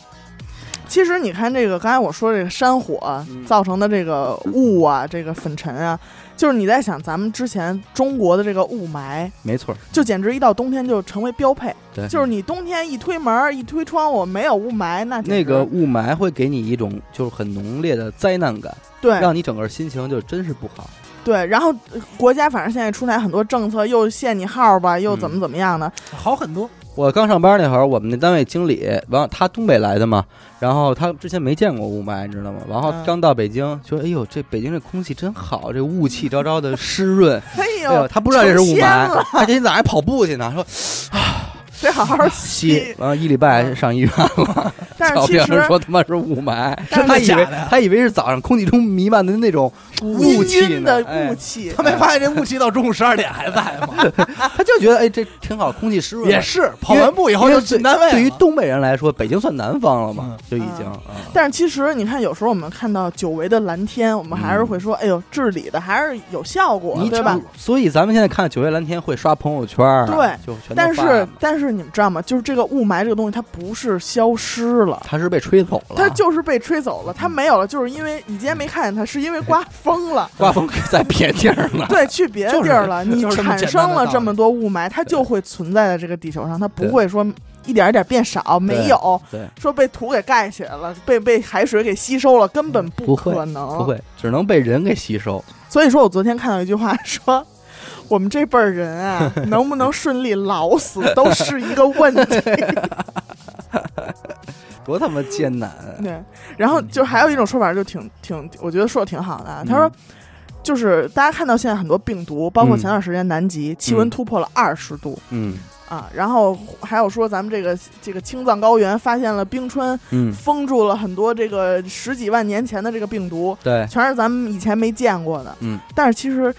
Speaker 2: 其实你看这个，刚才我说这个山火啊
Speaker 4: 嗯
Speaker 2: 造成的这个雾啊，这个粉尘啊，就是你在想咱们之前中国的这个雾霾，
Speaker 4: 没错儿，
Speaker 2: 就简直一到冬天就成为标配。
Speaker 4: 对，
Speaker 2: 就是你冬天一推门一推窗户没有雾霾，那简直
Speaker 4: 那个雾霾会给你一种就是很浓烈的灾难感，
Speaker 2: 对
Speaker 4: 让你整个心情就真是不好。
Speaker 2: 对。然后呃国家反正现在出台很多政策，又限你号吧，又
Speaker 4: 嗯
Speaker 2: 怎么怎么样的。
Speaker 3: 好很多。
Speaker 4: 我刚上班那会儿，我们那单位经理，完了他东北来的嘛，然后他之前没见过雾霾，你知道吗？然后
Speaker 2: 嗯
Speaker 4: 刚到北京，说：“哎呦，这北京这空气真好，这雾气昭昭的湿 润。
Speaker 2: 哎
Speaker 4: 哎呦，
Speaker 2: 呦，
Speaker 4: 他不知道这是雾
Speaker 2: 成仙了
Speaker 4: 霾，他今天早上还跑步去呢，说
Speaker 2: 得好 好
Speaker 4: 吸
Speaker 2: 吸。，
Speaker 4: 完了一礼拜上医院了，
Speaker 2: 但是
Speaker 4: 小
Speaker 2: 其
Speaker 4: 病
Speaker 2: 实
Speaker 4: 人说他妈是雾霾，
Speaker 3: 但是
Speaker 4: 他以
Speaker 3: 真的
Speaker 4: 为
Speaker 3: 假的
Speaker 4: 他以为是早上空气中弥漫的那种雾
Speaker 2: 阴
Speaker 4: 气
Speaker 2: 阴
Speaker 4: 呢
Speaker 2: 的
Speaker 4: 哎
Speaker 2: 雾气
Speaker 3: 他，没发现这雾气到中午十二点还在吗？
Speaker 4: 他就觉得哎这挺好，空气湿润，
Speaker 3: 也是，跑完步以后
Speaker 4: 因为
Speaker 3: 就进单位了。
Speaker 4: 对于东北人来说，北京算南方了嘛
Speaker 3: 嗯，
Speaker 4: 就已经
Speaker 2: 嗯
Speaker 4: 啊
Speaker 2: 但是其实你看，有时候我们看到久违的蓝天，我们还是会说，哎呦，治理的还是有效果，
Speaker 4: 你
Speaker 2: 对吧
Speaker 4: 知？道所以咱们现在看九月蓝天会刷朋友圈儿啊，
Speaker 2: 对
Speaker 4: 就全都
Speaker 2: 但
Speaker 4: 发了
Speaker 2: 是
Speaker 4: 嘛
Speaker 2: 但是你们知道吗？就是这个雾霾这个东西，它不是消失了。
Speaker 4: 它是被吹走了，，
Speaker 2: 它就是被吹走了，它没有了，就是因为你今天没看见它，是因为刮风了
Speaker 4: 刮风在别地儿 呢。
Speaker 2: 对，去别的地儿了，
Speaker 3: 就是
Speaker 2: 你
Speaker 3: 就是这么
Speaker 2: 产
Speaker 3: 简单的
Speaker 2: 生了
Speaker 3: 道理
Speaker 2: 这么多雾霾，它就会存在在这个地球上，它不会说一点一点变少，没有
Speaker 4: 对对
Speaker 2: 说被土给盖起来了，被被海水给吸收了，根本
Speaker 4: 嗯不会
Speaker 2: 可能，
Speaker 4: 不会，只能被人给吸收。
Speaker 2: 所以说我昨天看到一句话说， 我们这辈儿 人啊，能不能顺利老死都是一个问题。
Speaker 4: 多他妈艰难！啊
Speaker 2: 对，然后就还有一种说法，就挺挺，我觉得说的挺好的啊。他说
Speaker 4: 嗯，
Speaker 2: 就是大家看到现在很多病毒，包括
Speaker 4: 嗯
Speaker 2: 前段时间南极气温突破了二十度
Speaker 4: 嗯
Speaker 2: 啊，然后还有说咱们这个这个青藏高原发现了冰川，
Speaker 4: 嗯，
Speaker 2: 封住了很多这个十几万年前的这个病毒，
Speaker 4: 对，
Speaker 2: 全是咱们以前没见过的。
Speaker 4: 嗯，
Speaker 2: 但是其实。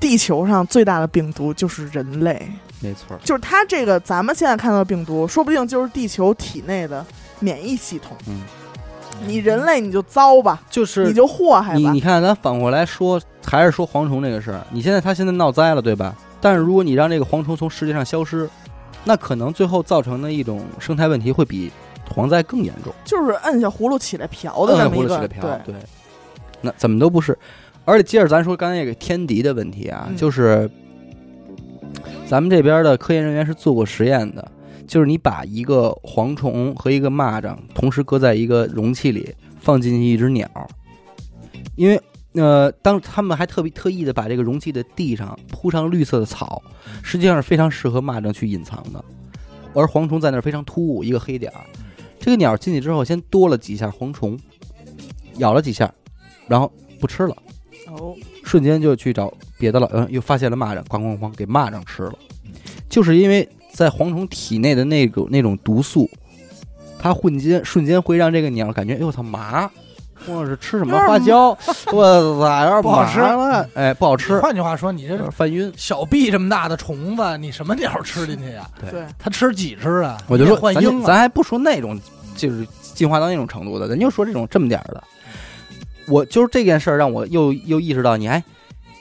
Speaker 2: 地球上最大的病毒就是人类，
Speaker 4: 没错儿，
Speaker 2: 就是它这个咱们现在看到的病毒，说不定就是地球体内的免疫系统。
Speaker 4: 嗯，
Speaker 2: 你人类你就糟吧，
Speaker 4: 就是
Speaker 2: 你就祸害
Speaker 4: 你
Speaker 2: 吧
Speaker 4: 你。看，咱反过来说，还是说蝗虫这个事儿。你现在它现在闹灾了，对吧？但是如果你让这个蝗虫从世界上消失，那可能最后造成的一种生态问题会比蝗灾更严重。
Speaker 2: 就是摁下葫芦起来瓢的
Speaker 4: 饿
Speaker 2: 这
Speaker 4: 了
Speaker 2: 么
Speaker 4: 葫
Speaker 2: 一
Speaker 4: 芦起
Speaker 2: 个，
Speaker 4: 来瓢，对，那怎么都不是。而且接着咱说刚才那个天敌的问题啊，
Speaker 2: 嗯
Speaker 4: 就是咱们这边的科研人员是做过实验的，就是你把一个蝗虫和一个蚂蚱同时搁在一个容器里，放进去一只鸟，因为。呃，当他们还特别特意的把这个容器的地上铺上绿色的草，实际上是非常适合蚂蚱去隐藏的，而蝗虫在那儿非常突兀，一个黑点儿。这个鸟进去之后，先哆了几下蝗虫，咬了几下，然后不吃了，
Speaker 2: 哦，
Speaker 4: 瞬间就去找别的了。嗯，又发现了蚂蚱，哐哐哐给蚂蚱吃了。就是因为在蝗虫体内的那种那种毒素，它瞬间瞬间会让这个鸟感觉，哎呦我操麻。或者是吃什么
Speaker 2: 有点
Speaker 4: 花椒，我 操，有点
Speaker 3: 不好吃
Speaker 4: 麻了，哎，不好吃，
Speaker 3: 换句话说，你
Speaker 4: 有
Speaker 3: 这
Speaker 4: 点犯晕。
Speaker 3: 小臂这么大的虫子，你什么鸟吃进去呀？
Speaker 2: 对，
Speaker 3: 它吃几只啊？
Speaker 4: 我就
Speaker 3: 你
Speaker 4: 说
Speaker 3: 得，换
Speaker 4: 咱
Speaker 3: 鹰
Speaker 4: 就
Speaker 3: 了。
Speaker 4: 咱还不说那种就是进化到那种程度的，咱就说这种这么点儿的。我就是这件事儿，让我又又意识到，你还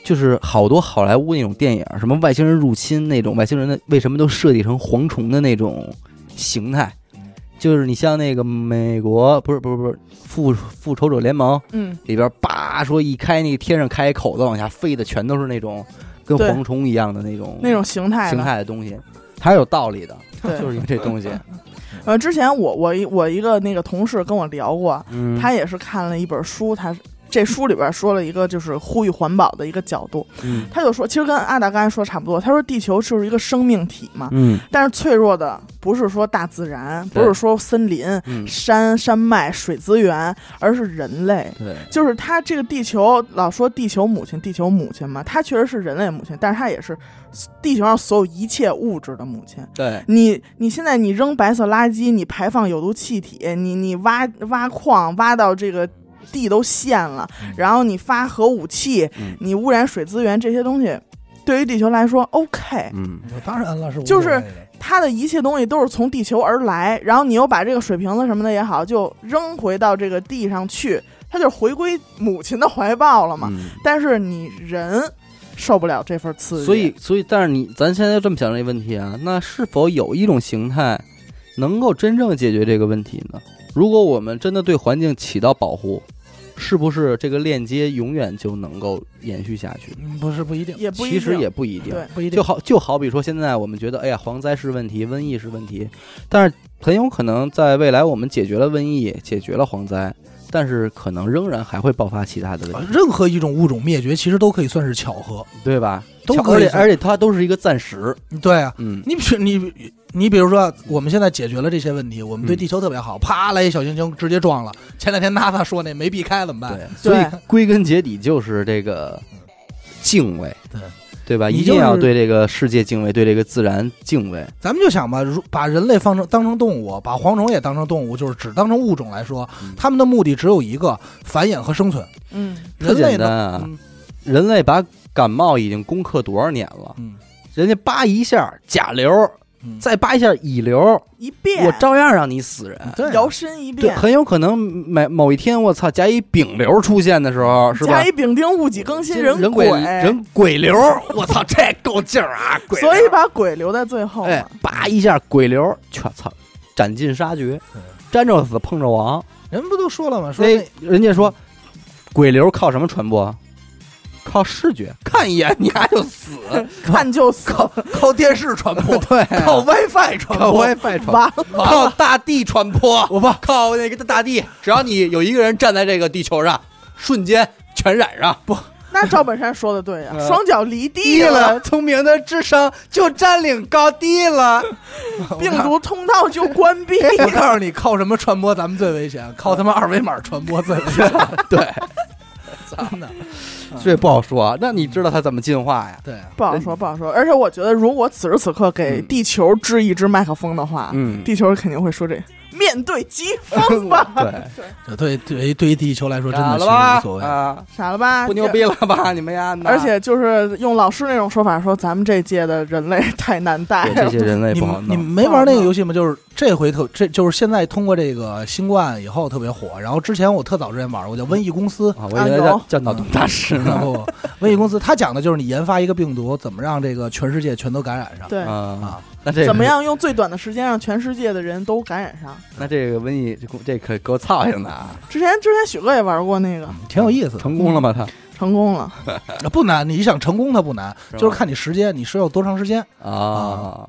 Speaker 4: 就是好多好莱坞那种电影，什么外星人入侵那种，外星人的为什么都设计成蝗虫的那种形态？就是你像那个美国，不是不是不是复复仇者联盟
Speaker 2: 嗯，
Speaker 4: 里边，叭说一开那个天上开一口子往下飞的，全都是那种跟
Speaker 2: 对
Speaker 4: 蝗虫一样的那种
Speaker 2: 那种形态
Speaker 4: 形
Speaker 2: 的，
Speaker 4: 态的东西，它是有道理的， 就
Speaker 2: 对。
Speaker 4: 是因为这 东西，
Speaker 2: 呃，之前我我一我一个那个同事跟我聊过，
Speaker 4: 嗯，
Speaker 2: 他也是看了一本书，他这书里边说了一个就是呼吁环保的一个角度，
Speaker 4: 嗯
Speaker 2: 他就说，其实跟阿达刚才说差不多，他说地球就是一个生命体嘛，
Speaker 4: 嗯
Speaker 2: 但是脆弱的不是说大自然，不
Speaker 4: 对
Speaker 2: 是说森林、
Speaker 4: 嗯，
Speaker 2: 山山脉、水资源，而是人类。
Speaker 4: 嗯对，
Speaker 2: 就是它这个地球，老说地球母亲，地球母亲嘛，它确实是人类母亲，但是它也是地球上所有一切物质的母亲。
Speaker 4: 对，
Speaker 2: 你你现在你扔白色垃圾，你排放有毒气体，你你挖挖矿挖到这个地都陷了，然后你发核武器
Speaker 4: 嗯，
Speaker 2: 你污染水资源，这些东西对于地球来说 OK，
Speaker 4: 嗯，
Speaker 3: 当然了，是无
Speaker 2: 就是
Speaker 3: 所谓的
Speaker 2: 它的一切东西都是从地球而来，然后你又把这个水瓶子什么的也好，就扔回到这个地上去，它就回归母亲的怀抱了嘛。
Speaker 4: 嗯
Speaker 2: 但是你人受不了这份刺激，
Speaker 4: 所以所以，但是你咱现在这么想这个问题啊，那是否有一种形态能够真正解决这个问题呢？如果我们真的对环境起到保护，是不是这个链接永远就能够延续下去？
Speaker 3: 嗯不是不一定，
Speaker 2: 也不一
Speaker 4: 其实
Speaker 2: 定
Speaker 4: 也不一定。
Speaker 2: 对
Speaker 3: 不一定
Speaker 4: 就。好就好比说，现在我们觉得，哎呀，蝗灾是问题，瘟疫是问题，但是很有可能在未来，我们解决了瘟疫，解决了蝗灾，但是可能仍然还会爆发其他的问题
Speaker 3: 呃。任何一种物种灭绝，其实都可以算是巧合。
Speaker 4: 对吧？
Speaker 3: 都
Speaker 4: 巧
Speaker 3: 可以
Speaker 4: 而且而且它都是一个暂时，
Speaker 3: 对啊，
Speaker 4: 嗯，
Speaker 3: 你比你你比如说，我们现在解决了这些问题，我
Speaker 4: 嗯
Speaker 3: 们对地球特别好，啪来一小行星直接撞了。前两天 NASA 说那没避开怎么办？
Speaker 4: 对，所以
Speaker 2: 对
Speaker 4: 归根结底就是这个敬畏，
Speaker 3: 对
Speaker 4: 对吧？
Speaker 3: 你
Speaker 4: 一
Speaker 3: 就
Speaker 4: 定要
Speaker 3: 是
Speaker 4: 对这个世界敬畏，对这个自然敬畏，
Speaker 3: 咱们就想吧，如把人类放成当成动物，把蝗虫也当成动物，就是只当成物种来说
Speaker 4: 嗯，
Speaker 3: 他们的目的只有一个：繁衍和生存。
Speaker 2: 嗯，
Speaker 4: 特
Speaker 3: 人类
Speaker 4: 简
Speaker 3: 呢
Speaker 4: 单，啊。
Speaker 3: 嗯
Speaker 4: 人类把感冒已经攻克多少年了？
Speaker 3: 嗯
Speaker 4: 人家扒一下甲流，
Speaker 3: 嗯，
Speaker 4: 再扒一下乙流，
Speaker 2: 一变
Speaker 4: 我照样让你死人。
Speaker 3: 对
Speaker 2: 摇身一
Speaker 4: 对，
Speaker 2: 变，
Speaker 4: 很有可能每某一天，我操，甲乙丙流出现的时候，是吧
Speaker 2: 甲？乙丙丁戊己庚辛
Speaker 4: 人
Speaker 2: 鬼，
Speaker 4: 人鬼流， 我操，这够劲儿啊！鬼流
Speaker 2: 所以哦把鬼留在最后嘛。
Speaker 4: 哎，叭一下鬼流，全操，斩尽杀绝
Speaker 3: 嗯，
Speaker 4: 沾着死碰着亡。
Speaker 3: 人不都说了吗？说
Speaker 4: 那
Speaker 3: 那
Speaker 4: 人家说，鬼流靠什么传播？靠视觉，看一眼你还就死，
Speaker 2: 看就死，
Speaker 3: 靠电视传播，
Speaker 4: 对啊、
Speaker 3: 靠 WiFi 传
Speaker 4: 靠
Speaker 3: 播，
Speaker 4: WiFi 传播，
Speaker 2: 完
Speaker 4: 靠
Speaker 2: 了，
Speaker 4: 大地传播，
Speaker 3: 我吧
Speaker 4: 靠那个大地，只要你有一个人站在这个地球上，瞬间全染上。
Speaker 3: 不，
Speaker 2: 那赵本山说的对呀、
Speaker 4: 嗯
Speaker 2: 双脚离地
Speaker 4: 低
Speaker 2: 了
Speaker 4: 了，，聪明的智商就占领高低了。
Speaker 2: 嗯病毒通道就关闭。
Speaker 4: 哎
Speaker 3: 我告诉你，靠什么传播咱们最 危险？靠他妈二维码传播最危险，
Speaker 4: 对，
Speaker 3: 真的。
Speaker 4: 这不好说啊。那你知道它怎么进化呀？
Speaker 3: 对，啊
Speaker 2: 不好说，不好说。而且我觉得，如果此时此刻给
Speaker 4: 嗯
Speaker 2: 地球支一支麦克风的话，
Speaker 4: 嗯，，
Speaker 2: 地球肯定会说这面对疾风 吧
Speaker 4: 对，
Speaker 3: 这对对于对于地球来说，真
Speaker 4: 傻
Speaker 3: 的
Speaker 4: 了
Speaker 3: 是
Speaker 4: 吧
Speaker 3: 无所？谓。
Speaker 4: 啊，
Speaker 2: 傻了吧？
Speaker 4: 不牛
Speaker 2: 这。
Speaker 4: 逼了吧？你们呀，
Speaker 2: 哎而且就是用老师那种说法说，咱们这届的人类太难带
Speaker 4: 对这
Speaker 2: 了
Speaker 4: 些。人类
Speaker 3: 你
Speaker 4: 哎不好
Speaker 3: 们你
Speaker 4: 弄
Speaker 3: 们。没玩那个游戏吗？就是这回特这就是现在通过这个新冠以后特别火，然后之前我特早之前玩过叫瘟疫公司，
Speaker 4: 啊，我以为叫
Speaker 2: 有
Speaker 4: 叫脑洞大师
Speaker 3: 知道
Speaker 4: 呢。
Speaker 3: 不？瘟疫公司它讲的就是你研发一个病毒，怎么让这个全世界全都感染上。
Speaker 2: 对，
Speaker 4: 啊
Speaker 3: 啊，
Speaker 4: 那这个
Speaker 2: 嗯怎么？样用最短的时间让全世界的人都感染上？
Speaker 4: 那这个瘟疫这这可够操心的啊！
Speaker 2: 之前之前许哥也玩过那
Speaker 4: 嗯
Speaker 2: 个，
Speaker 3: 挺有意思的，
Speaker 4: 成功了吗？他
Speaker 2: 成功了。
Speaker 3: 不难。你想成功它不难，
Speaker 4: 是吗
Speaker 3: 就是看你时间，你是有多长时间，
Speaker 4: 啊，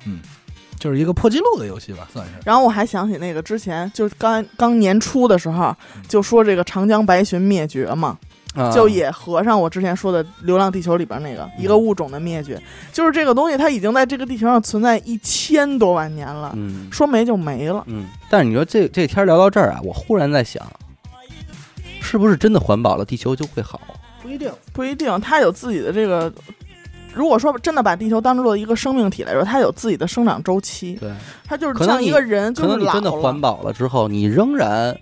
Speaker 3: 就是一个破纪录的游戏吧，算是。
Speaker 2: 然后我还想起那个之前就刚刚年初的时候，就说这个长江白鲟灭绝嘛，
Speaker 4: 啊
Speaker 2: 就也合上我之前说的《流浪地球》里边那个一个物种的灭绝，就是这个东西它已经在这个地球上存在一千多万年了，
Speaker 4: 嗯
Speaker 2: 说没就没了。
Speaker 4: 嗯。但是你说这这天儿聊到这儿啊，我忽然在想，是不是真的环保了，地球就会好？
Speaker 3: 不一定，
Speaker 2: 不一定，它有自己的这个。如果说真的把地球当做一个生命体来说，它有自己的生长周期，
Speaker 4: 对，
Speaker 2: 它就是
Speaker 4: 可能
Speaker 2: 像
Speaker 4: 你
Speaker 2: 一个人，
Speaker 4: 可
Speaker 2: 就
Speaker 4: 能
Speaker 2: 是
Speaker 4: 你
Speaker 2: 老
Speaker 4: 真的环
Speaker 2: 了。
Speaker 4: 保了之后，你仍然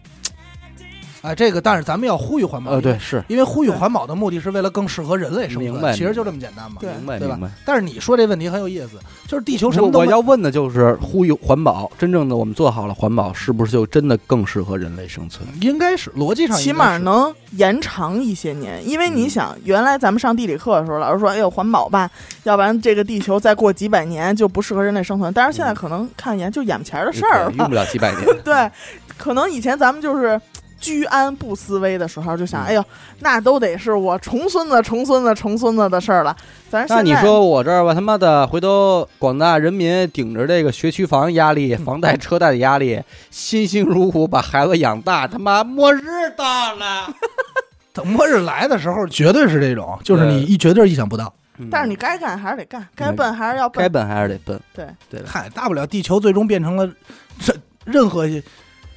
Speaker 3: 哎，这个但是咱们要呼吁环保，
Speaker 4: 呃，对，是
Speaker 3: 因为呼吁环保的目的是为了更适合人类生
Speaker 4: 明白
Speaker 3: 存，其实就这么简单嘛。
Speaker 2: 对
Speaker 4: 明白
Speaker 3: 对吧
Speaker 4: 明白。
Speaker 3: 但是你说这问题很有意思，就是地球什
Speaker 4: 我
Speaker 3: 么都
Speaker 4: 我
Speaker 3: 没
Speaker 4: 要问的就是呼吁环保，真正的我们做好了环保，是不是就真的更适合人类生存？
Speaker 3: 应该是逻辑上应该是
Speaker 2: 起码能延长一些年，因为你
Speaker 4: 嗯
Speaker 2: 想，原来咱们上地理课的时候，老师说：“哎呦，环保吧，要不然这个地球再过几百年就不适合人类生存。”但是现
Speaker 4: 嗯
Speaker 2: 在可能看一眼就眼前儿的事儿
Speaker 4: 对用
Speaker 2: 了，
Speaker 4: 不了几百 年。
Speaker 2: 对，可能以前咱们就是居安不思危的时候，就
Speaker 4: 嗯
Speaker 2: 想，哎呦，那都得是我重孙子、重孙子、重孙子的事儿了。咱现
Speaker 4: 那
Speaker 2: 在
Speaker 4: 你说我这儿吧，他妈的，回头广大人民顶着这个学区房压 力、房贷、车贷的压力，辛辛苦苦把孩子养大，他妈末日到了。
Speaker 3: 等末日来的时候，绝对是这种，就是你一绝对意想不到。
Speaker 2: 但是你该干还是得干，该奔还是要
Speaker 4: 嗯该
Speaker 2: 奔。
Speaker 4: 奔还是得奔，
Speaker 2: 对
Speaker 4: 对吧？
Speaker 3: 嗨，大不了地球最终变成了这任何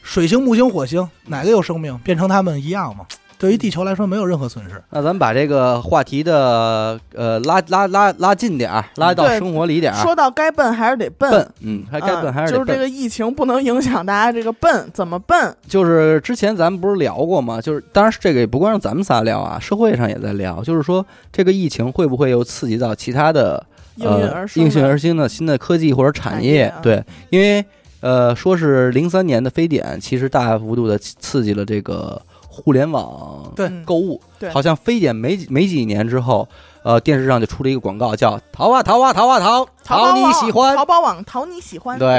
Speaker 3: 水星、木星、火星哪个有生命，变成他们一样嘛？对于地球来说，没有任何损
Speaker 2: 嗯
Speaker 3: 失。
Speaker 4: 那咱们把这个话题的呃拉拉拉拉近点儿，拉到
Speaker 2: 对
Speaker 4: 生活里点儿。
Speaker 2: 说到该奔还是得奔，
Speaker 4: 奔，嗯，啊还该
Speaker 2: 嗯
Speaker 4: 奔还是得
Speaker 2: 就
Speaker 4: 呃
Speaker 2: 是这
Speaker 4: 奔。
Speaker 2: 个疫情不能影响大家这个奔怎么奔。
Speaker 4: 就是之前咱们不是聊过吗？就是当然是这个也不光是咱们仨聊啊，社会上也在聊，就是说这个疫情会不会又刺激到其他的
Speaker 2: 应运而生啊
Speaker 4: 呃、
Speaker 2: 的，
Speaker 4: 应运而生的新的科技或者产业。
Speaker 2: 产业啊
Speaker 4: 对，因为呃，说是零三年的非典，其实大幅度的刺激了这个互联网
Speaker 3: 对
Speaker 2: 嗯
Speaker 4: 购物。
Speaker 2: 对
Speaker 4: 好像非典没几没几年之后，呃，电视上就出了一个广告，叫“淘啊淘啊淘啊淘，
Speaker 2: 淘宝
Speaker 4: 淘你
Speaker 2: 网
Speaker 4: 喜欢
Speaker 2: 淘宝网淘你喜”。欢，
Speaker 4: 对，，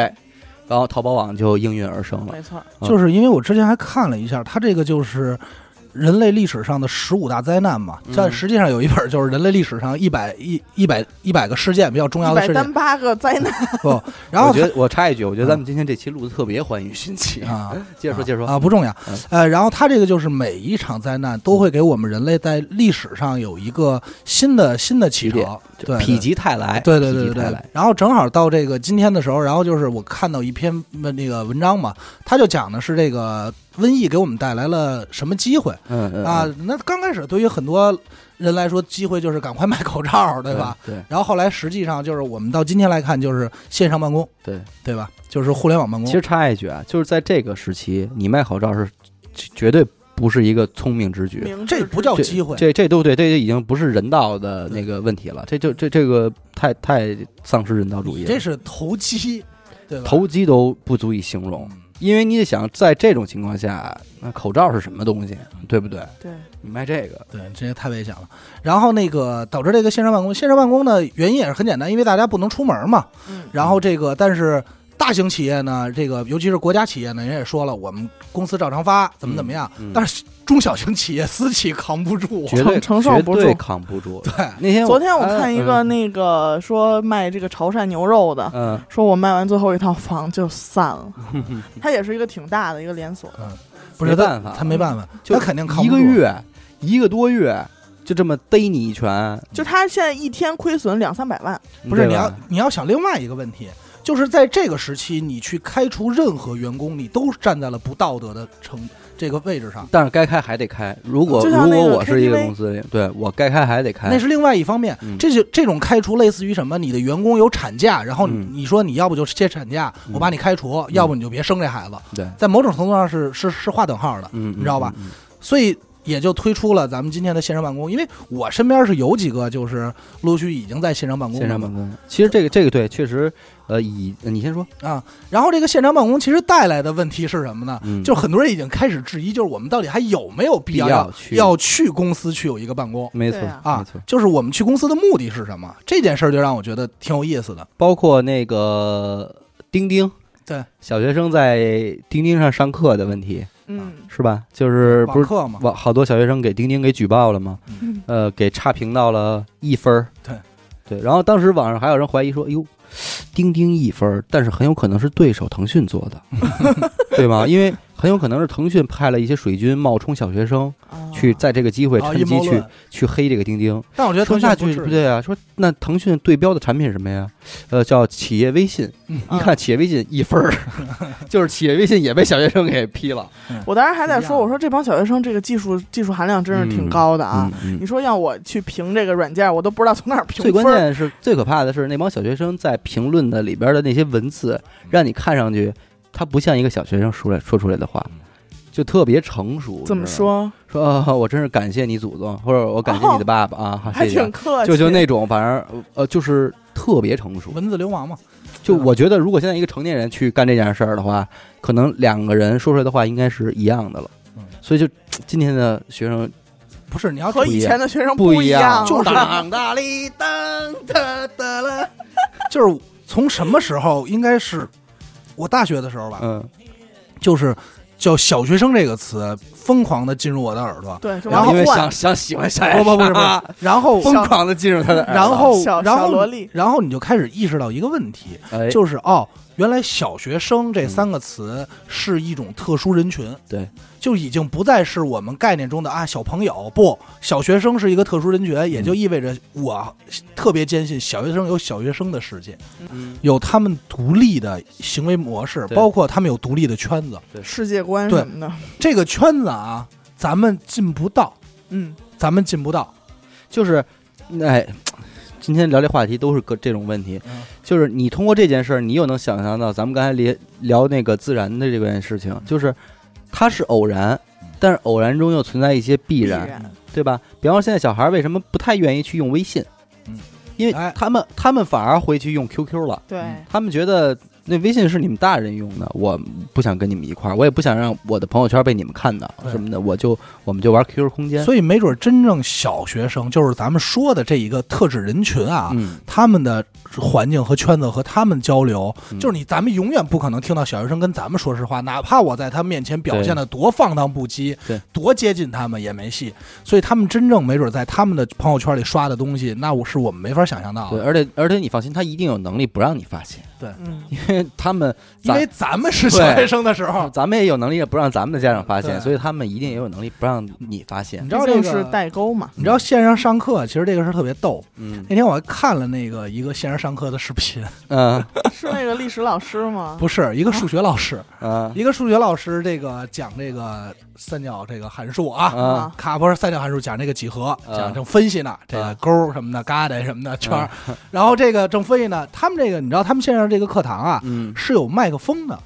Speaker 4: 然后淘宝网就应运而生了。
Speaker 2: 没错，
Speaker 4: 嗯
Speaker 3: 就是因为我之前还看了一下，它这个就是人类历史上的十五大灾难嘛
Speaker 4: 嗯。
Speaker 3: 但实际上有一本就是人类历史上一百一一百一百个事件比较重要
Speaker 2: 一
Speaker 3: 的
Speaker 2: 百
Speaker 3: 事件。
Speaker 2: 单八个灾难，
Speaker 3: 不， 然后
Speaker 4: 我觉
Speaker 3: 它
Speaker 4: 得我插一句，我觉得咱们今天这期录的特别欢愉新奇。
Speaker 3: 啊，
Speaker 4: 接着说，
Speaker 3: 啊
Speaker 4: 接着说
Speaker 3: 啊，不重要
Speaker 4: 嗯。
Speaker 3: 呃，然后它这个就是每一场灾难都会给我们人类在历史上有一个新的新的
Speaker 4: 起
Speaker 3: 起
Speaker 4: 点
Speaker 3: 潮，
Speaker 4: 就
Speaker 3: 对
Speaker 4: 否。极泰来，
Speaker 3: 对对对
Speaker 4: 否极
Speaker 3: 对
Speaker 4: 泰
Speaker 3: 对
Speaker 4: 来，。
Speaker 3: 然后正好到这个今天的时候，然后就是我看到一篇文那个文章嘛，他就讲的是这个瘟疫给我们带来了什么机会
Speaker 4: 嗯嗯
Speaker 3: 啊
Speaker 4: 嗯，？
Speaker 3: 那刚开始对于很多人来说，机会就是赶快卖口罩，对吧？？
Speaker 4: 对
Speaker 3: 然后后来实际上就是我们到今天来看，就是线上办公，
Speaker 4: 对。
Speaker 3: 对吧？就是互联网办公。
Speaker 4: 其实插一句啊，就是在这个时期，你卖口罩是绝绝对不是一个聪明之举，
Speaker 2: 明智
Speaker 3: 这
Speaker 2: 之
Speaker 3: 不叫
Speaker 4: 这
Speaker 3: 机会，
Speaker 4: 这这都对，这就已经不是人道的那个问题了，这就这这个太太丧失人道主义
Speaker 3: 你
Speaker 4: 了，
Speaker 3: 这是投机，对吧？
Speaker 4: 投机都不足以形容，
Speaker 3: 嗯
Speaker 4: 因为你得想，在这种情况下，那口罩是什么东西，对不对？
Speaker 2: 对，
Speaker 4: 你卖这个，
Speaker 3: 对，这也太危险了。然后那个导致这个线上办公，线上办公呢原因也是很简单，因为大家不能出门嘛。
Speaker 2: 嗯，
Speaker 3: 然后这个，但是大型企业呢，这个尤其是国家企业呢，人也说了，我们公司照常发，怎么怎么样。
Speaker 4: 嗯嗯
Speaker 3: 但是中小型企业私企扛不住啊，
Speaker 4: 绝对
Speaker 2: 承受不住
Speaker 4: 绝对扛不住。
Speaker 3: 对，
Speaker 4: 那天
Speaker 2: 昨天我看一个
Speaker 4: 嗯
Speaker 2: 那个说卖这个潮汕牛肉的，
Speaker 4: 嗯
Speaker 2: 说我卖完最后一套房就散 了，它也是一个挺大的一个连锁，
Speaker 3: 不是
Speaker 4: 没办法
Speaker 3: 他他没办法，
Speaker 4: 就
Speaker 3: 他肯定扛
Speaker 4: 一
Speaker 3: 不
Speaker 4: 个
Speaker 3: 住。啊
Speaker 4: 月一个多月，就这么逮你一拳，
Speaker 2: 就他现在一天亏损两三百万，
Speaker 3: 不是
Speaker 4: 对
Speaker 3: 你要
Speaker 4: 吧
Speaker 3: 你要想另外一个问题，就是在这个时期，你去开除任何员工，你都站在了不道德的成这个位置上，
Speaker 4: 但是该开还得开。如果
Speaker 2: 就像
Speaker 4: 如
Speaker 2: 那
Speaker 4: 果
Speaker 2: 个
Speaker 4: 我是一个
Speaker 2: KTV
Speaker 4: 公司里，对我该开还得开。
Speaker 3: 那是另外一方面。
Speaker 4: 哎嗯
Speaker 3: 这就这种开除类似于什么？你的员工有产假，然后你
Speaker 4: 嗯
Speaker 3: 你说你要不就歇产假，
Speaker 4: 嗯
Speaker 3: 我把你开除，要不你就别生这孩子，
Speaker 4: 对，
Speaker 3: 在某种程度上是是是划等号的。
Speaker 4: 嗯，你
Speaker 3: 知道吧？所以也就推出了咱们今天的线上办公。因为我身边是有几个就是陆续已经在线上办公
Speaker 4: 线
Speaker 3: 了
Speaker 4: 上
Speaker 3: 嘛
Speaker 4: 办公，其实这个这个对，确实，呃，以你先说，
Speaker 3: 啊。然后这个线上办公其实带来的问题是什么呢？
Speaker 4: 嗯，
Speaker 3: 就是很多人已经开始质疑，就是我们到底还有没有必要
Speaker 4: 必要
Speaker 3: 要
Speaker 4: 去
Speaker 3: 要去公司去有一个办公
Speaker 4: 没错
Speaker 2: 对啊
Speaker 4: 没
Speaker 3: 啊
Speaker 4: 错？。
Speaker 3: 就是我们去公司的目的是什么？这件事儿就让我觉得挺有意思的。
Speaker 4: 包括那个钉钉，
Speaker 3: 对，
Speaker 4: 小学生在钉钉上上课的问题
Speaker 2: 嗯，
Speaker 4: 是吧？就是不
Speaker 3: 网
Speaker 4: 是
Speaker 3: 课嘛，
Speaker 4: 网好多小学生给钉钉给举报了吗？
Speaker 2: 嗯
Speaker 4: 呃，给差评到了一分儿
Speaker 3: 对
Speaker 4: 对，然后当时网上还有人怀疑说，哎呦，钉钉一分儿，但是很有可能是对手腾讯 做的，对吗？因为很有可能是腾讯派了一些水军冒充小学生，
Speaker 2: 啊
Speaker 4: 去在这个机会趁
Speaker 3: 啊哦阴
Speaker 4: 机
Speaker 3: 谋
Speaker 4: 去
Speaker 3: 论。
Speaker 4: 去黑这个钉钉。
Speaker 3: 但我觉得
Speaker 4: 说
Speaker 3: 腾
Speaker 4: 那
Speaker 3: 讯
Speaker 4: 就
Speaker 3: 不
Speaker 4: 是不
Speaker 3: 是
Speaker 4: 对啊，说那腾讯对标的产品是什么呀？呃，叫企业微信。一
Speaker 2: 啊
Speaker 4: 看企业微信一分 儿，就是企业微信也被小学生给批了。
Speaker 2: 我当时还在
Speaker 3: 一样
Speaker 2: 说，我说这帮小学生这个技术技术含量真是挺
Speaker 4: 嗯
Speaker 2: 高的啊。
Speaker 4: 嗯
Speaker 2: 你说让我去评这个软件，我都不知道从哪儿评
Speaker 4: 最
Speaker 2: 分
Speaker 4: 关
Speaker 2: 儿。
Speaker 4: 键是最可怕的是那帮小学生在评论的里边的那些文字，让你看上去他不像一个小学生说来说出来的话，就特别成熟。
Speaker 2: 嗯怎么
Speaker 4: 你知道吗？
Speaker 2: 说？哦
Speaker 4: 说、啊我真是感谢你祖宗，或者我感谢你的爸爸、啊，好
Speaker 2: 还
Speaker 4: 谢谢啊
Speaker 2: 挺。客气，
Speaker 4: 就就那种，反正呃，就是特别成熟。
Speaker 3: 文字流氓嘛？
Speaker 4: 就我觉得，如果现在一个成年人去干这件事儿的话，可能两个人说出来的话应该是一样的了
Speaker 3: 嗯。
Speaker 4: 所以就今天的学生
Speaker 3: 不是，你要
Speaker 2: 和
Speaker 4: 不一
Speaker 2: 以
Speaker 4: 样
Speaker 2: 前的学生
Speaker 4: 不一
Speaker 2: 一
Speaker 4: 样，
Speaker 2: 就
Speaker 4: 当大力当哒哒啦。
Speaker 3: 就是从什么时候？应该是我大学的时候吧。
Speaker 4: 嗯，
Speaker 3: 就是叫“小学生”这个词疯狂的进入我的耳朵，
Speaker 2: 对，就
Speaker 3: 然后
Speaker 2: 往
Speaker 4: 因
Speaker 2: 后
Speaker 4: 为想
Speaker 2: 换
Speaker 4: 想喜欢夏
Speaker 3: 不
Speaker 4: 言，
Speaker 3: 不不是不是，然后
Speaker 4: 疯狂的进入他的耳朵，
Speaker 3: 然后
Speaker 2: 小
Speaker 3: 然
Speaker 2: 小
Speaker 3: 后
Speaker 2: 萝莉
Speaker 3: 然后你就开始意识到一个问题，
Speaker 4: 哎嗯
Speaker 3: 就是哦，原来“小学生”这三个词是一种特殊人群，
Speaker 4: 对，
Speaker 3: 就已经不再是我们概念中的啊小朋友，不，小学生是一个特殊人群，也
Speaker 4: 嗯
Speaker 3: 就意味着我特别坚信小学生有小学生的世界，
Speaker 4: 嗯
Speaker 3: 有他们独立的行为模式，
Speaker 4: 对
Speaker 3: 包括他们有独立的圈子，
Speaker 2: 世界观
Speaker 3: 对
Speaker 2: 什么的。
Speaker 3: 这个圈子啊，咱们进不到。
Speaker 2: 嗯，
Speaker 3: 咱们进不到。
Speaker 4: 就是哎。今天聊这话题都是个这种问题
Speaker 3: 嗯，
Speaker 4: 就是你通过这件事儿，你又能想象到咱们刚才聊聊那个自然的这件事情，就是它是偶然，
Speaker 3: 嗯
Speaker 4: 但是偶然中又存在一些必
Speaker 2: 必
Speaker 4: 然，对吧？比方说现在小孩儿为什么不太愿意去用微信？
Speaker 3: 嗯，
Speaker 4: 因为
Speaker 3: 哎
Speaker 4: 他们他们反而回去用 QQ 了，
Speaker 2: 对，
Speaker 3: 嗯
Speaker 4: 他们觉得那微信是你们大人用的，我不想跟你们一块儿，我也不想让我的朋友圈被你们看到
Speaker 3: 对
Speaker 4: 什么的，我就我们就玩 QQ 空间。
Speaker 3: 所以，没准真正小学生，就是咱们说的这一个特指人群啊，
Speaker 4: 嗯，
Speaker 3: 他们的环境和圈子和他们交流，
Speaker 4: 嗯
Speaker 3: 就是你咱们永远不可能听到小学生跟咱们说实话，哪怕我在他面前表现的多放荡不羁
Speaker 4: 对，
Speaker 3: 多接近他们也没戏。所以，他们真正没准在他们的朋友圈里刷的东西，那我是我们没法想象到
Speaker 4: 对，
Speaker 3: 的，
Speaker 4: 而且而且你放心，他一定有能力不让你发现，
Speaker 2: 嗯，
Speaker 4: 因为他们
Speaker 3: 因为咱们是小学生的时候，
Speaker 4: 咱们也有能力不让咱们的家长发现，
Speaker 3: 对
Speaker 4: 所以他们一定也有能力不让你发现
Speaker 3: 你。知
Speaker 2: 毕
Speaker 3: 道这
Speaker 2: 竟
Speaker 3: 个
Speaker 2: 是代 沟嘛。
Speaker 3: 你知道线上上课，其实这个事儿特别逗。
Speaker 4: 嗯
Speaker 3: 那天我还看了那个一个线上上课的视频，
Speaker 4: 嗯
Speaker 2: 是那个历史老师吗？
Speaker 3: 不是一个数学老师，
Speaker 4: 嗯
Speaker 3: 一个数学老师这个讲这个三角这个函数 啊，
Speaker 4: 嗯，
Speaker 2: 啊，
Speaker 3: 卡波尔三角函数讲这个几何，
Speaker 4: 嗯
Speaker 3: 讲正分析呢，这个
Speaker 4: 嗯
Speaker 3: 勾儿什么的、疙瘩什么的圈儿，然后这个正分析呢，他们这个你知道他们线上这个课堂啊
Speaker 4: 嗯
Speaker 3: 是有麦克风的，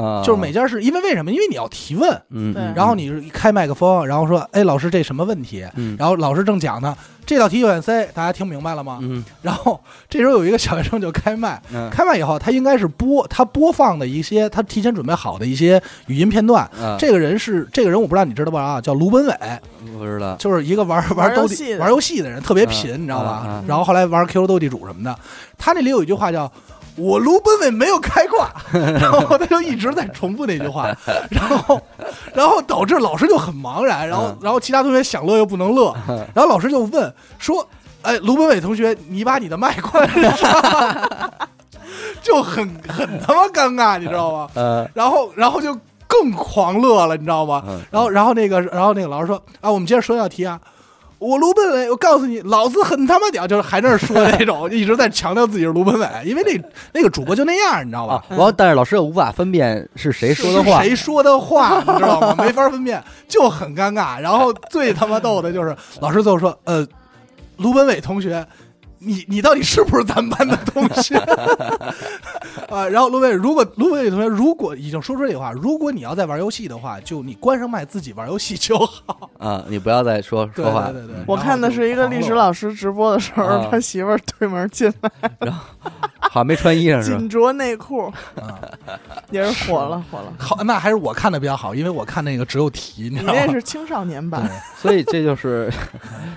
Speaker 4: 啊，
Speaker 3: 就是每家是因为为什么？因为你要提问，
Speaker 4: 嗯，
Speaker 2: 对
Speaker 4: 嗯
Speaker 3: 然后你是开麦克风，然后说，哎，老师这什么问题？
Speaker 4: 嗯
Speaker 3: 然后老师正讲呢，这道题有点 C，大家听明白了吗？
Speaker 4: 嗯
Speaker 3: 然后这时候有一个小学生就开麦，
Speaker 4: 嗯
Speaker 3: 开麦以后，他应该是播他播放的一些他提前准备好的一些语音片段。
Speaker 4: 嗯，
Speaker 3: 这个人是这个人，我不知道你知道不知道啊，叫卢本伟，
Speaker 4: 呃不知道。
Speaker 3: 就是一个玩
Speaker 2: 嗯 玩
Speaker 3: 斗
Speaker 2: 游
Speaker 3: 地
Speaker 2: 戏的
Speaker 3: 玩游戏的人，特别贫，
Speaker 4: 嗯
Speaker 3: 你知道吧？
Speaker 4: 嗯嗯
Speaker 3: 然后后来玩 QQ 斗地主什么的，他那里有一句话叫。我卢本伟没有开 挂，然后他就一直在重复那句话，然后， 然后导致老师就很茫然，然后，
Speaker 2: 嗯
Speaker 3: 然后其他同学想乐又不能乐，然后老师就问说：“哎，卢本伟同学，你把你的麦关上。”就很很他妈尴尬，你知道吗？
Speaker 4: 呃，
Speaker 3: 然后然后就更狂乐了，你知道吗？
Speaker 4: 嗯
Speaker 3: 然后然后那个然后那个老师说啊，我们接着说这道题啊。我卢本伟，我告诉你，老子很他妈屌，就是还在那儿说 那种，一直在强调自己是卢本伟，因为那那个主播就那样，你知道吧
Speaker 4: 啊？，然后但是老师又无法分辨是谁说的话
Speaker 3: 是，谁说的话，你知道吗？ 没法分辨，就很尴尬。然后最他妈逗的就是老师最后说：“呃，卢本伟同学，你你到底是不是咱们班的同学？” 啊，然后卢本伟，如果卢本伟同学如果已经说出这句话，如果你要在玩游戏的话，就你关上麦自己玩游戏就好。
Speaker 4: 啊，你不要再说
Speaker 3: 对
Speaker 4: 说话。
Speaker 3: 对对对
Speaker 4: 嗯
Speaker 2: 我看的是一个历史老师直播的时
Speaker 4: 然后
Speaker 2: 候，他媳妇儿推门进来，
Speaker 4: 好像没穿衣裳是吧？
Speaker 2: 紧着 内裤，也是火了火了。
Speaker 3: 啊好，那还是我看的比较好，因为我看那个只有题，你
Speaker 2: 你
Speaker 3: 知道吗
Speaker 2: 那？是青少年版，
Speaker 4: 所以这就是，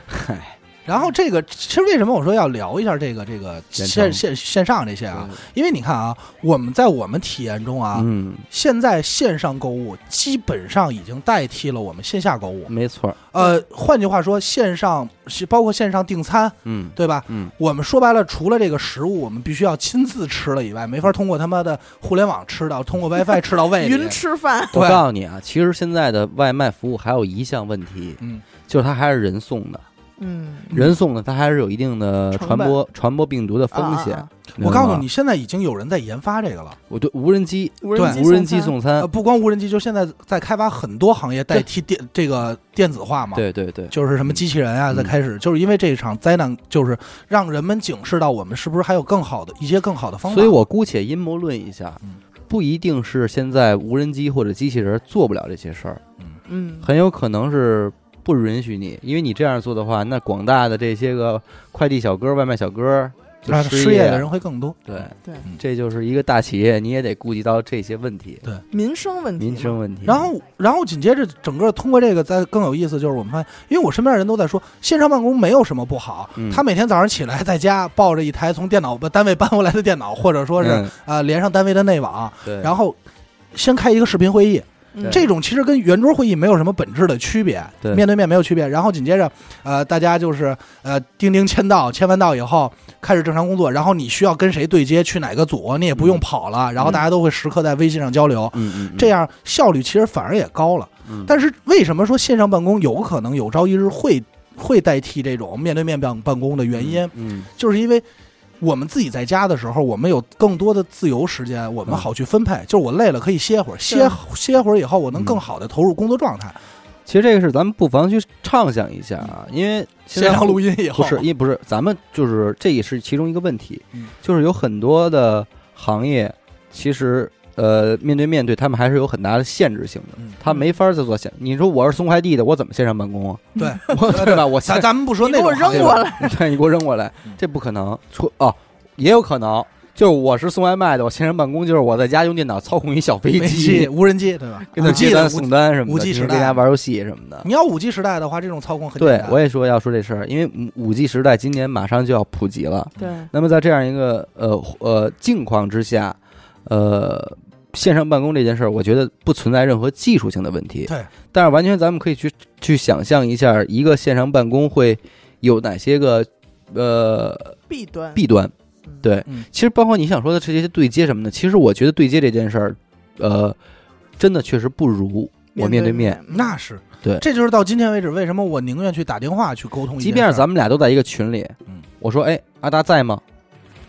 Speaker 4: 嗨，
Speaker 3: 然后这个其实为什么我说要聊一下这个这个
Speaker 4: 远程
Speaker 3: 线线线上这些啊？因为你看啊，我们在我们体验中啊，
Speaker 4: 嗯，
Speaker 3: 现在线上购物基本上已经代替了我们线下购物。
Speaker 4: 没错儿，
Speaker 3: 呃，换句话说，线上是包括线上订餐，
Speaker 4: 嗯
Speaker 3: 对吧？
Speaker 4: 嗯，
Speaker 3: 我们说白了，除了这个食物我们必须要亲自吃了以外，没法通过他妈的互联网吃到，通过 WiFi 吃到胃里
Speaker 2: 云。吃 饭，
Speaker 4: 我
Speaker 3: 对
Speaker 4: 告诉你啊，其实现在的外卖服务还有一项问题，
Speaker 3: 嗯，
Speaker 4: 就是它还是人送的，
Speaker 2: 嗯，
Speaker 4: 人送的它还是有一定的
Speaker 2: 成
Speaker 4: 传
Speaker 2: 本
Speaker 4: 播传播病毒的风险
Speaker 2: 啊啊啊。
Speaker 4: 你
Speaker 3: 嗯我
Speaker 4: 知道
Speaker 3: 告诉
Speaker 4: 吗
Speaker 3: 你，，现在已经有人在研发这个了。
Speaker 4: 我对无人机
Speaker 2: 无
Speaker 3: 对
Speaker 2: 人机
Speaker 4: 无人机
Speaker 2: 餐
Speaker 4: 送餐
Speaker 3: 呃，，不光无人机，就现在在开发很多行业代替电这个电子化嘛。
Speaker 4: 对对对，
Speaker 3: 就是什么机器人啊，
Speaker 4: 嗯
Speaker 3: 在开始，就是因为这场灾难，就是让人们警示到我们是不是还有更好的一些更好的方法。
Speaker 4: 所以我姑且阴谋论一下
Speaker 3: 嗯，
Speaker 4: 不一定是现在无人机或者机器人做不了这些事儿，
Speaker 2: 嗯，
Speaker 4: 很有可能是。不允许你，因为你这样做的话，那广大的这些个快递小哥、外卖小哥就
Speaker 3: 啊
Speaker 4: 失
Speaker 3: 失业
Speaker 4: 了
Speaker 3: 的人会更多。
Speaker 4: 对
Speaker 2: 对
Speaker 4: 这就是一个大企业，你也得顾及到这些问题，
Speaker 2: 民生问题 嘛，
Speaker 4: 民生问题。
Speaker 3: 然后，然后紧接着，整个通过这个，再更有意思就是我们发现，因为我身边人都在说线上办公没有什么不好，
Speaker 4: 嗯
Speaker 3: 他每天早上起来在家抱着一台从电脑单位搬过来的电脑，或者说是、
Speaker 4: 嗯
Speaker 3: 呃连上单位的内网，
Speaker 4: 对，
Speaker 3: 然后先开一个视频会议，
Speaker 2: 嗯
Speaker 3: 这种其实跟圆桌会议没有什么本质的区别，
Speaker 4: 对
Speaker 3: 面对面没有区别。然后紧接着，呃，大家就是呃，钉钉签到，签完到以后开始正常工作。然后你需要跟谁对接，去哪个组，你也不用跑了。然后大家都会时刻在微信上交流，
Speaker 4: 嗯嗯，嗯
Speaker 3: 这，样效率其实反而也高了。
Speaker 4: 嗯
Speaker 3: 但是为什么说线上办公有可能有朝一日会会代替这种面对面办办公的原因，
Speaker 4: 嗯，
Speaker 3: 就是因为。我们自己在家的时候，我们有更多的自由时间，我们
Speaker 4: 嗯
Speaker 3: 好去分配。就是我累了可以歇会儿，歇歇会儿以后，我能更好的投入工作状态。
Speaker 4: 其实这个事儿咱们不妨去畅想一下啊，因为现在
Speaker 3: 线上录音以后
Speaker 4: 嗯不是，因为不是，咱们就是这也是其中一个问题
Speaker 3: 嗯，
Speaker 4: 就是有很多的行业其实。呃，面对面对他们还是有很大的限制性的
Speaker 3: 嗯，
Speaker 4: 他没法再做线。你说我是送快递的，我怎么线上办公啊？
Speaker 3: 对，
Speaker 4: 我对吧？我
Speaker 3: 咱
Speaker 4: 下
Speaker 3: 咱们不说
Speaker 2: 你
Speaker 3: 那
Speaker 2: 给
Speaker 3: 种
Speaker 2: 我
Speaker 3: 行业
Speaker 2: 扔
Speaker 3: 吧
Speaker 2: 过，来，
Speaker 4: 对，你给我扔过来
Speaker 3: 嗯，
Speaker 4: 这不可能。出哦，也有可能，就是我是送外卖的，我线上办公就是我在家用电脑操控一小飞
Speaker 3: 飞机、
Speaker 4: 机，
Speaker 3: 无人机，对吧？
Speaker 4: 跟他
Speaker 3: 五 G
Speaker 4: 接
Speaker 3: 的
Speaker 4: 单
Speaker 3: 五
Speaker 4: 送单什么的，
Speaker 3: 5G 时代
Speaker 4: 跟大家玩游戏什么的。
Speaker 3: 你要五 G 时代的话，这种操控很简
Speaker 4: 对
Speaker 3: 单，
Speaker 4: 我也说要说这事儿，因为五 G 时代今年马上就要普及了。
Speaker 2: 对，
Speaker 4: 那么在这样一个呃呃境况之下，呃，线上办公这件事儿，我觉得不存在任何技术性的问题。
Speaker 3: 对，
Speaker 4: 但是完全咱们可以去去想象一下，一个线上办公会有哪些个呃
Speaker 2: 弊端，
Speaker 4: 弊端。
Speaker 2: 嗯
Speaker 4: 对
Speaker 3: 嗯，
Speaker 4: 其实包括你想说的这些对接什么的，其实我觉得对接这件事儿，呃，真的确实不如我面
Speaker 2: 对
Speaker 4: 面。，
Speaker 3: 那是
Speaker 4: 对
Speaker 3: 嗯这就是到今天为止，为什么我宁愿去打电话去沟通一件事儿。
Speaker 4: 即便是咱们俩都在一个群里
Speaker 3: 嗯，
Speaker 4: 我说：“哎，阿达在吗？”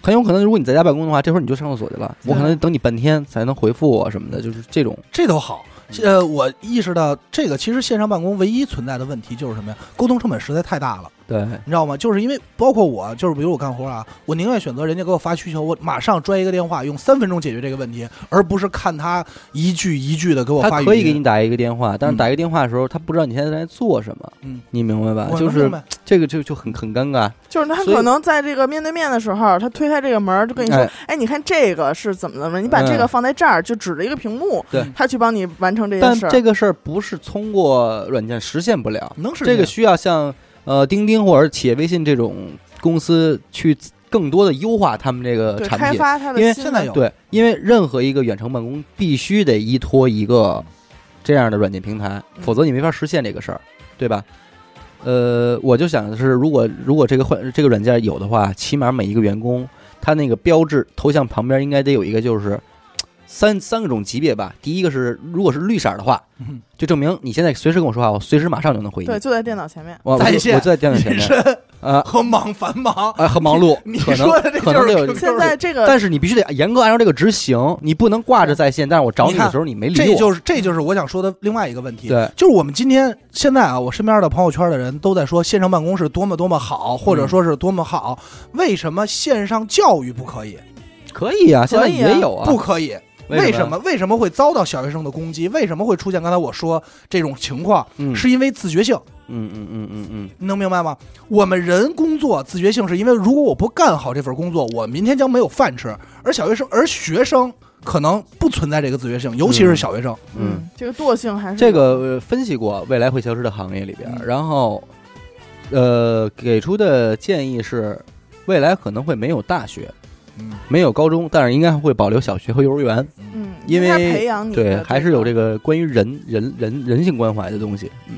Speaker 4: 很有可能，如果你在家办公的话，这会儿你就上厕所去了，我可能等你半天才能回复我什么的，就是这种。
Speaker 3: 这都好。呃，我意识到这个其实线上办公唯一存在的问题就是什么呀？沟通成本实在太大了，
Speaker 4: 对，
Speaker 3: 你知道吗？就是因为包括我，就是比如我干活啊，我宁愿选择人家给我发需求，我马上拽一个电话，用三分钟解决这个问题，而不是看他一句一句的给我发
Speaker 4: 他
Speaker 3: 语音。
Speaker 4: 可以给你打一个电话，但是
Speaker 3: 嗯
Speaker 4: 打一个电话的时候，他不知道你现在在做什么，
Speaker 3: 嗯，
Speaker 4: 你明白吧？
Speaker 3: 我能
Speaker 4: 啊就是
Speaker 3: 明白
Speaker 4: 这个就就很很尴尬。
Speaker 2: 就是他
Speaker 4: 所以
Speaker 2: 可能在这个面对面的时候，他推开这个门儿就跟你说
Speaker 4: 哎：“
Speaker 2: 哎，你看这个是怎么怎么，你把
Speaker 4: 嗯
Speaker 2: 这个放在这儿，就指着一个屏幕，
Speaker 4: 对
Speaker 2: 他去帮你完成这件
Speaker 4: 但
Speaker 2: 事儿。”
Speaker 4: 这个事儿不是通过软件实现不了，
Speaker 3: 能是
Speaker 4: 这个
Speaker 3: 样
Speaker 4: 需要像呃钉钉或者企业微信这种公司去更多的优化他们这个
Speaker 2: 对
Speaker 4: 产
Speaker 2: 开
Speaker 4: 品。
Speaker 2: 发他的
Speaker 4: 因为
Speaker 2: 新
Speaker 3: 现在
Speaker 2: 的
Speaker 3: 有
Speaker 4: 对，因为任何一个远程办公必须得依托一个这样的软件平台，
Speaker 2: 嗯
Speaker 4: 否则你没法实现这个事儿，对吧？呃，我就想的是，如果如果这个换这个软件有的话，起码每一个员工他那个标志头像旁边应该得有一个就是三三个种级别吧。第一个是，如果是绿色儿的话
Speaker 3: 嗯，
Speaker 4: 就证明你现在随时跟我说话，我随时马上就能回应
Speaker 2: 对，。就在电脑前面。
Speaker 4: 我我
Speaker 3: 在
Speaker 4: 就
Speaker 3: 线
Speaker 4: 我就在电脑前
Speaker 3: 隐
Speaker 4: 面
Speaker 3: 身
Speaker 4: 啊
Speaker 3: 和忙繁忙，
Speaker 4: 啊，很忙碌
Speaker 3: 你，
Speaker 4: 可
Speaker 3: 说的这
Speaker 4: 能可能
Speaker 3: 就是
Speaker 4: 得有
Speaker 3: QQ
Speaker 2: 现在这个
Speaker 4: 但是你必须得严格按照这个执行，你不能挂着在线。但是我找你的时候你没理
Speaker 3: 这
Speaker 4: 我，
Speaker 3: 就是这就是我想说的另外一个问题。
Speaker 4: 对，
Speaker 3: 就是我们今天现在啊，我身边的朋友圈的人都在说线上办公是多么多么好，或
Speaker 4: 嗯
Speaker 3: 者说是多么好，为什么线上教育不可以？
Speaker 4: 可以啊，现在
Speaker 2: 可以啊
Speaker 4: 也有啊，
Speaker 3: 不可以？
Speaker 4: 为
Speaker 3: 为什？么为什么会遭到小学生的攻击？为什么会出现刚才我说这种情况？
Speaker 4: 嗯
Speaker 3: 是因为自觉性，
Speaker 4: 嗯嗯嗯嗯嗯，
Speaker 3: 你能明白吗？我们人工作自觉性是因为，如果我不干好这份工作，我明天将没有饭吃。而小学生，而学生可能不存在这个自觉性，尤其是小学生。
Speaker 4: 嗯，
Speaker 2: 这个惰性还是
Speaker 4: 这个呃分析过未来会消失的行业里边，
Speaker 3: 嗯
Speaker 4: 然后呃给出的建议是，未来可能会没有大学，
Speaker 3: 嗯
Speaker 4: 没有高中，但是应该会保留小学和幼儿园。
Speaker 2: 嗯，
Speaker 4: 因为
Speaker 2: 应该培养你的
Speaker 4: 对，还是有这
Speaker 2: 个
Speaker 4: 个关于人人人人性关怀的东西。嗯，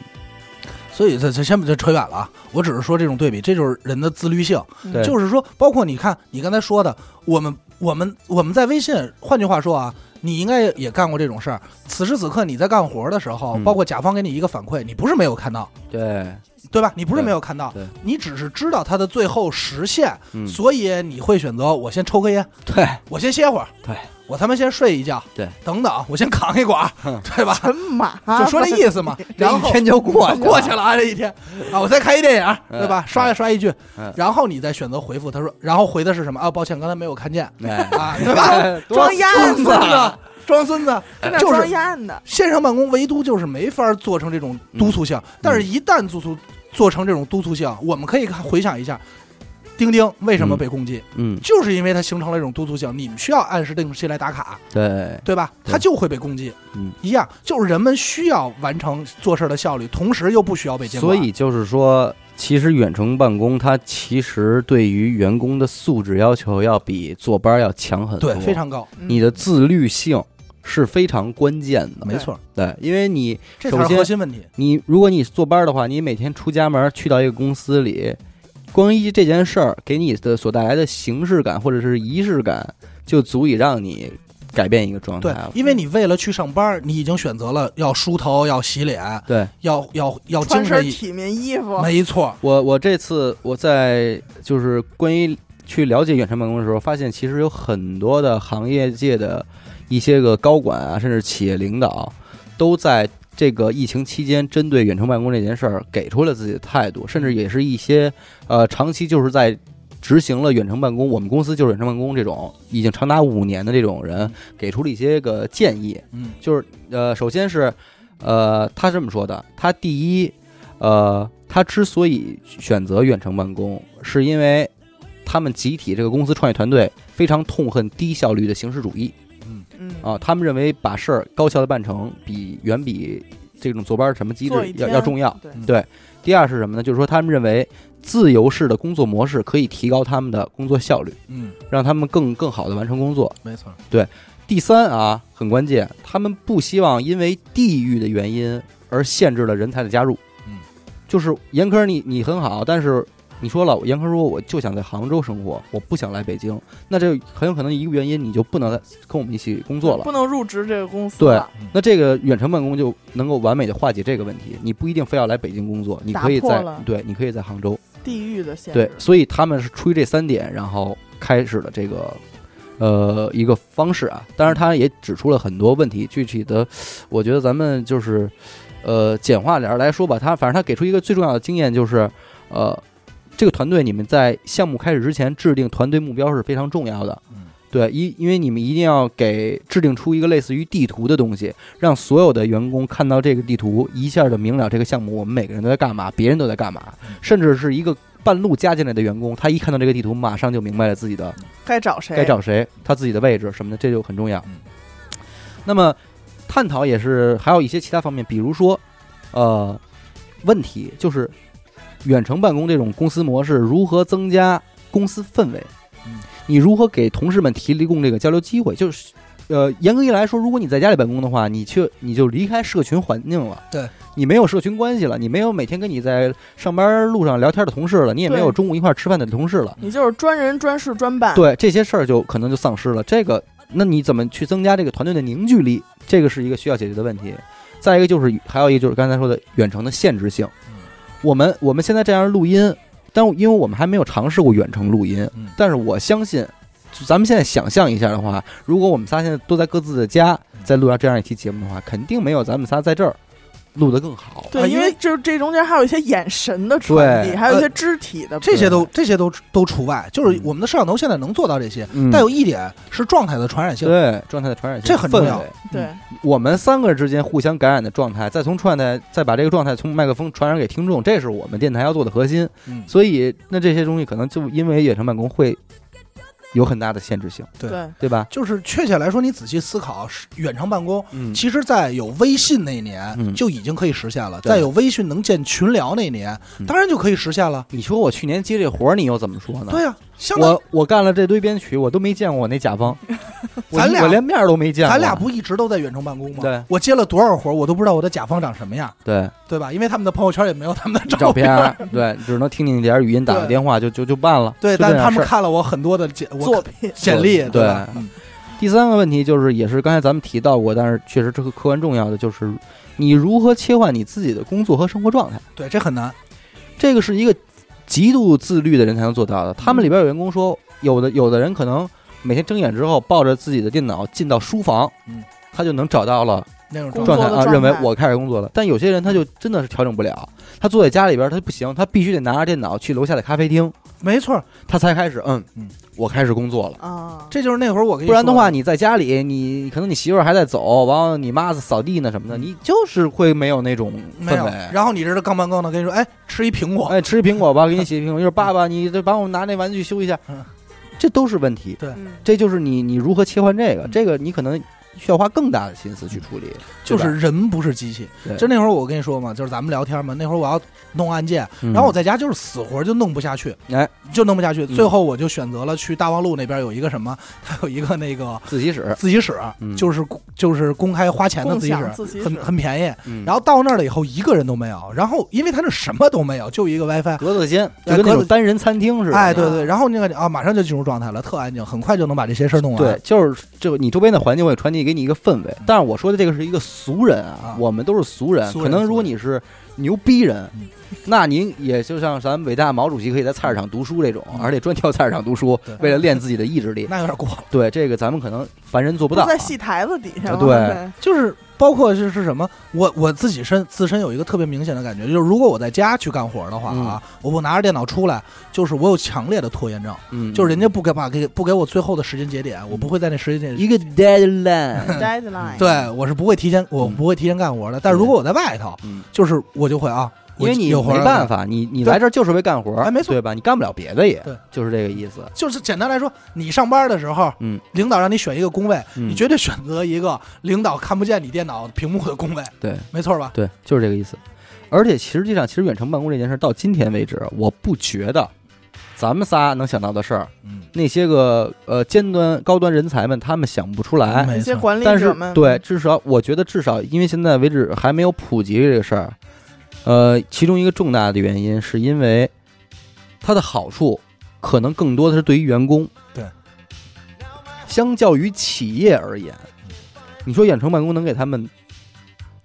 Speaker 3: 所以这这先不这扯远了啊，我只是说这种对比，这就是人的自律性，
Speaker 2: 嗯
Speaker 4: 对，
Speaker 3: 就是说，包括你看你刚才说的，我们我们我们在微信，换句话说啊，你应该也干过这种事儿。此时此刻你在干活的时候，
Speaker 4: 嗯
Speaker 3: 包括甲方给你一个反馈，你不是没有看到，
Speaker 4: 对，
Speaker 3: 对吧？你不是
Speaker 4: 对
Speaker 3: 没有看到
Speaker 4: 对，
Speaker 3: 你只是知道它的最后实现，
Speaker 4: 嗯，
Speaker 3: 所以你会选择我先抽根烟，
Speaker 4: 对，
Speaker 3: 我先歇会儿，
Speaker 4: 对
Speaker 3: 我他妈先睡一觉，
Speaker 4: 对，
Speaker 3: 等等，我先扛一管
Speaker 4: 哼，
Speaker 3: 对吧？
Speaker 2: 神 马，
Speaker 3: 就说那意思嘛。然
Speaker 4: 一
Speaker 3: 后
Speaker 4: 天就过
Speaker 3: 过去了啊，这一天啊，我再看一电影，对吧？刷一刷一句
Speaker 4: 嗯，
Speaker 3: 然后你再选择回复。他说，然后回的是什么啊？抱歉，刚才没有看见
Speaker 4: 哎，
Speaker 3: 啊，对吧？
Speaker 2: 装鸭
Speaker 3: 孙
Speaker 2: 子，
Speaker 3: 子， 装孙子，
Speaker 2: 跟那
Speaker 3: 就
Speaker 2: 装
Speaker 3: 是
Speaker 2: 鸭子，
Speaker 3: 线上办公，唯独就是没法做成这种督促性。但是，一旦做出做成这种督促性，我们可以看回想一下。钉钉为什么被攻击？
Speaker 4: 嗯，
Speaker 3: 就是因为它形成了一种督促性，你们需要按时定期来打卡，
Speaker 4: 对，
Speaker 3: 对吧？
Speaker 4: 对
Speaker 3: 它就会被攻击。
Speaker 4: 嗯，
Speaker 3: 一样，就是人们需要完成做事儿的效率，同时又不需要被监
Speaker 4: 所
Speaker 3: 管。
Speaker 4: 以就是说，其实远程办公它其实对于员工的素质要求要比坐班儿要强很多，
Speaker 3: 对，非。常高，
Speaker 2: 嗯
Speaker 4: 你的自律性是非常关键的，
Speaker 3: 没错，
Speaker 4: 对，因为你
Speaker 3: 这才
Speaker 4: 首
Speaker 3: 是
Speaker 4: 先
Speaker 3: 核心问题。
Speaker 4: 你如果你坐班儿的话，你每天出家门儿去到一个公司里，光一这件事儿给你的所带来的形式感或者是仪式感，就足以让你改变一个状态
Speaker 3: 对
Speaker 4: 了，。
Speaker 3: 因为你为了去上班，你已经选择了要梳头、要洗脸、
Speaker 4: 对，
Speaker 3: 要要要精
Speaker 2: 穿身
Speaker 3: 神一。
Speaker 2: 体面衣服，
Speaker 3: 没错，
Speaker 4: 我我这次我在就是关于去了解远程办公的时候，发现其实有很多的行业界的一些个高管啊，甚至企业领导，都在这个疫情期间针对远程办公这件事儿给出了自己的态度，甚至也是一些呃长期就是在。执行了远程办公，我们公司就是远程办公这种已经长达五年的这种人，给出了一些个建议。
Speaker 3: 嗯，
Speaker 4: 就是呃，首先是呃，他这么说的，他第一，呃，他之所以选择远程办公，是因为他们集体这个公司创业团队非常痛恨低效率的形式主义
Speaker 2: 嗯，
Speaker 4: 啊，他们认为把事儿高效的办成，比远比这种坐班儿什么机
Speaker 2: 做
Speaker 4: 制
Speaker 2: 一
Speaker 4: 要
Speaker 2: 天
Speaker 4: 要重要。
Speaker 2: 对
Speaker 3: 嗯
Speaker 4: 对，第二是什么呢？就是说他们认为自由式的工作模式可以提高他们的工作效率，
Speaker 3: 嗯，
Speaker 4: 让他们更更好的完成工作。
Speaker 3: 没错，
Speaker 4: 第三啊，很关键，他们不希望因为地域的原因而限制了人才的加入。
Speaker 3: 嗯，
Speaker 4: 就是严科你你很好，但是你说了，严科说我就想在杭州生活，我不想来北京，那这很有可能一个原因你就不能来跟我们一起工作了
Speaker 2: 不。能入职这个公司
Speaker 4: 对
Speaker 2: 了，
Speaker 4: 那这个远程办公就能够完美的化解这个问题，你不一定非要来北京工作，你可以
Speaker 2: 打破
Speaker 4: 在
Speaker 2: 了
Speaker 4: 对，你可以在杭州。
Speaker 2: 地域的限制，
Speaker 4: 对，所以他们是出于这三点，然后开始了这个呃一个方式啊。当然，他也指出了很多问题，具体的，我觉得咱们就是呃简化点儿来说吧。他反正他给出一个最重要的经验就是，呃，这个团队你们在项目开始之前制定团队目标是非常重要的。
Speaker 3: 嗯
Speaker 4: 对，一因为你们一定要给制定出一个类似于地图的东西，让所有的员工看到这个地图，一下就明了这个项目我们每个人都在干嘛，别人都在干嘛，甚至是一个半路加进来的员工，他一看到这个地图，马上就明白了自己的
Speaker 2: 该找谁
Speaker 4: 该找谁，他自己的位置什么的，这就很重要
Speaker 3: 嗯。
Speaker 4: 那么，探讨也是还有一些其他方面，比如说，呃，问题就是远程办公这种公司模式如何增加公司氛围
Speaker 3: 嗯？
Speaker 4: 你如何给同事们提供这个交流机会？就是，呃，严格一来说，如果你在家里办公的话，你却你就离开社群环境了。
Speaker 3: 对。
Speaker 4: 你没有社群关系了，你没有每天跟你在上班路上聊天的同事了，你也没有
Speaker 2: 对
Speaker 4: 中午一块儿吃饭的同事了，啊
Speaker 2: 你就是专人专事专办，
Speaker 4: 对这些事儿就可能就丧失了。这个那你怎么去增加这个团队的凝聚力？这个是一个需要解决的问题。再一个就是还有一个就是刚才说的远程的限制性
Speaker 3: 嗯。
Speaker 4: 我们我们现在这样录音，但因为我们还没有尝试过远程录音
Speaker 3: 嗯，
Speaker 4: 但是我相信，就咱们现在想象一下的话，如果我们仨现在都在各自的家
Speaker 3: 嗯
Speaker 4: 再录到这样一期节目的话，肯定没有咱们仨在这儿录得更好。
Speaker 3: 啊
Speaker 2: 对，
Speaker 3: 因
Speaker 2: 因为
Speaker 3: 为
Speaker 2: 就是这中间还有一些眼神的传递，
Speaker 4: 对呃
Speaker 2: 还有一些肢体的，
Speaker 3: 这些都这些都都除外，就是
Speaker 4: 嗯
Speaker 3: 我们的摄像头现在能做到这些，
Speaker 4: 嗯
Speaker 3: 但有一点是状态的传染性。
Speaker 4: 对状态的传染性，
Speaker 3: 这很重要
Speaker 4: 氛围
Speaker 2: 对
Speaker 4: 我们三个之间互相感染的状态，再从状态，再把这个状态从麦克风传染给听众，这是我们电台要做的核心。
Speaker 3: 嗯
Speaker 4: 所以，那这些东西可能就因为远程办公会有很大的限制性，
Speaker 3: 对
Speaker 2: 对
Speaker 4: 对吧？
Speaker 3: 就是确切来说，你仔细思考，是远程办公，
Speaker 4: 嗯
Speaker 3: 其实，在有微信那年
Speaker 4: 嗯
Speaker 3: 就已经可以实现了，
Speaker 4: 对
Speaker 3: 在有微信能建群聊那年，
Speaker 4: 嗯
Speaker 3: 当然就可以实现了。
Speaker 4: 你说我去年接这活儿，你又怎么说呢？
Speaker 3: 对呀，相当
Speaker 4: 嗯我我干了这堆编曲，我都没见过我那甲 方，我
Speaker 3: 咱俩
Speaker 4: 我连面儿都没见过。
Speaker 3: 咱俩不一直都在远程办公吗？
Speaker 4: 对
Speaker 3: 我接了多少活儿，我都不知道我的甲方长什么样，
Speaker 4: 对
Speaker 3: 对吧？因为他们的朋友圈也没有他们的
Speaker 4: 照
Speaker 3: 片
Speaker 4: 片
Speaker 3: 儿。
Speaker 4: 儿，对，只能听听点儿语音，打个
Speaker 3: 对
Speaker 4: 电话就就就办了。
Speaker 3: 对，
Speaker 4: 就这
Speaker 3: 但
Speaker 4: 点
Speaker 3: 他
Speaker 4: 事
Speaker 3: 们
Speaker 4: 儿
Speaker 3: 看了我很多的简我
Speaker 2: 作品，
Speaker 3: 简历，
Speaker 4: 对
Speaker 3: 吧？
Speaker 4: 对
Speaker 3: 嗯
Speaker 4: 第三个问题就是，也是刚才咱们提到过，但是确实这个客观重要的就是，你如何切换你自己的工作和生活状态，
Speaker 3: 对，这很难。
Speaker 4: 这个是一个极度自律的人才能做到的。他们里边有员工说，有的有的人可能每天睁眼之后抱着自己的电脑进到书房，
Speaker 3: 嗯，
Speaker 4: 他就能找到了
Speaker 3: 那种
Speaker 2: 工作
Speaker 4: 状态
Speaker 2: 的
Speaker 4: 啊，
Speaker 2: 状
Speaker 4: 认为
Speaker 2: 态
Speaker 4: 我开始工作了。但有些人他就真的是调整不了，他坐在家里边他不行，他必须得拿着电脑去楼下的咖啡厅，
Speaker 3: 没错儿，
Speaker 4: 他才开始，嗯
Speaker 3: 嗯，
Speaker 4: 我开始工作了。
Speaker 2: 啊，
Speaker 3: 这就是那会儿我跟你
Speaker 4: 不然的
Speaker 3: 说
Speaker 4: 话，你在家里，你可能你媳妇儿还在走，完了你妈扫地呢什么的，你就是会没有那种
Speaker 3: 嗯没
Speaker 4: 氛
Speaker 3: 有。
Speaker 4: 围。
Speaker 3: 然后你这是杠杠杠的跟你说，哎，吃一苹果，
Speaker 4: 哎，吃苹果吧，给你洗苹果。就是爸爸，你这帮我拿那玩具修一下
Speaker 3: 嗯，
Speaker 4: 这都是问题。
Speaker 2: 嗯
Speaker 4: 这就是你你如何切换这个，
Speaker 3: 嗯
Speaker 4: 这个你可能需要花更大的心思去处理。
Speaker 3: 就是人不是机器
Speaker 4: 对。
Speaker 3: 就那会儿我跟你说嘛，就是咱们聊天嘛，那会儿我要弄案件，
Speaker 4: 然
Speaker 3: 然后我在家就是死活就弄不下去，
Speaker 4: 嗯哎，
Speaker 3: 就弄不下去。
Speaker 4: 嗯
Speaker 3: 最后我就选择了去大望路那边有一个什么， 它有一个那个
Speaker 4: 自习室，
Speaker 3: 自习室，
Speaker 4: 嗯
Speaker 3: 就是就是公开花钱的
Speaker 2: 共
Speaker 3: 自习
Speaker 2: 享
Speaker 3: 室，
Speaker 2: 自习
Speaker 3: 很
Speaker 2: 室，
Speaker 3: 很便宜。
Speaker 4: 嗯
Speaker 3: 然后到那儿了以后，一个人都没有。然后因为他那什么都没有，就一个 WiFi。
Speaker 4: 格子间就
Speaker 3: 哎
Speaker 4: 跟那
Speaker 3: 格
Speaker 4: 种
Speaker 3: 子
Speaker 4: 单人餐厅似的。
Speaker 3: 哎，对对，然后那个啊，马上就进入状态了，特安静，很快就能把这些事儿弄完。
Speaker 4: 对，，就是这个你周边的环境会传递给你一个氛围。但是我说的这个是一个俗人啊
Speaker 3: 啊，
Speaker 4: 我们都是俗人。
Speaker 3: 俗
Speaker 4: 可
Speaker 3: 人
Speaker 4: 能如果
Speaker 3: 俗人
Speaker 4: 你是牛逼人
Speaker 3: 嗯，
Speaker 4: 那您也就像咱们伟大毛主席可以在菜市场读书这种，
Speaker 3: 嗯
Speaker 4: 而且专挑菜市场读书
Speaker 3: 对，
Speaker 4: 为了练自己的意志力。
Speaker 3: 那有点过了。
Speaker 4: 对这个，咱们可能凡人做不
Speaker 2: 不
Speaker 4: 到啊。
Speaker 2: 在戏台子底
Speaker 4: 啊
Speaker 2: 下吗，
Speaker 4: 对
Speaker 3: 就是包括是是什么，我我自己身自身有一个特别明显的感觉，就是如果我在家去干活的话啊，我不拿着电脑出来，就是我有强烈的拖延症，
Speaker 4: 嗯，
Speaker 3: 就是人家不给把给不给我最后的时间节点，我不会在那时间节点。
Speaker 4: 一个 deadline。
Speaker 2: ，deadline，
Speaker 3: 对，我是不会提前，我
Speaker 4: 嗯
Speaker 3: 不会提前干活的。但如果我在外头，
Speaker 4: 嗯
Speaker 3: 就是我就会啊，
Speaker 4: 因为
Speaker 3: 我
Speaker 4: 你
Speaker 3: 有活
Speaker 4: 没
Speaker 3: 儿
Speaker 4: 办
Speaker 3: 干，
Speaker 4: 法，你你
Speaker 3: 对
Speaker 4: 来这儿就是为干活儿，
Speaker 3: 哎没错
Speaker 4: 对吧？你干不了别的也，
Speaker 3: 对
Speaker 4: 就是这个意思。
Speaker 3: 就是简单来说，你上班的时候，
Speaker 4: 嗯，
Speaker 3: 领导让你选一个工位，
Speaker 4: 嗯
Speaker 3: 你绝对选择一个领导看不见你电脑屏幕的工位，
Speaker 4: 对
Speaker 3: 没错吧？
Speaker 4: 对，就是这个意思。而且实际上，其实远程办公这件事儿到今天为止，我不觉得咱们仨能想到的事儿，
Speaker 3: 嗯，
Speaker 4: 那些个呃尖端高端人才们他们想不出来。
Speaker 3: 没
Speaker 2: 那些
Speaker 3: 错
Speaker 2: 管理
Speaker 4: 但
Speaker 2: 嗯者
Speaker 4: 是
Speaker 2: 们，
Speaker 4: 对，至少我觉得至少，因为现在为止还没有普及这个事儿。呃，其中一个重大的原因是因为它的好处可能更多的是对于员工，
Speaker 3: 对，
Speaker 4: 相较于企业而言，你说远程办公能给他们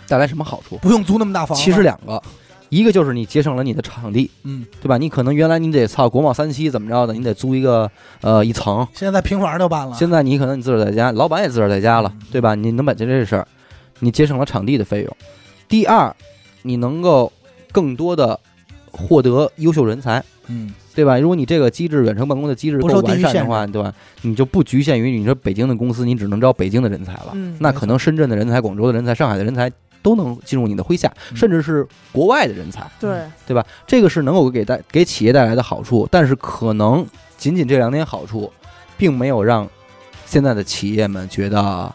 Speaker 4: 带来什么好处？
Speaker 3: 不用租那么大房子。
Speaker 4: 其实，两个，一个就是你节省了你的场地，
Speaker 3: 嗯，
Speaker 4: 对吧？你可能原来你得操国贸三期怎么着的，你得租一个呃一层，
Speaker 3: 现在平房就办了。
Speaker 4: 现在你可能你自个儿在家，老板也自个儿在家了，对吧？你能把这这事儿，啊你节省了场地的费用。第二，你能够更多的获得优秀人才，
Speaker 3: 嗯，
Speaker 4: 对吧？如果你这个机制远程办公的机制
Speaker 3: 不
Speaker 4: 够
Speaker 3: 受地
Speaker 4: 完
Speaker 3: 域
Speaker 4: 善的
Speaker 3: 限
Speaker 4: 话，对吧？你就不局限于你说北京的公司，你只能招北京的人才了。
Speaker 2: 嗯
Speaker 4: 那可能深圳的人才、广州的人才、上海的人才都能进入你的麾下，
Speaker 3: 嗯
Speaker 4: 甚至是国外的人才。
Speaker 2: 对，
Speaker 4: 对吧？这个是能够给带给企业带来的好处，但是可能仅仅这两点好处，并没有让现在的企业们觉得，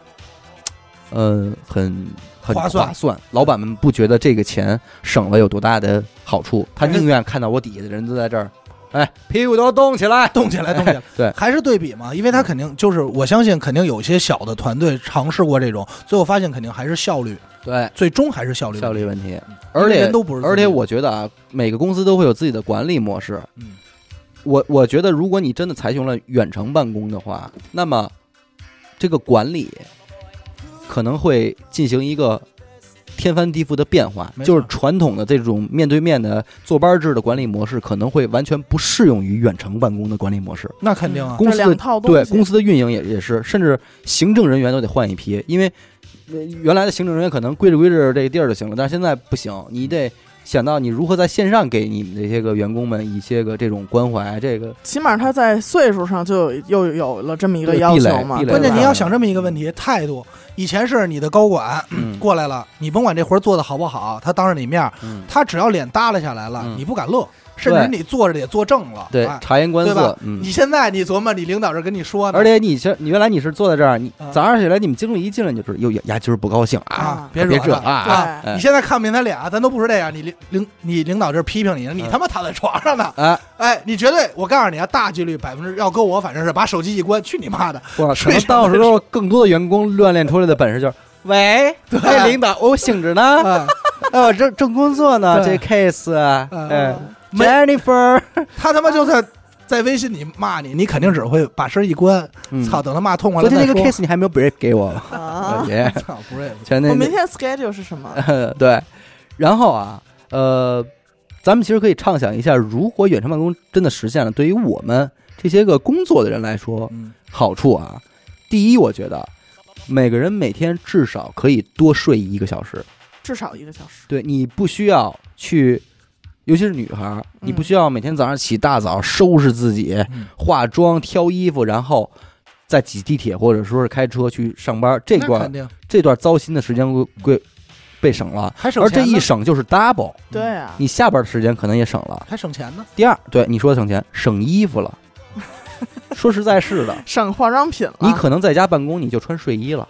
Speaker 4: 嗯、很很
Speaker 3: 划算
Speaker 4: 老板们不觉得这个钱省了有多大的好处，他宁愿看到我底下的人都在这儿，哎，屁股都动起来，
Speaker 3: 动起来，动起 来。
Speaker 4: 对
Speaker 3: 还是对比嘛，因为他肯定就是，我相信肯定有些小的团队尝试过这种，最后发现肯定还是效率，
Speaker 4: 对，
Speaker 3: 最终还是效率。嗯
Speaker 4: 效率问题，
Speaker 3: 因为
Speaker 4: 而且
Speaker 3: 人都不是自己
Speaker 4: 而且我觉得啊，每个公司都会有自己的管理模式，
Speaker 3: 嗯，
Speaker 4: 我我觉得，如果你真的采用了远程办公的话，那么这个管理可能会进行一个天翻地覆的变化，
Speaker 3: 没错
Speaker 4: 就是传统的这种面对面的坐班制的管理模式，可能会完全不适用于远程办公的管理模式。
Speaker 3: 那肯定啊，
Speaker 4: 公司
Speaker 2: 这
Speaker 4: 的
Speaker 2: 两套东
Speaker 4: 对
Speaker 2: 西
Speaker 4: 公司的运营也也是，甚至行政人员都得换一批，因为、呃原来的行政人员可能归置归置这个地儿就行了，但是现在不行，你得想到你如何在线上给你们这些个员工们一些个这种关怀，这 个
Speaker 2: 起码他在岁数上就有又有了这么一个
Speaker 4: 对
Speaker 2: 要
Speaker 4: 壁
Speaker 2: 求
Speaker 4: 垒
Speaker 2: 嘛。
Speaker 4: 壁垒
Speaker 2: 对
Speaker 3: 关键
Speaker 2: 吧
Speaker 3: 你要想这么一个问题，态度。以前是你的高管
Speaker 4: 嗯
Speaker 3: 过来了，你甭管这活儿做得好不好，他当着你面儿，
Speaker 4: 嗯，
Speaker 3: 他只要脸耷拉下来了，
Speaker 4: 嗯
Speaker 3: 你不敢乐，甚至
Speaker 4: 对
Speaker 3: 你坐着也坐正了，
Speaker 4: 对
Speaker 3: 哎，
Speaker 4: 察言观
Speaker 3: 对吧
Speaker 4: 色，嗯
Speaker 3: 你。现在你琢磨，你领导这跟你说呢，
Speaker 4: 而且你这，你原来你是坐在这儿，你
Speaker 3: 啊
Speaker 4: 早上起来，你们经理一进来你就知道，哟，牙牙今儿不高兴啊，
Speaker 3: 啊
Speaker 2: 啊，
Speaker 3: 别
Speaker 4: 别
Speaker 3: 惹
Speaker 4: 惹
Speaker 3: 他
Speaker 4: 啊
Speaker 3: 啊！
Speaker 4: 哎
Speaker 3: 你现在看不见他俩，咱都不是这样。你领领你领导这批评你呢，你
Speaker 4: 嗯
Speaker 3: 他妈躺在床上呢！
Speaker 4: 哎，
Speaker 3: 哎，你绝对，我告诉你啊，大几率百分之要搁我，反正是把手机一关，去你 妈的！
Speaker 4: 哇，可
Speaker 3: 睡
Speaker 4: 能
Speaker 3: 着
Speaker 4: 到
Speaker 3: 了
Speaker 4: 时候更多的员工锻炼出来的本事就是，喂，哎，领导，我醒着呢，
Speaker 3: 哎，
Speaker 4: 哎，我正正工作呢，这
Speaker 3: 对
Speaker 4: case，哎
Speaker 3: 没
Speaker 4: ，Jennifer，
Speaker 3: 他他妈就在在微信里骂你，你肯定只会把声一关。
Speaker 4: 嗯
Speaker 3: 操，等他骂痛快了
Speaker 4: 昨天
Speaker 3: 再
Speaker 4: 那
Speaker 3: 说。
Speaker 4: 个 case 你还没有 brief 给我吧？
Speaker 2: 啊，
Speaker 4: 姐，
Speaker 3: 操，不是也不
Speaker 4: 前那
Speaker 2: 我明天 schedule 是什么？
Speaker 4: 呃 对，然后啊，呃，咱们其实可以畅想一下，如果远程办公真的实现了，对于我们这些个工作的人来说，
Speaker 3: 嗯，
Speaker 4: 好处啊，第一，我觉得每个人每天至少可以多睡一个小时，
Speaker 2: 至少一个小时。
Speaker 4: 对你不需要去。尤其是女孩儿，你不需要每天早上起大早收拾自己，
Speaker 3: 嗯
Speaker 4: 化妆、挑衣服，然后再挤地铁或者说是开车去上班，这
Speaker 3: 那
Speaker 4: 段
Speaker 3: 肯定
Speaker 4: 这段糟心的时间会会被省了，
Speaker 3: 还省
Speaker 4: 而这
Speaker 3: 钱呢
Speaker 4: 一省就是 double，
Speaker 2: 对啊，
Speaker 4: 嗯你下班的时间可能也省了。
Speaker 3: 还省钱呢。
Speaker 4: 第二，对你说的省钱，省衣服 了。说实在是
Speaker 3: 啊
Speaker 4: 的，
Speaker 2: 省化妆品了。
Speaker 4: 你可能在家办公你就穿睡衣了，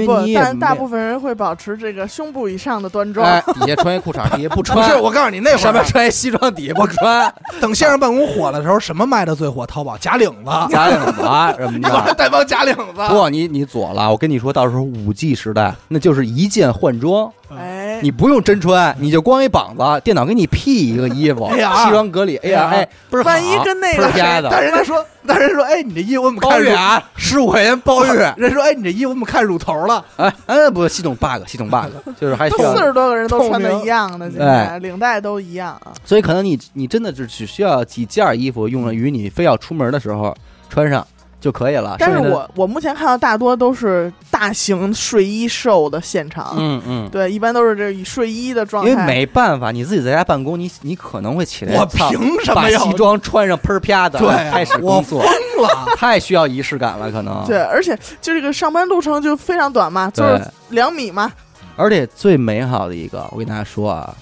Speaker 4: 因为
Speaker 2: 不
Speaker 4: 你，也
Speaker 2: 但大
Speaker 4: 没
Speaker 2: 部分人会保持这个胸部以上的端庄。
Speaker 4: 哎，底下穿一裤 衩，底下不
Speaker 3: 不
Speaker 4: 穿
Speaker 3: 是，，我告诉你，那会
Speaker 4: 上
Speaker 3: 儿
Speaker 4: 面
Speaker 3: 啊
Speaker 4: 穿一西装，底下不穿，
Speaker 3: 等线上办公火的时候，什么卖的最火？淘宝假领子，
Speaker 4: 假领子啊什么
Speaker 3: 一会儿
Speaker 4: 的。
Speaker 3: 带帮假领子。
Speaker 4: 不，你你左了，我跟你说，到时候五 G 时代，那就是一键换装。
Speaker 2: 哎，
Speaker 4: 你不用真穿，你就光一膀子，电脑给你 P 一个衣服，
Speaker 3: 哎呀
Speaker 4: 西装革履，哎呀，
Speaker 3: 哎呀
Speaker 4: 哎，不是好，
Speaker 2: 万一跟那
Speaker 4: 不
Speaker 2: 个
Speaker 4: 是瞎
Speaker 3: 但
Speaker 4: 的，
Speaker 3: 人家说，但人家说，哎，你这衣服我们
Speaker 4: 包
Speaker 3: 看
Speaker 4: 月
Speaker 3: 着
Speaker 4: 啊，十五块钱 包 月，
Speaker 3: 人说：“哎，你这衣服我们看乳头了。
Speaker 4: 哎，哎，不，系统 bug，系统 bug，就是还需
Speaker 2: 都
Speaker 4: 要
Speaker 2: 四，十多个人都
Speaker 3: 透
Speaker 2: 穿的
Speaker 3: 明
Speaker 2: 一样的，现
Speaker 4: 哎
Speaker 2: 在领带都一样啊。
Speaker 4: 所以可能你你真的是只需要几件衣服，用了于你非要出门的时候穿上就可以了。
Speaker 2: 但是
Speaker 4: 剩下的，
Speaker 2: 我我目前看到大多都是大型睡衣秀的现场，
Speaker 4: 嗯嗯，
Speaker 2: 对，一般都是这以睡衣的状
Speaker 4: 因
Speaker 2: 态。
Speaker 4: 为没办法，你自己在家办公，你你可能会起”来，
Speaker 3: 我
Speaker 4: 操
Speaker 3: 凭什
Speaker 4: 把
Speaker 3: 么要
Speaker 4: 西装穿上，喷儿啪的，
Speaker 3: 对啊
Speaker 4: 开始工作，
Speaker 3: 疯了？
Speaker 4: 太需要仪式感了，可能
Speaker 2: 对，而且就这个上班路程就非常短嘛，就
Speaker 4: 对
Speaker 2: 是两米嘛，
Speaker 4: 而且最美好的一个，我跟大家说啊，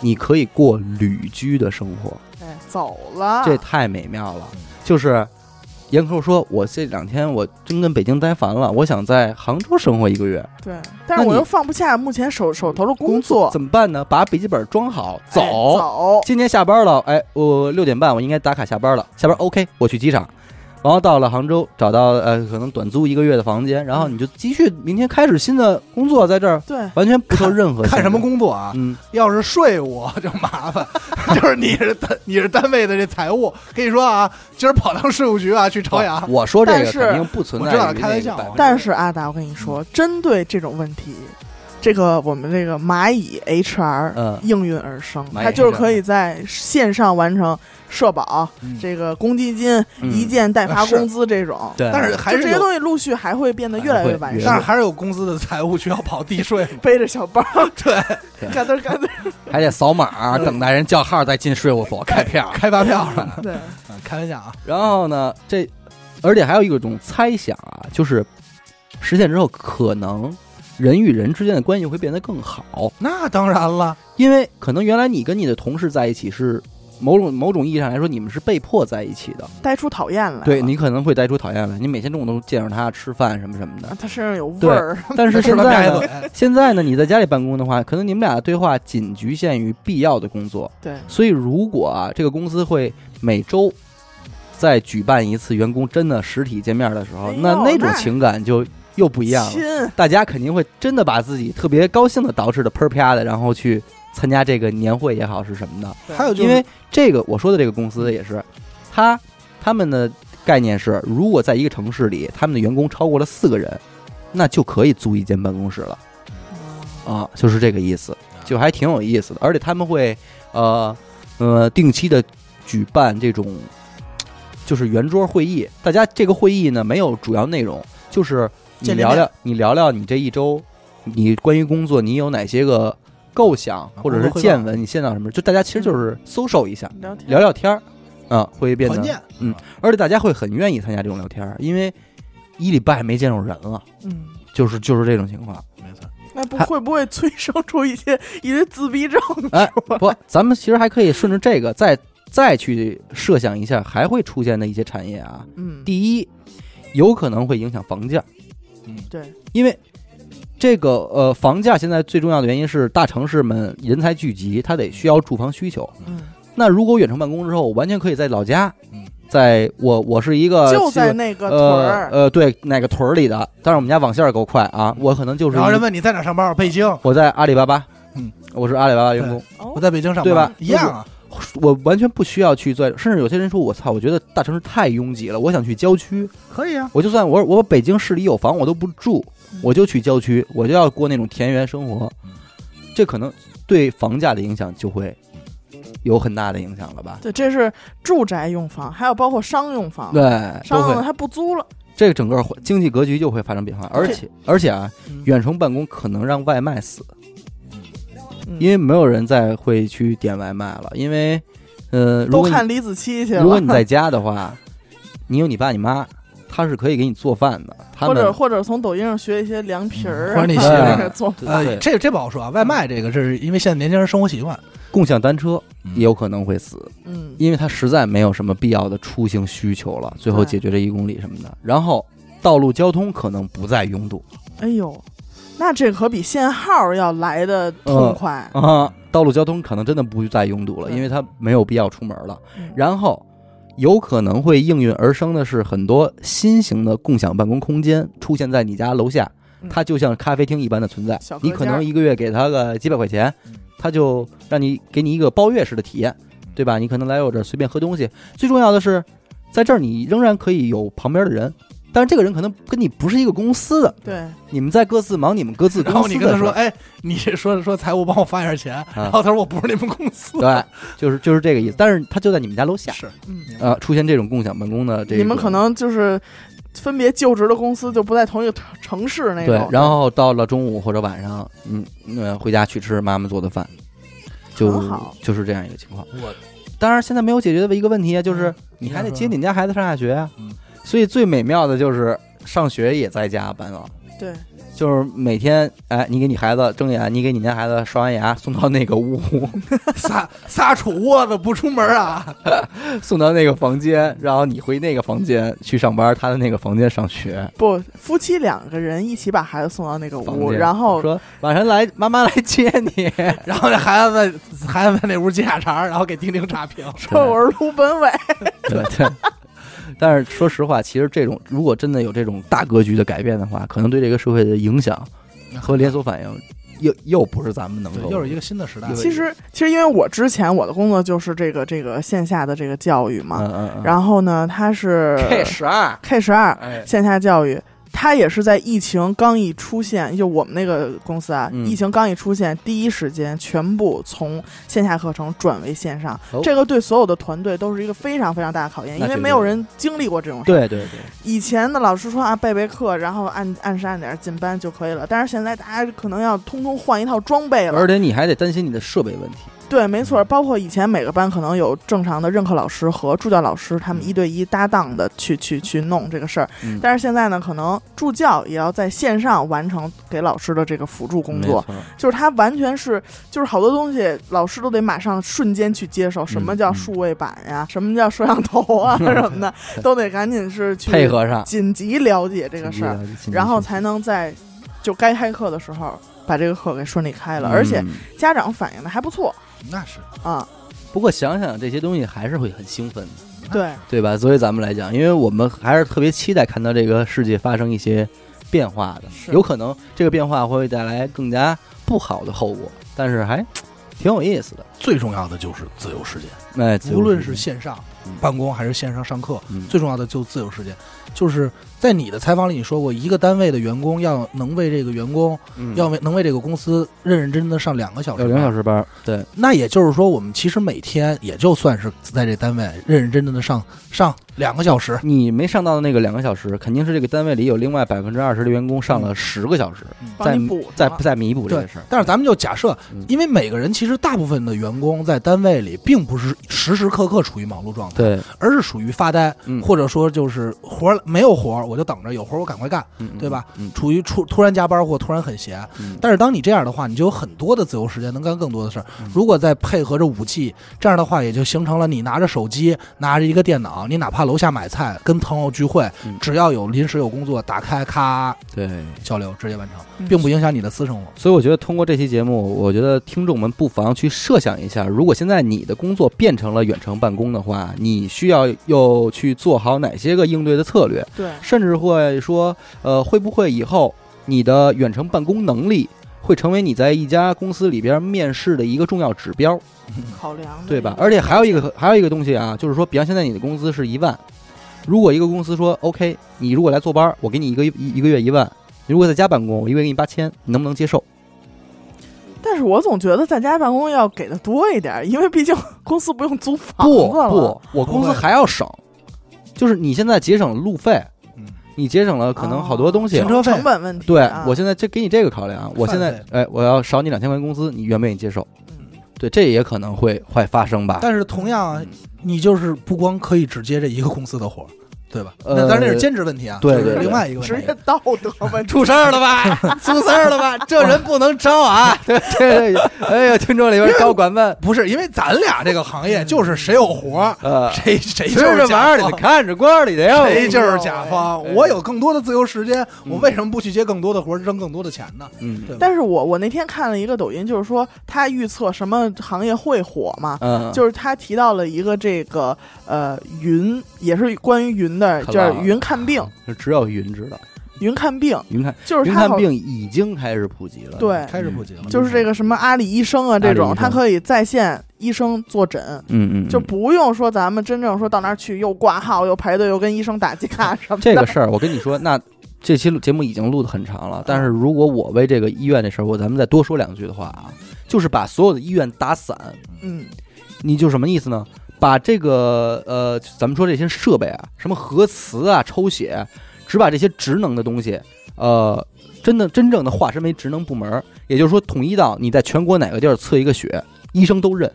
Speaker 4: 你可以过旅居的生活，
Speaker 2: 哎，走了。
Speaker 4: 这太美妙了。就是严科说，我这两天我真跟北京待烦了，我想在杭州生活一个月，
Speaker 2: 对，但是
Speaker 4: 那
Speaker 2: 我
Speaker 4: 你
Speaker 2: 又放不下目前手手头的工作，
Speaker 4: 怎么办呢？把笔记本装好，走。
Speaker 2: 哎走，
Speaker 4: 今天下班了，哎，我六点半我应该打卡下班了，下班 OK，我去机场。然后到了杭州，找到呃可能短租一个月的房间，然后你就继续明天开始新的工作，在这儿
Speaker 2: 对，
Speaker 4: 完全不受任何
Speaker 3: 看什么
Speaker 4: 工？
Speaker 3: 工作啊？
Speaker 4: 嗯，
Speaker 3: 要是税务就麻烦， 就是你是单你是单位的这财务，跟你说啊，今儿跑趟税务局啊，去朝阳。
Speaker 4: 我说这
Speaker 2: 但
Speaker 4: 个
Speaker 2: 是
Speaker 4: 肯定不存在
Speaker 3: 我知道
Speaker 4: 于
Speaker 3: 开玩
Speaker 4: 那个
Speaker 3: 笑
Speaker 4: 百分之
Speaker 2: 但是阿达，我跟你说，针对这种问题，这个我们这个蚂蚁 HR
Speaker 4: 嗯
Speaker 2: 应运而生，
Speaker 4: 蚂蚁
Speaker 2: 它就是
Speaker 4: HR
Speaker 2: 可以在线上完成社保、
Speaker 3: 嗯
Speaker 2: 这个公积金、一键代
Speaker 3: 啊
Speaker 2: 发
Speaker 3: 是
Speaker 2: 工资这种。
Speaker 4: 嗯对，
Speaker 3: 但是还
Speaker 2: 就这
Speaker 3: 是
Speaker 2: 些
Speaker 3: 有，
Speaker 2: 东西陆续还会变得越来越完
Speaker 4: 还会
Speaker 2: 善
Speaker 3: 但，是还是有公司的财务需要跑地税 嘛。
Speaker 2: 背着小包，
Speaker 3: 对，
Speaker 2: 嘎噔嘎噔，
Speaker 4: 还得扫码，等待人叫号再进税务所开 票。
Speaker 3: 开发
Speaker 4: 啊
Speaker 3: 票了。
Speaker 2: 对，
Speaker 3: 嗯开玩笑啊，
Speaker 4: 然后呢，这而且还有一种猜想啊，就是实现之后，可能人与人之间的关系会变得更好，
Speaker 3: 那当然了，
Speaker 4: 因为可能原来你跟你的同事在一起是。某种某种意义上来说，你们是被迫在一起的，
Speaker 2: 带出讨厌来了。
Speaker 4: 对你可能会带出讨厌来。你每天中午都见着他吃饭什么什么 的
Speaker 2: 啊，，他身上有味儿，
Speaker 4: 但是
Speaker 3: 吃
Speaker 4: 现
Speaker 3: 了吧
Speaker 4: 在
Speaker 3: 唧
Speaker 4: 呢，
Speaker 3: 嘴，
Speaker 4: 现在呢，你在家里办公的话，可能你们俩的对话仅局限于必要的工作，
Speaker 2: 对，
Speaker 4: 所以，如果啊，这个公司会每周再举办一次员工真的实体见面的时候，
Speaker 2: 哎呦
Speaker 4: 那那种
Speaker 2: 那
Speaker 4: 情感就又不一样
Speaker 2: 亲
Speaker 4: 了。，大家肯定会真的把自己特别高兴的捯饬的喷儿啪的，然后去参加这个年会也好是什么的。
Speaker 2: 对
Speaker 3: 还有就
Speaker 4: 因
Speaker 3: 是
Speaker 4: 为这个我说的这个公司也是，他他们的概念是，如果在一个城市里，他们的员工超过了四个人，那就可以租一间办公室了。
Speaker 3: 哦
Speaker 4: 啊，就是这个意思，
Speaker 3: 啊
Speaker 4: 就还挺有意思的。而且他们会呃呃定期的举办这种就是圆桌会议，大家这个会议呢没有主要内容，就是你
Speaker 2: 见面
Speaker 4: 聊聊你聊聊你这一周你关于工作你有哪些个构想或者是
Speaker 3: 啊工作汇报
Speaker 4: 见闻，你见到什么，就大家其实就是搜 o 一下，
Speaker 2: 聊天
Speaker 4: 聊聊天儿，啊，会变
Speaker 3: 团
Speaker 4: 得
Speaker 3: 建，啊
Speaker 4: 嗯，而且大家会很愿意参加这种聊天儿，因为一礼拜没见着人了，
Speaker 2: 嗯。
Speaker 4: 就是就是这种情况。
Speaker 3: 没错，
Speaker 2: 那不
Speaker 4: 还
Speaker 2: 会不会催生出一些 一些自 闭症？
Speaker 4: 哎，不，咱们其实还可以顺着这个再再去设想一下，还会出现的一些产业啊。
Speaker 2: 嗯，
Speaker 4: 第一，有可能会影响房价，
Speaker 2: 对，
Speaker 4: 因为这个呃，房价现在最重要的原因是大城市们人才聚集，它得需要住房需求。
Speaker 2: 嗯，
Speaker 4: 那如果远程办公之后，我完全可以在老家
Speaker 3: 嗯，
Speaker 4: 在我我是一个
Speaker 2: 就在那个屯
Speaker 4: 呃
Speaker 2: 儿，
Speaker 4: 呃对哪个屯儿里的，但是我们家网线儿够快啊，我可能就是
Speaker 3: 然后
Speaker 4: 一
Speaker 3: 人问你在哪上班，北京，
Speaker 4: 我在阿里巴巴，
Speaker 3: 嗯，
Speaker 4: 我是阿里巴巴员工，
Speaker 3: 我
Speaker 2: 哦，
Speaker 3: 在北京上班，
Speaker 4: 对吧
Speaker 3: 一样啊，
Speaker 4: 我完全不需要去做，甚至有些人说我操，我觉得大城市太拥挤了，我想去郊区，
Speaker 3: 可以啊，
Speaker 4: 我就算我我北京市里有房我都不住
Speaker 2: 嗯，
Speaker 4: 我就去郊区，我就要过那种田园生活
Speaker 3: 嗯，
Speaker 4: 这可能对房价的影响就会有很大的影响了吧？
Speaker 2: 对，这是住宅用房，还有包括商用房，
Speaker 4: 对，都
Speaker 2: 商用的
Speaker 4: 会
Speaker 2: 它不租了，
Speaker 4: 这个整个环经济格局就会发生变化，而且而且啊，
Speaker 3: 嗯
Speaker 4: 远程办公可能让外卖死，
Speaker 2: 嗯
Speaker 4: 因为没有人再会去点外卖了，因为呃，如
Speaker 2: 嗯都
Speaker 4: 果你
Speaker 2: 看李子柒去了。
Speaker 4: 如果你 在家的话，你有你爸你妈，他是可以给你做饭的。他
Speaker 2: 或
Speaker 4: 们嗯
Speaker 2: 者或者从抖音上学一些凉皮儿啊，
Speaker 3: 或者你
Speaker 4: 学
Speaker 2: 着做饭，
Speaker 3: 呃，
Speaker 4: 对
Speaker 3: 这这不好说啊，外卖这个这是因为现在年轻人生活习惯，
Speaker 4: 共享单车
Speaker 3: 嗯
Speaker 4: 也有可能会死，
Speaker 2: 嗯，
Speaker 4: 因为他实在没有什么必要的出行需求了，最后
Speaker 2: 对
Speaker 4: 解决这一公里什么的。然后道路交通可能不再拥堵
Speaker 2: 哎呦，那这可比限号要来的痛快。
Speaker 4: 啊，道路交通可能真的不再拥堵了，
Speaker 2: 对
Speaker 4: 因为他没有必要出门了。
Speaker 2: 嗯
Speaker 4: 然后。有可能会应运而生的是，很多新型的共享办公空间出现在你家楼下，
Speaker 2: 嗯
Speaker 4: 它就像咖啡厅一般的存在
Speaker 2: 小。隔
Speaker 4: 你可
Speaker 2: 间儿嗯
Speaker 4: 能一个月给他个几百块钱，他就让你给你一个包月式的体验，对吧？你可能来我这儿随便喝东西，最重要的是，在这儿你仍然可以有旁边的人，但是这个人可能跟你不是一个公司的，
Speaker 2: 对，
Speaker 4: 你们在各自忙你们各自公
Speaker 3: 然
Speaker 4: 司的
Speaker 3: 后你跟他说，
Speaker 4: 事啊
Speaker 3: 哎，你说说财务帮我发一下钱，然后他说我不是你们公司，
Speaker 4: 儿，对，就是就是这个意思。但是他就在你们家楼下，
Speaker 3: 是，
Speaker 2: 嗯，
Speaker 4: 呃，出现这种共享办公的这个，
Speaker 2: 你们可能就是分别就职的公司就不在同一个城城市那
Speaker 4: 对
Speaker 2: 种，，
Speaker 4: 然后到了中午或者晚上，嗯，呃，回家去吃妈妈做的饭，就
Speaker 2: 很好
Speaker 4: 就是这样一个情况。
Speaker 3: 我
Speaker 4: 当然，现在没有解决的一个问题啊，就是
Speaker 3: 嗯
Speaker 4: 你还
Speaker 3: 你
Speaker 4: 得
Speaker 3: 要
Speaker 4: 接
Speaker 3: 说
Speaker 4: 你们家孩子上下学啊
Speaker 3: 嗯。
Speaker 4: 所以最美妙的就是上学也在家办了，
Speaker 2: 对，
Speaker 4: 就是每天哎，你给你孩子睁眼，你给你家孩子刷完牙，送到那个屋，
Speaker 3: 仨仨杵窝子不出门啊，
Speaker 4: 送到那个房间，然后你回那个房间去上班，他的那个房间上学。
Speaker 2: 不，夫妻两个人一起把孩子送到那个
Speaker 4: 房
Speaker 2: 屋，
Speaker 4: 间
Speaker 2: 然后
Speaker 4: 说晚上来，妈妈来接 你。
Speaker 3: 然后那孩子在孩子在那屋接下茬儿，然后给钉钉差评，
Speaker 2: 说我是卢本伟，
Speaker 4: 对对。但是说实话，其实这种如果真的有这种大格局的改变的话，可能对这个社会的影响和连锁反应，又又不是咱们能
Speaker 3: 对，
Speaker 4: 够。
Speaker 3: 又是一个新的时代，
Speaker 2: 其实其实因为我之前我的工作就是这个这个线下的这个教育嘛，
Speaker 4: 嗯嗯嗯。
Speaker 2: 然后呢，它是
Speaker 4: K 十二，
Speaker 2: K 十二
Speaker 4: 哎，
Speaker 2: 线下教育，它也是在疫情刚一出现，就我们那个公司啊，
Speaker 4: 嗯
Speaker 2: 疫情刚一出现，第一时间全部从线下课程转为线上，
Speaker 4: 哦
Speaker 2: 这个对所有的团队都是一个非常非常大的考验，
Speaker 4: 那
Speaker 2: 因为
Speaker 4: 绝对
Speaker 2: 没有人经历过这种事。
Speaker 4: 对对对，
Speaker 2: 以前的老师说啊，备备课，然后按按时按点进班就可以了，但是现在大家可能要通通换一套装备了
Speaker 4: 而。且你还得担心你的设备问题。
Speaker 2: 对，没错，包括以前每个班可能有正常的任课老师和助教老师，他们一对一搭档的去去去弄这个事儿。
Speaker 4: 嗯
Speaker 2: 但是现在呢，可能助教也要在线上完成给老师的这个辅助工作，，
Speaker 4: 没错
Speaker 2: 就是他完全是就是好多东西老师都得马上瞬间去接受，什么
Speaker 4: 嗯
Speaker 2: 叫数位板呀，什么叫摄像头 啊什么的，都得赶紧是去
Speaker 4: 配合上
Speaker 2: 紧急了解这个事儿，，然后才能在就该开课的时候把这个课给顺利开
Speaker 4: 来
Speaker 2: 了，而且家长反映的还不错
Speaker 3: 那是
Speaker 2: 啊，
Speaker 4: 不过想想这些东西还是会很兴奋的，
Speaker 2: 对，
Speaker 4: 对吧？作为咱们来讲，因为我们还是特别期待看到这个世界发生一些变化
Speaker 2: 是
Speaker 4: 的，有可能这个变化会带来更加不好的后果，但是还挺有意思的。
Speaker 3: 最重要的就是自由时间，
Speaker 4: 哎，自由
Speaker 3: 无论
Speaker 4: 时
Speaker 3: 是
Speaker 4: 间
Speaker 3: 线上
Speaker 4: 嗯
Speaker 3: 办公还是线上上课，
Speaker 4: 嗯
Speaker 3: 最重要的就自由时间。就是在你的采访里，你说过，一个单位的员工要能为这个员工，
Speaker 4: 嗯
Speaker 3: 要为能为这个公司认认真真的上两个小时，
Speaker 4: 有两小。时班儿，对，
Speaker 3: 那也就是说，我们其实每天也就算是在这单位认认真真的上上两个小时，
Speaker 4: 你没上到的那个两个小时，肯定是这个单位里有另外百分之二十的员工上了十个小时，
Speaker 3: 嗯
Speaker 2: 帮
Speaker 4: 再
Speaker 2: 你补
Speaker 4: 再
Speaker 2: 上
Speaker 4: 再弥补这
Speaker 3: 对
Speaker 4: 个事儿。
Speaker 3: 但是咱们就假设
Speaker 4: 嗯，
Speaker 3: 因为每个人其实大部分的员工在单位里并不是时时刻刻处于忙碌状态，
Speaker 4: 对，
Speaker 3: 而是属于发呆，
Speaker 4: 嗯
Speaker 3: 或者说就是活儿没有活儿我就等着，有活儿我赶快干，
Speaker 4: 嗯
Speaker 3: 对吧？
Speaker 4: 嗯
Speaker 3: 处于突突然加班或突然很闲。
Speaker 4: 嗯
Speaker 3: 但是当你这样的话，你就有很多的自由时间能干更多的事儿
Speaker 4: 嗯。
Speaker 3: 如果再配合着武器，这样的话也就形成了你拿着手机、拿着一个电脑，你哪怕楼下买菜、跟朋友聚会
Speaker 4: 嗯，
Speaker 3: 只要有临时有工作，打开咔
Speaker 4: 对。
Speaker 3: 交流直接完成，
Speaker 2: 嗯
Speaker 3: 并不影响你的私生活。
Speaker 4: 所以我觉得通过这期节目，我觉得听众们不妨去设想一下，如果现在你的工作变成了远程办公的话，你需要又去做好哪些个应对的策略？
Speaker 2: 对，
Speaker 4: 甚至会说，呃，会不会以后你的远程办公能力会成为你在一家公司里边面试的一个重要指标，
Speaker 2: 考量的
Speaker 4: 对吧
Speaker 2: 一？个
Speaker 4: 而且还有一个还有一个东西啊，就是说，比方现在你的工资是一万，如果一个公司说 OK，你如果来坐班，我给你一个一一个月一万，你如果在家办公，我一个月给你八千，你能不能接受？
Speaker 2: 但是我总觉得在家办公要给的多一点，因为毕竟 公司不用租房子
Speaker 4: 不
Speaker 2: 啊了
Speaker 4: 不，我公司
Speaker 3: 会
Speaker 4: 还要省，就是你现在节省了路费，
Speaker 3: 嗯，
Speaker 4: 你节省了可能好多
Speaker 2: 哦
Speaker 4: 东西，啊
Speaker 3: 停车费
Speaker 2: 成本问题
Speaker 4: 对、
Speaker 2: 啊。
Speaker 4: 我现在这给你这个考量，我现在
Speaker 3: 饭
Speaker 4: 哎，我要少你两千块钱工资，你愿不愿意接受？
Speaker 2: 嗯
Speaker 4: 对，这也可能会会发生吧。
Speaker 3: 但是同
Speaker 4: 嗯
Speaker 3: 样啊，你就是不光可以只接这一个公司的活儿，对吧？
Speaker 4: 呃
Speaker 3: 那当然那是兼职问题啊，
Speaker 4: 对
Speaker 3: 这是
Speaker 4: 对对
Speaker 3: 另外一个问
Speaker 2: 职
Speaker 3: 题
Speaker 2: 业。道德问 题。
Speaker 4: 出事儿了吧？ 出事儿了吧？这人不能招 啊！对对，哎呀，听众里边高管们，
Speaker 3: 不是因为咱俩这个行业就是谁有活儿，
Speaker 4: 呃，
Speaker 3: 谁谁
Speaker 4: 吃
Speaker 3: 就
Speaker 4: 着
Speaker 3: 是
Speaker 4: 玩儿
Speaker 3: 甲
Speaker 4: 的，
Speaker 3: 方，
Speaker 4: 看着官儿里的呀。
Speaker 3: 谁就是甲方。
Speaker 4: 哎
Speaker 3: 我有更多的自由时间，
Speaker 4: 嗯
Speaker 3: 我为什么不去接更多的活儿，挣更多的钱呢？
Speaker 4: 嗯
Speaker 3: 对吧
Speaker 2: 但是我我那天看了一个抖音，就是说他预测什么行业会火嘛，
Speaker 4: 嗯，
Speaker 2: 就是他提到了一个这个呃云，也是关于云的，
Speaker 4: 看
Speaker 2: 就
Speaker 4: 了
Speaker 2: 是云看病，
Speaker 4: 就只有云知道，
Speaker 2: 云看病
Speaker 4: 云看
Speaker 2: 就是
Speaker 4: 云
Speaker 2: 他
Speaker 4: 看
Speaker 2: 好
Speaker 4: 病已经开始普及了。
Speaker 2: 对
Speaker 3: 开始普及了
Speaker 4: 嗯
Speaker 2: 就是这个什么阿里医生啊这
Speaker 4: 阿里
Speaker 2: 种，
Speaker 4: 医生
Speaker 2: 他可以在线医生坐诊。
Speaker 4: 嗯嗯，嗯
Speaker 2: 就不用说咱们真正说到那儿去又挂号又排队又跟医生打 架什么的，
Speaker 4: 这个事儿，我跟你说，那这期录节目已经录得很长了，但是如果我为这个医院这事儿，我咱们再多说两句的话啊，就是把所有的医院打散，
Speaker 2: 嗯，
Speaker 4: 你就什么意思呢？把这个呃，咱们说这些设备啊，什么核磁啊、抽血，只把这些职能的东西，呃，真的真正的化身为职能部门儿，也就是说，统一到你在全国哪个地儿测一个血，医生都认。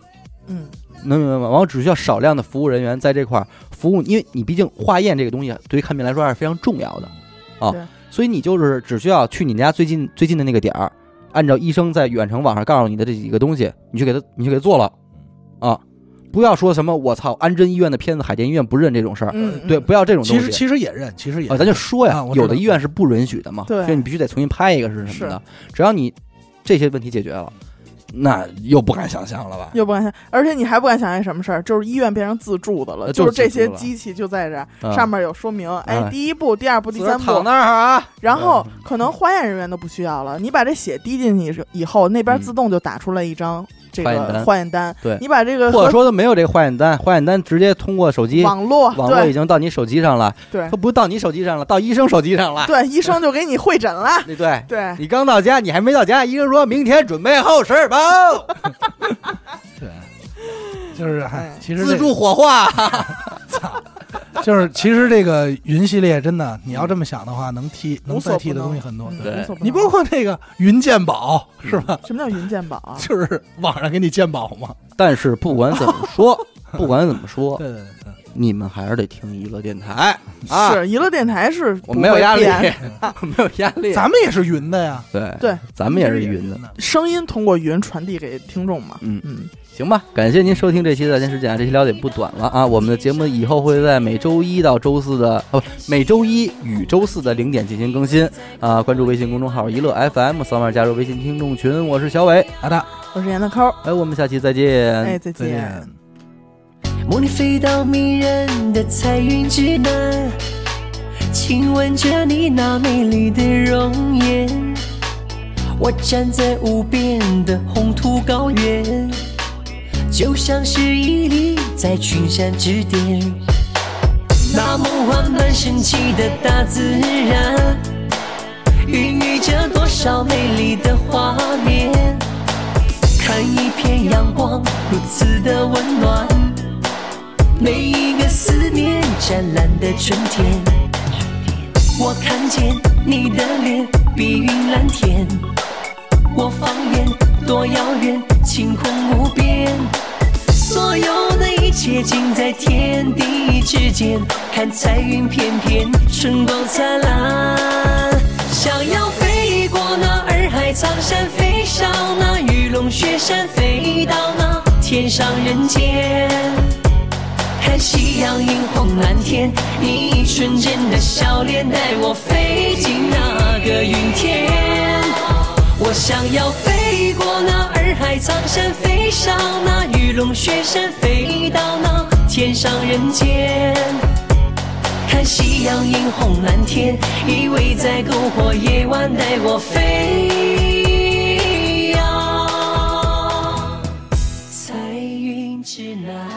Speaker 2: 嗯，
Speaker 4: 能明白吗？然后只需要少量的服务人员在这块儿服务，因为你毕竟化验这个东西对于看病来说还是非常重要的啊
Speaker 2: 对，
Speaker 4: 所以你就是只需要去你家最近最近的那个点儿，按照医生在远程网上告诉你的这几个东西，你去给他你去给他做了
Speaker 3: 嗯
Speaker 4: 啊，不要说什么我操安贞医院的片子海淀医院不认这种事儿，啊
Speaker 2: 嗯，嗯
Speaker 4: 呃对，不要这种东
Speaker 3: 其
Speaker 4: 西
Speaker 3: 实。其实也认，其实也
Speaker 4: 啊，
Speaker 3: 认
Speaker 4: 咱就说呀
Speaker 3: 啊，我知道
Speaker 4: 有的医院是不允许的嘛，
Speaker 2: 对
Speaker 4: 所以你必须得重新拍一个是什么的。只要你这些问题解决了，那又不敢想象了吧？
Speaker 2: 又不敢想，而且你还不敢想象什么事儿，就是医院变成自助的了，
Speaker 4: 呃就是
Speaker 2: 是这
Speaker 4: 自助
Speaker 2: 些
Speaker 4: 了
Speaker 2: 机器就在这儿，
Speaker 4: 嗯
Speaker 2: 上面有说明，
Speaker 4: 哎
Speaker 2: 哎，第一步、第二步、第
Speaker 4: 自个儿
Speaker 2: 三
Speaker 4: 躺
Speaker 2: 步，
Speaker 4: 那儿啊，
Speaker 2: 然后可能化验人员都不需要了，你把这血滴进去以后，那边
Speaker 4: 嗯
Speaker 2: 自动就打出来一张这
Speaker 4: 化验单
Speaker 2: 个化验单，
Speaker 4: 对
Speaker 2: 你把这 个
Speaker 4: 或者
Speaker 2: 和
Speaker 4: 说都没有这个化验单，化验单直接通过手机
Speaker 2: 网络
Speaker 4: 网络已
Speaker 2: 对
Speaker 4: 经到你手机上了，
Speaker 2: 对
Speaker 4: 它不到你手机上了，到医生手机上了。
Speaker 2: 对，医生就给你会诊了，
Speaker 4: 对对，
Speaker 2: 对，
Speaker 4: 你刚到家，你还没到家，医生说明天准备后事 吧，哦
Speaker 3: 对，就是哎
Speaker 2: 哎，
Speaker 3: 其实这
Speaker 4: 自助火化。
Speaker 3: 就是其实这个云系列真的，你要这么想的话，能替能
Speaker 2: 无所
Speaker 3: 代
Speaker 2: 不
Speaker 3: 替的
Speaker 2: 能
Speaker 3: 东西很多。
Speaker 2: 嗯
Speaker 4: 对
Speaker 2: 无所不
Speaker 3: 你
Speaker 2: 能
Speaker 3: 包括那个云鉴宝是吧？
Speaker 2: 什么叫云鉴宝啊？
Speaker 3: 就是网上给你鉴宝嘛。
Speaker 4: 但是不管怎么 说，不管怎么说，
Speaker 3: 对对对。
Speaker 4: 你们还是得听娱乐电台啊。
Speaker 2: 是娱乐电台是
Speaker 4: 我没有压力
Speaker 2: 不会变，
Speaker 4: 我没有压力。
Speaker 3: 咱们也是云的呀，
Speaker 4: 对
Speaker 2: 对，
Speaker 4: 咱们也是云的，
Speaker 3: 的。
Speaker 2: 声音通过云传递给听众嘛，
Speaker 4: 嗯
Speaker 2: 嗯，
Speaker 4: 行吧，感谢您收听这期的《在线世界》啊，这期了解不短了啊。我们的节目以后会在每周一到周四的哦，不每周一与周四的零点进行更新啊。关注微信公众号“一乐
Speaker 2: 哎
Speaker 4: FM”，扫码加入微信听众群。我是小伟，
Speaker 3: 好的，
Speaker 2: 我是闫德抠，
Speaker 4: 哎，我们下期嗯再见。
Speaker 2: 哎，再
Speaker 3: 再见。
Speaker 5: 梦里飞到迷人的彩云之南，亲吻着你那美丽的容颜。我站在无边的红土高原，就像是屹立在群山之巅。那梦幻般神奇的大自然，孕育着多少美丽的画面。看一片阳光，如此的温暖，每一个思念湛蓝的春天。我看见你的脸比云蓝天，我放眼多遥远，晴空无边。所有的一切尽在天地之间，看彩云片片，春光灿烂。想要飞过那洱海苍山，飞上那玉龙雪山，飞到那天上人间。看夕阳映红蓝天，你以纯真的笑脸带我飞进那个云天。我想要飞过那洱海苍山，飞上那玉龙雪山，飞到那天上人间。看夕阳映红蓝天，依偎在篝火夜晚，带我飞呀，彩云之南。